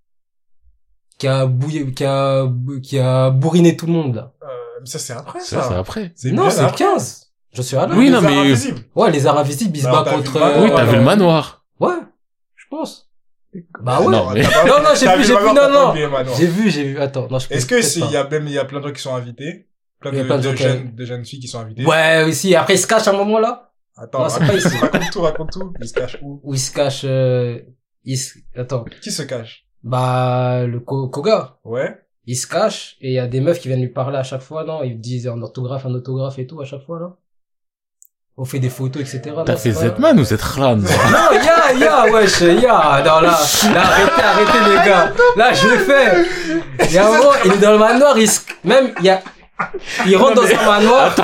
Qui a bouillé, qui a, bou- qui a bourriné tout le monde, là. Euh, mais ça, c'est après, Ça, c'est ça. après. Non, bien hein. c'est après. 15. Je suis à l'heure. Oui, Les non, mais- arts invisibles. Ouais, lézard invisible, il se Alors, bat t'as contre, vu le manoir, Oui, t'as euh, vu le manoir. Ouais. Je pense. Bah ouais. Non, mais- t'as pas- Non, non, j'ai t'as plus, vu j'ai le plus, manoir, non, t'as non. oublié le manoir. J'ai vu, j'ai vu, attends, non, je Est-ce que peut-être c'est, pas. il y a même, il y a plein de gens qui sont invités. Plein Il y a de, plein de de gens qui- jeunes, de jeunes filles qui sont invitées. Ouais, aussi, après, il se cache à un moment, là. Attends, Non, c'est pas ici. raconte, raconte tout, raconte tout. Ils se cachent où? Où il se cache, euh, il se, attends. Qui se cache? Bah, le Ko- Koga. Ouais. il se cache et il y a des meufs qui viennent lui parler à chaque fois, non Ils disent en orthographe, en autographe et tout à chaque fois, là. On fait des photos, etc. T'as non, c'est fait pas- Zetman ou Zetran Non, y'a, y'a, wesh, y'a. Non, là, là, arrêtez, arrêtez, les gars. Là, je l'ai fait. Il y a un moment, il est dans le manoir, il se... Même, il y a... Il rentre dans un manoir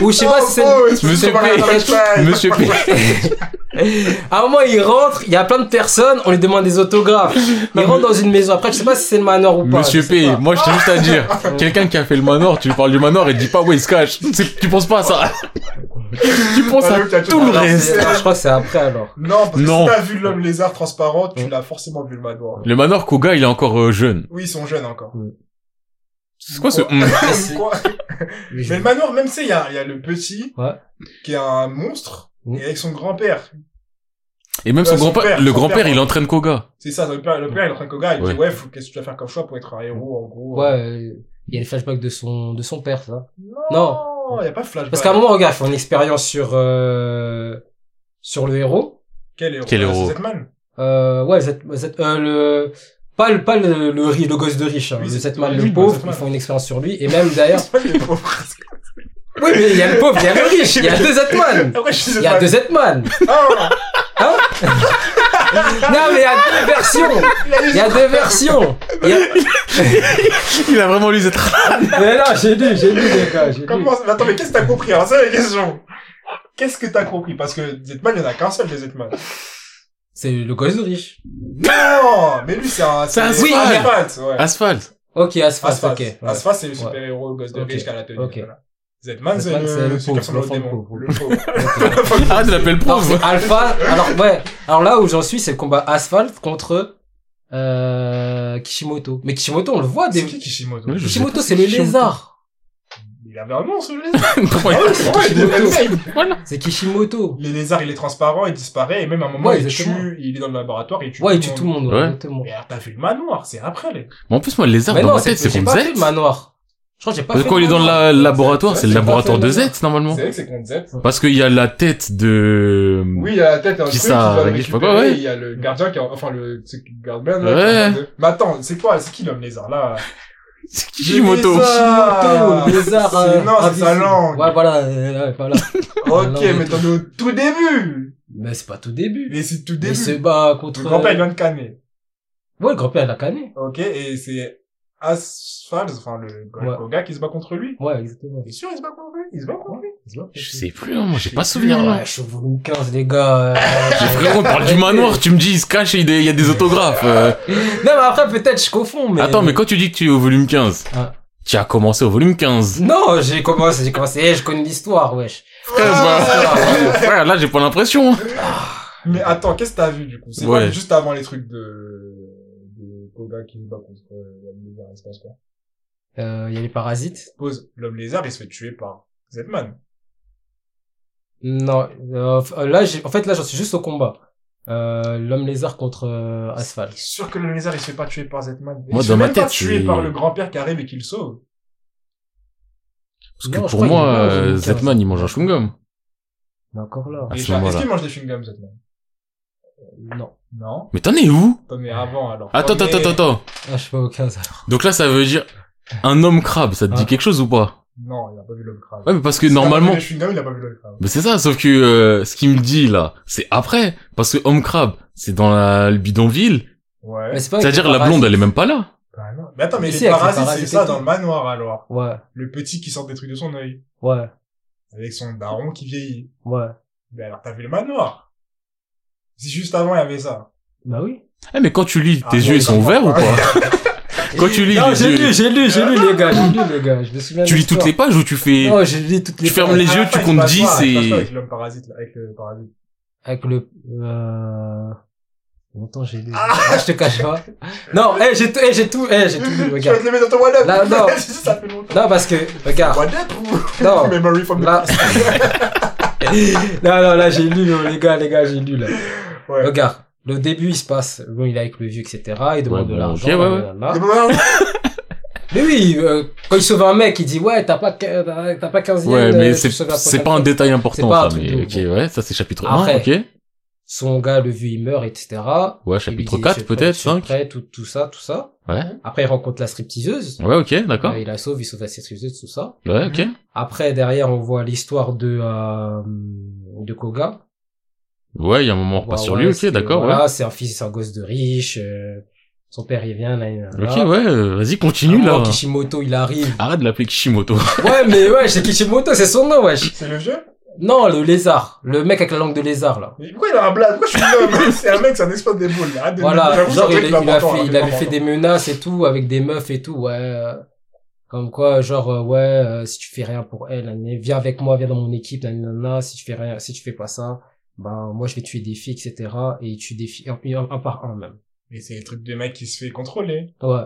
où je sais pas si c'est... Monsieur c'est pas P. la- Monsieur P. À un moment, il rentre, il y a plein de personnes, on lui demande des autographes. Il rentre dans une maison. Après, je sais pas si c'est le manoir ou pas. Monsieur je sais P, pas. moi je tiens juste à dire, quelqu'un qui a fait le manoir, tu lui parles du manoir et te dis pas ouais il se cache. C'est- Tu penses pas à ça. tu penses à Ah, le cas, tu tout le parles. reste. Alors, je crois que c'est après, alors. Non, parce que Non. si t'as vu l'homme lézard transparent, tu Mm. l'as forcément vu le manoir. Le manoir Koga il est encore euh, jeune. Oui, ils sont jeunes encore. C'est quoi ce Quoi hum Merci. Quoi Mais le manoir, même c'est, il y a, il y a le petit, Ouais. qui est un monstre, Mm. et avec son grand-père. Et même son Ouais, son grand-père, père, le son grand-père père. il entraîne Koga. C'est ça, le père, le père, il est en train de Koga, il Ouais. dit, ouais, faut- qu'est-ce que tu vas faire comme choix pour être un héros, en gros. Ouais, euh, il y a le flashback de son, de son père, ça. Non, il y a pas de flashback. Oh. Parce qu'à un moment, regarde, ils font une expérience sur, euh, sur le héros. Quel héros? Ah, Quel héros C'est Zetman. Euh, ouais, Z- Z- euh, le, pas le, pas le, le, ri- le gosse de riche, hein, Oui, le c'est- Zetman, oui, le oui, pauvre, Zetman. ils font une expérience sur lui, et même d'ailleurs, C'est pas le pauvre. oui, mais il y a le pauvre, il y a le riche, il y a deux Zetman! Après, je suis Il y a deux Zetman! Ah, Non, mais il y a deux versions! Il y a deux versions! Il y a- Il a vraiment lu Zetran. Mais là, j'ai lu, j'ai lu, les gars, j'ai lu. Comment, mais attends, mais qu'est-ce que t'as compris? Alors, c'est la question. Qu'est-ce que t'as compris? Parce que Zetman, il y en a qu'un seul des Zetman. Ah, C'est le gosse de riche. Non! Mais lui, c'est un, C'est un Ah, c'est oui, il y a- Asphalt, ouais. Asphalt. Ok, Asphalt, Asphalt, ok. ouais. Asphalt, c'est le Ouais. super-héros gosse de Ok. riche qu'à la télé. Ok. voilà. Zetman, c'est Zetman, c'est le le, pauvre, c'est le personnage l'enfant démon, pauvre. le pauvre. Ah tu l'appelles Alors, pauvre. c'est Alpha. Alors, ouais. Alors là où j'en suis, c'est le combat Asphalt contre, euh, Kishimoto. Mais Kishimoto, on le voit C'est des... qui Kishimoto? Oui, je- Kishimoto, c'est le Kishimoto. lézard. Il avait un nom, ce lézard. Pourquoi il- Ouais, il devait le faire. C'est Kishimoto. Les lézards, il est transparent, il disparaît, et même à un moment, Ouais, il exactement. tue, il est dans le laboratoire, il tue Ouais, il tout tue le tout le monde, ouais, Ouais. exactement. Mais alors, t'as vu le manoir, c'est après, les. Mais en plus moi le lézard Mais dans non, ma tête c'est j'ai contre pas fait le Z. manoir. Je crois que j'ai pas Parce fait que quand il est dans manoir. le laboratoire, C'est- c'est le c'est pas laboratoire fait de le Z normalement. C'est vrai que c'est contre Z. Parce qu'il y a la tête de... Oui, il y a la tête, hein, un Qui truc, ça, il doit le je sais pas récupérer, quoi, ouais. il y a le gardien qui, a- enfin, le, c'est qui garde bien, là. Ouais. qui a- Mais attends, c'est quoi, c'est qui l'homme lézard, là? C'est Kishimoto. Le lézard. Kishimoto, le Ah, lézard. C'est- euh, non, c'est sa invisible. langue. Ouais, voilà, euh, ouais, voilà. Ok, Ah, non, mais mais- t'en es au tout début! Mais c'est pas tout début. Mais c'est tout Il se début. bat Le contre... euh, grand-père, il vient de canner. Ouais, le grand-père, il a canné. Ok, et c'est Asphalt, enfin, le, Ouais. le gars qui se bat contre lui. Ouais, exactement. T'es sûr, il se bat contre lui? Il se bat contre lui? Je sais plus, hein, moi j'ai pas Je sais souvenir plus, là. Ouais, je suis au volume 15, les gars. euh, Mais frérot, on parle du manoir, tu me dis, il se cache et il y a des- il y a des autographes. euh. Non, mais après, peut-être, je confonds, mais... Attends, mais quand tu dis que tu es au volume 15, Ah. tu as commencé au volume 15. Non, j'ai commencé, j'ai commencé, Eh, je connais l'histoire, wesh. Frère, bah, frère, là, j'ai pas l'impression. hein. Mais attends, qu'est-ce que t'as vu, du coup? C'est Ouais. pas juste avant les trucs de, de Koga qui se bat contre euh, l'homme lézard, il se passe quoi? Euh, il y a les parasites. Pause. L'homme lézard, il se fait tuer par Zetman. Non, euh, f- euh, là, j'ai, en fait, là, j'en suis juste au combat. euh, l'homme lézard contre euh, Asphalt. Je suis sûr que le lézard, il se fait pas tuer par Zetman. Moi, il se dans fait ma même pas tête, tuer c'est- par le grand-père qui arrive et qui le sauve. Parce que Non, je pour crois qu'il moi, est mort en euh, 2015. Zetman, il mange un chewing-gum. Il est encore là. À Et ce je- Est-ce moment-là. qu'il mange des chewing-gums, Zetman Euh, Non. Non. Mais t'en es où Attends, mais avant, alors. Attends, Attends, attends, attends, attends. Ah, je suis pas au cas. ça. Donc là, ça veut dire un homme crabe. Ça te dit Ah. quelque chose ou pas Non, il a pas vu l'homme crabe. Ouais, mais parce que Si t'as pas normalement... vu les chewing-gums, il a pas vu l'homme crabe. Mais c'est ça, sauf que euh, ce qu'il me dit là, c'est après. Parce que homme crabe, c'est dans la le bidonville. Ouais. Mais c'est pas C'est-à-dire la blonde, elle est même pas là. Bah, non. Mais attends, mais Mais les si, avec les parasites, c'est parasites ça et dans tout. le manoir, alors. Ouais, Le petit qui sort des trucs de son œil. ouais, Avec son daron qui vieillit. ouais. Mais Ben, alors, t'as vu le manoir? Si juste avant, il y avait ça. Bah oui. Eh mais quand tu lis, Ah, tes bon, yeux bah, ils sont d'accord. ouverts ou pas Quand tu lis, Non, les j'ai yeux- lu, j'ai lu, j'ai lu les gars, j'ai lu les gars. Je me souviens. tu lis toutes les pages ou tu fais Non, j'ai lu toutes les. Tu fermes pages. les À la yeux, fin, tu il comptes passe 10 pas, il passe pas et Avec l'homme parasite, là, avec le parasite. Avec le. Euh... Longtemps j'ai lu. Ah, je te cache pas. Non, eh, j'ai tout, eh, j'ai tout, eh, j'ai tout lu. Tu vas Regarde. te le mettre dans ton one-up! Là, non. ça fait longtemps. Non, parce que regarde. One-up ou? Non. Memory from the Là. non, non, là j'ai lu les gars, les gars, j'ai lu là. Ouais. Regarde, le début il se passe, bon il est avec le vieux, etc. Il demande Ouais, de bon, l'argent. ok, ouais, ouais. blablabla. Memory- Mais oui, euh, quand il sauve un mec, il dit ouais, t'as pas, que- t'as t'as pas 15 Ouais, yens, euh, mais tu c'est sauves la c'est prochaine pas un fois. détail important pas un ça, truc mais de ok, ouf, bon. ouais, ça c'est chapitre 1, Après. ok. Son gars, le vieux, il meurt, etc. Il Ouais, lui chapitre dit, 4 je suis prêt, peut-être, je suis 5. prêt, tout, tout ça, tout ça. Ouais. Après, il rencontre la stripteaseuse. Ouais, ok, d'accord. Euh, Il la sauve, il sauve la stripteaseuse, tout ça. Ouais, ok. hein. Après, derrière, on voit l'histoire de, euh, de Koga. Ouais, il y a un moment on repasse Bah, sur ouais, lui, ok, c'est- d'accord, ouais. Voilà, c'est un fils, c'est un gosse de riche. euh, son père, il vient, là, là, Ok, là. ouais, euh, À vas-y, un continue moment, là. Kishimoto, il arrive. Arrête de l'appeler Kishimoto. ouais, mais ouais, c'est Kishimoto, c'est son nom, wesh. C'est le vieux? Non, le lézard. Le mec avec la langue de lézard, là. Mais pourquoi il a un blaze? Pourquoi je suis un homme? C'est un mec, c'est un expert des boules. Arrête de- Voilà, j'avoue, c'est un genre il, truc il qui a m'entend, fait, hein, il avait qui fait des menaces et tout avec des meufs et tout, ouais. euh, Comme quoi, genre euh, ouais, euh, si tu fais rien pour elle, nanani, viens avec moi, viens dans mon équipe, nanana. Si tu fais rien, si tu fais pas ça, ben moi je vais tuer des filles, etc. Et il tue des filles un, un- un par un même. Mais c'est le truc de mec qui se fait contrôler. Ouais.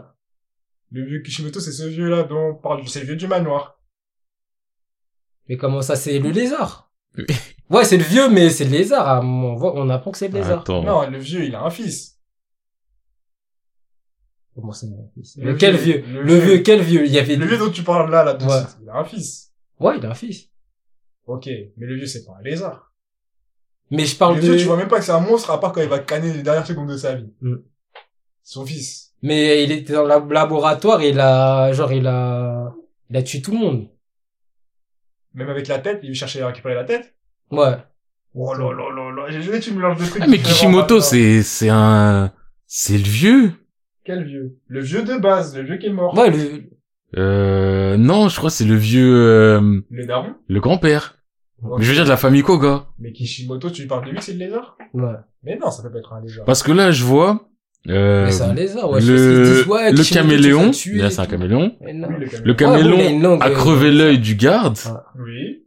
Le vieux Kishimoto, c'est ce vieux-là dont on parle, c'est le vieux du manoir. Mais comment ça, c'est le lézard Ouais, c'est le vieux, mais c'est le lézard. ah, On, voit, on apprend que c'est le lézard. Attends. Non, le vieux, il a un fils. Comment ça, mon fils Le Lequel vieux, vieux, le Le vieux. vieux, quel vieux Il y avait. Le vieux dont tu parles là, là, tout de Ouais. suite, il a un fils. Ouais, il a un fils. Ok, mais le vieux, c'est pas un lézard. Mais je parle Le de. vieux, tu vois même pas que c'est un monstre à part quand il va canner les dernières secondes de sa vie. Mm. Son fils. Mais il était dans le laboratoire et il a, genre, il a, il a tué tout le monde. Même avec la tête, il cherchait à récupérer la tête. Ouais. Oh là là là là, j'ai juré que tu mélanges des trucs. Ah, mais différents, Kishimoto, maintenant. c'est, c'est un, c'est le vieux. Quel vieux Le vieux de base, le vieux qui est mort. Ouais, le, Euh, non, je crois que c'est le vieux, euh, Le daron. le grand-père. Ok. Mais je veux dire de la famille Koga. Mais Kishimoto, tu lui parles de lui, c'est le lézard ouais. Mais non, ça peut pas être un lézard. Parce que là, je vois, euh, Mais c'est un lézard, ouais. Parce qu'ils le, disent, ouais, le Kishimoto, tu caméléon. vas tuer Là, et c'est un tout. caméléon. Mais non. Oui, le Le Ouais, bon, caméléon. il a caméléon une langue, a euh, crevé l'œil du garde Ouais. Oui.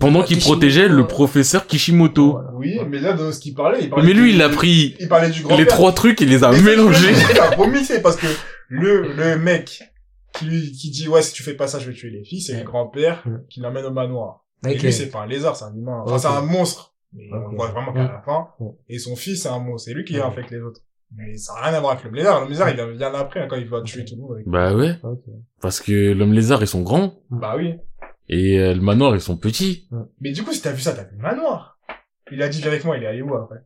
pendant Ouais, qu'il Kishimoto, protégeait le ouais. professeur Kishimoto. Voilà. Oui, Ouais. mais là, dans ce qu'il parlait, il parlait. Mais lui, du- il a pris Il parlait du grand les trois trucs, il les a Ah, Mais c'est- mélangés. Il a vomissé parce que le, le mec qui, lui- qui dit ouais si tu fais pas ça je vais tuer les filles, c'est le grand-père qui l'emmène au manoir. Et Ok. lui c'est pas un lézard, c'est un humain. Enfin Ok. c'est un monstre. Mais on Ok. voit vraiment qu'à la fin. Ouais. Et son fils c'est un monstre, c'est lui qui Ouais. infecte les autres. Mais ça n'a rien à voir avec le lézard. Le lézard il vient- il vient après hein, quand il va tuer tout le monde. avec- Bah ouais. Ok. Parce que l'homme lézard, ils sont grands. Bah oui. Et euh, le manoir, ils sont petits. Mais du coup si t'as vu ça t'as vu le manoir. Il a dit viens avec moi, il est allé où après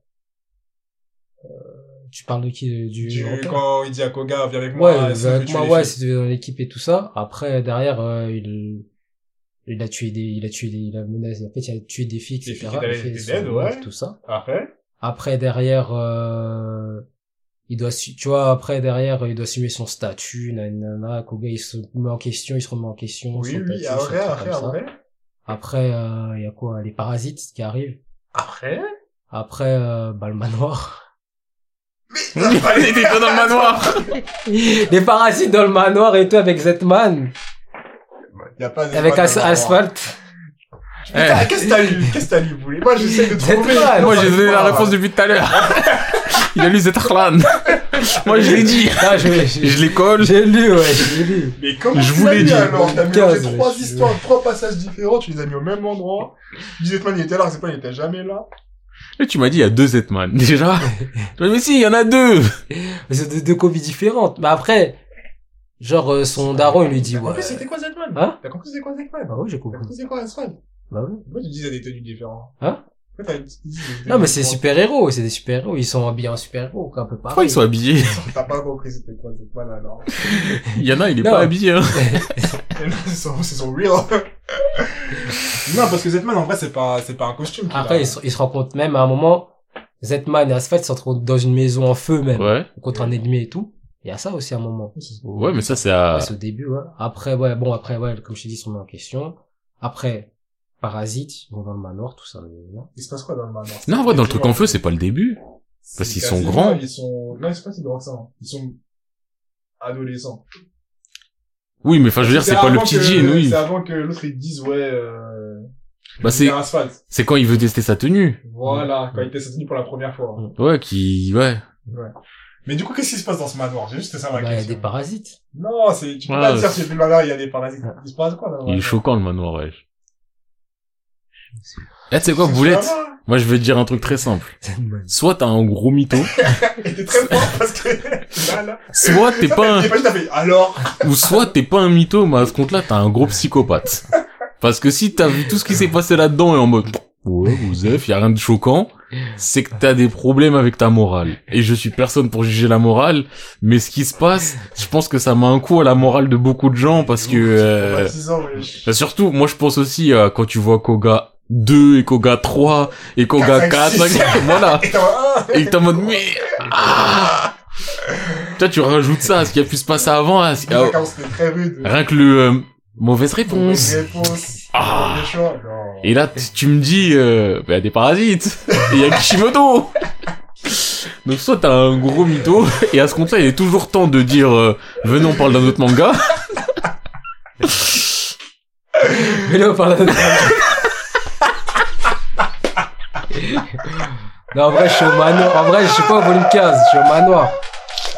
Tu parles de qui? euh, Du, Du- repère Quand il dit à Koga viens avec moi. Ouais, sinon je vais avec tuer moi, les ouais, filles. c'était dans l'équipe et tout ça. Après, derrière, euh, il, il a tué des, il a tué des, il a menacé, en fait, il a tué des filles, Des etc. filles qui il étaient- fait étaient son dead, mélange, Ah, ouais. Tout ça. Après Après derrière, euh, il doit, su- tu vois, après derrière, il doit assumer son statut, nanana, Koga il se met en question, il se remet en question. Oui son oui statut, ah après son truc après ah, comme ça. après. Après, euh, il y a quoi Les parasites qui arrivent. Après Après, euh, bah, le manoir. Mais ça Il fallait- était pas dans le manoir. Les parasites dans le manoir et tout avec Zetman, Y a pas de- avec pas As- de- Asphalt. Putain, qu'est-ce que t'as lu Qu'est-ce que t'as lu, boulet Moi, j'essaie de C'est trouver. toi, Eh, Moi, j'ai donné la réponse depuis tout à l'heure. Il a lu Zetarlan. Moi, je l'ai dit. Ah, je- je- Je les colle. j'ai lu, ouais, j'ai lu. Mais comment Je tu vous l'as l'ai mis, dit. alors T'as mélangé Quinze, trois je- histoires, trois passages différents, tu les as mis au même endroit. Bizetman, il était là, Bizetman, il était jamais là. Là, tu m'as dit, il y a deux Zetman. Déjà. Tu m'as dit, mais si, il y en a deux. Mais C'est deux, deux copies différentes. Mais après, genre, euh, son daron, il lui dit, Bah, T'as ouais. compris c'était quoi Zetman Hein T'as compris c'était quoi Zetman Bah ouais, j'ai T'as compris. compris c'était quoi Zetman Bah ouais. Pourquoi tu disais des tenues différentes Hein Pourquoi t'as- tu dis des tenues Non, mais c'est différentes super-héros, c'est des super-héros. Ils sont habillés en super-héros, un peu pareil. Pourquoi ils sont habillés? T'as pas compris c'était quoi Zetman alors Il y en a, il est Non. pas habillé, hein. c'est son, c'est son real. non, parce que Zetman, en vrai, c'est pas, c'est pas un costume. qu'il a. Après, ils se, ils se rencontrent même à un moment. Zetman et Asphalt se retrouvent dans une maison en feu même, Ouais. contre un ennemi et tout. Il y a ça aussi à un moment. Ouais, mais ça, c'est à... Ouais, c'est au début, ouais. Après, ouais, bon, après, ouais, comme je t'ai dit, ils sont mis en question. Après, Parasite, ils vont dans le manoir, tout ça. blablabla. Il se passe quoi dans le manoir Non, en vrai, dans le truc en feu, c'est pas le début. parce qu'ils sont quasiment- grands. Ils sont, non, ils sont pas si grands que ça. hein. Ils sont adolescents. Oui, mais enfin, je veux dire, c'est pas le avant petit que- jean, oui. C'est avant que l'autre, ils dise, ouais, euh, Bah, c'est, c'est asphalte. c'est quand il veut tester sa tenue. Voilà, quand il était soutenu pour la première fois. Mm. Ouais, qui, ouais. Mais du coup, qu'est-ce qui se passe dans ce manoir? J'ai juste ça Bah, ma il y a question. des Ah, parasites. Non, c'est, tu peux Ouais, pas ouais. dire, si j'ai vu le manoir, il y a des parasites. Ouais. Il se passe quoi, là? Il est choquant, le manoir, ouais. Eh, tu sais quoi, Je suis boulette? là-bas. Moi, je vais te dire un truc très simple. Zetman. Soit t'as un gros mytho, Et t'es hein, très fort parce que, là, là. soit t'es pas un, Il est pas juste à fait, alors, ou soit t'es pas un mytho, mais à ce compte-là, t'as un gros psychopathe. Parce que si t'as vu tout ce qui s'est passé là-dedans et en mode, ouais, Ouzef, y a rien de choquant, c'est que t'as des problèmes avec ta morale. Et je suis personne pour juger la morale, mais ce qui se passe, je pense que ça met un coup à la morale de beaucoup de gens parce que, euh, traumatisant, wesh. Bah, surtout, moi je pense aussi euh, quand tu vois Koga 2 et Koga 3 et Koga 4, Quatre, cinq, six. cinq, voilà. Et t'as, ah, Et que t'es en mode mais ah Toi tu rajoutes ça à ce qui a pu se passer avant. à ce- Ah, à- quand c'était très rude. Rien que le euh, mauvaise réponse. Mauvaise réponse. Ah. Mauvais choix. Non. Et là tu tu me dis euh, bah, des parasites. Et il y a Kishimoto. Donc soit t'as un gros mytho et à ce compte-là il est toujours temps de dire euh, venez on parle d'un autre manga. Mais là, on parle d'un Non, en vrai, je suis au manoir. En vrai, je suis pas au volume 15, je suis au manoir.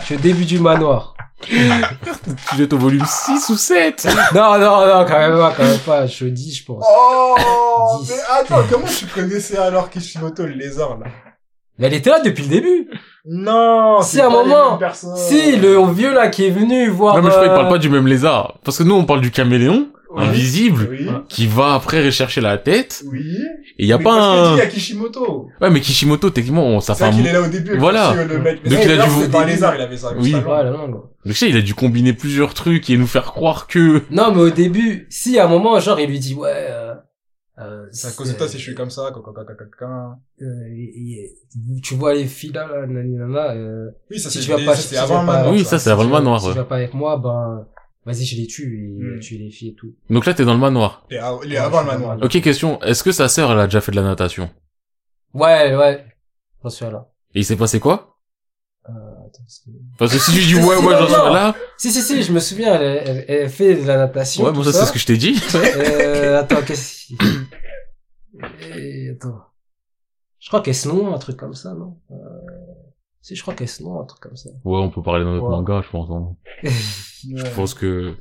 Je suis au début du manoir. Tu dois être au volume 6 ou 7. Non, non, non, quand même pas, quand même pas. Je suis au 10, je pense. Oh, Dix. mais attends, comment tu connaissais alors Kishimoto le lézard, là? Mais elle était là depuis le début. Non, Si, c'est à un pas les moment. mêmes personnes. Si, le vieux là qui est venu voir. Non, mais je crois qu'il euh, parle pas du même lézard. Parce que nous, on parle du caméléon, Oui. Ah, invisible, Ah Oui. qui va après rechercher la tête. Oui. Et il y a Mais pas parce que un... dit, Il y a Kishimoto. Ouais, mais Kishimoto, techniquement, on, ça C'est fait un... ça qu'il mou- est là au début. Voilà. quand tu, euh, Le mec, Donc, il a dû vous- C'est pas un lézard, il avait ça. Oui. Ouais, la langue. Donc, je sais, il a dû combiner plusieurs trucs et nous faire croire que... Non, mais au début, si à un moment, genre, il lui dit, ouais, euh, euh, C'est à cause de toi si je suis comme ça, Ah, quoi, quoi, quoi, quoi, quoi, quoi. euh, il- il- tu vois les filles là, là, nanana, euh, Oui, ça Si c'est tu vas les- pas- ça, si c'est tu vas avant pas- maintenant, oui, tu ça, vois. c'est avant le tu- manoir. Si tu ouais. vas pas avec moi, ben, vas-y, je les tue, et Hmm. tu les filles et tout. Donc là, t'es dans le manoir. Il est av- il est Ouais, avant je le suis manoir. avant Ok, question. Est-ce que sa sœur, elle a déjà fait de la natation Ouais, ouais. J'en suis là. Et il s'est passé quoi Attends, c'est- Parce que si tu dis ouais, ouais, j'en suis là... si, si, si, je me souviens, elle, elle- elle fait de la natation. Ouais, bon, tout ça, c'est ce que je t'ai dit. Euh, attends, qu'est-ce qu'il Euh, Attends. Je crois qu'elle se noie, un truc comme ça, non euh... Si, je crois qu'elle se noie, un truc comme ça. Ouais, on peut parler d'un autre Ouais. manga, je pense. hein. Je pense que...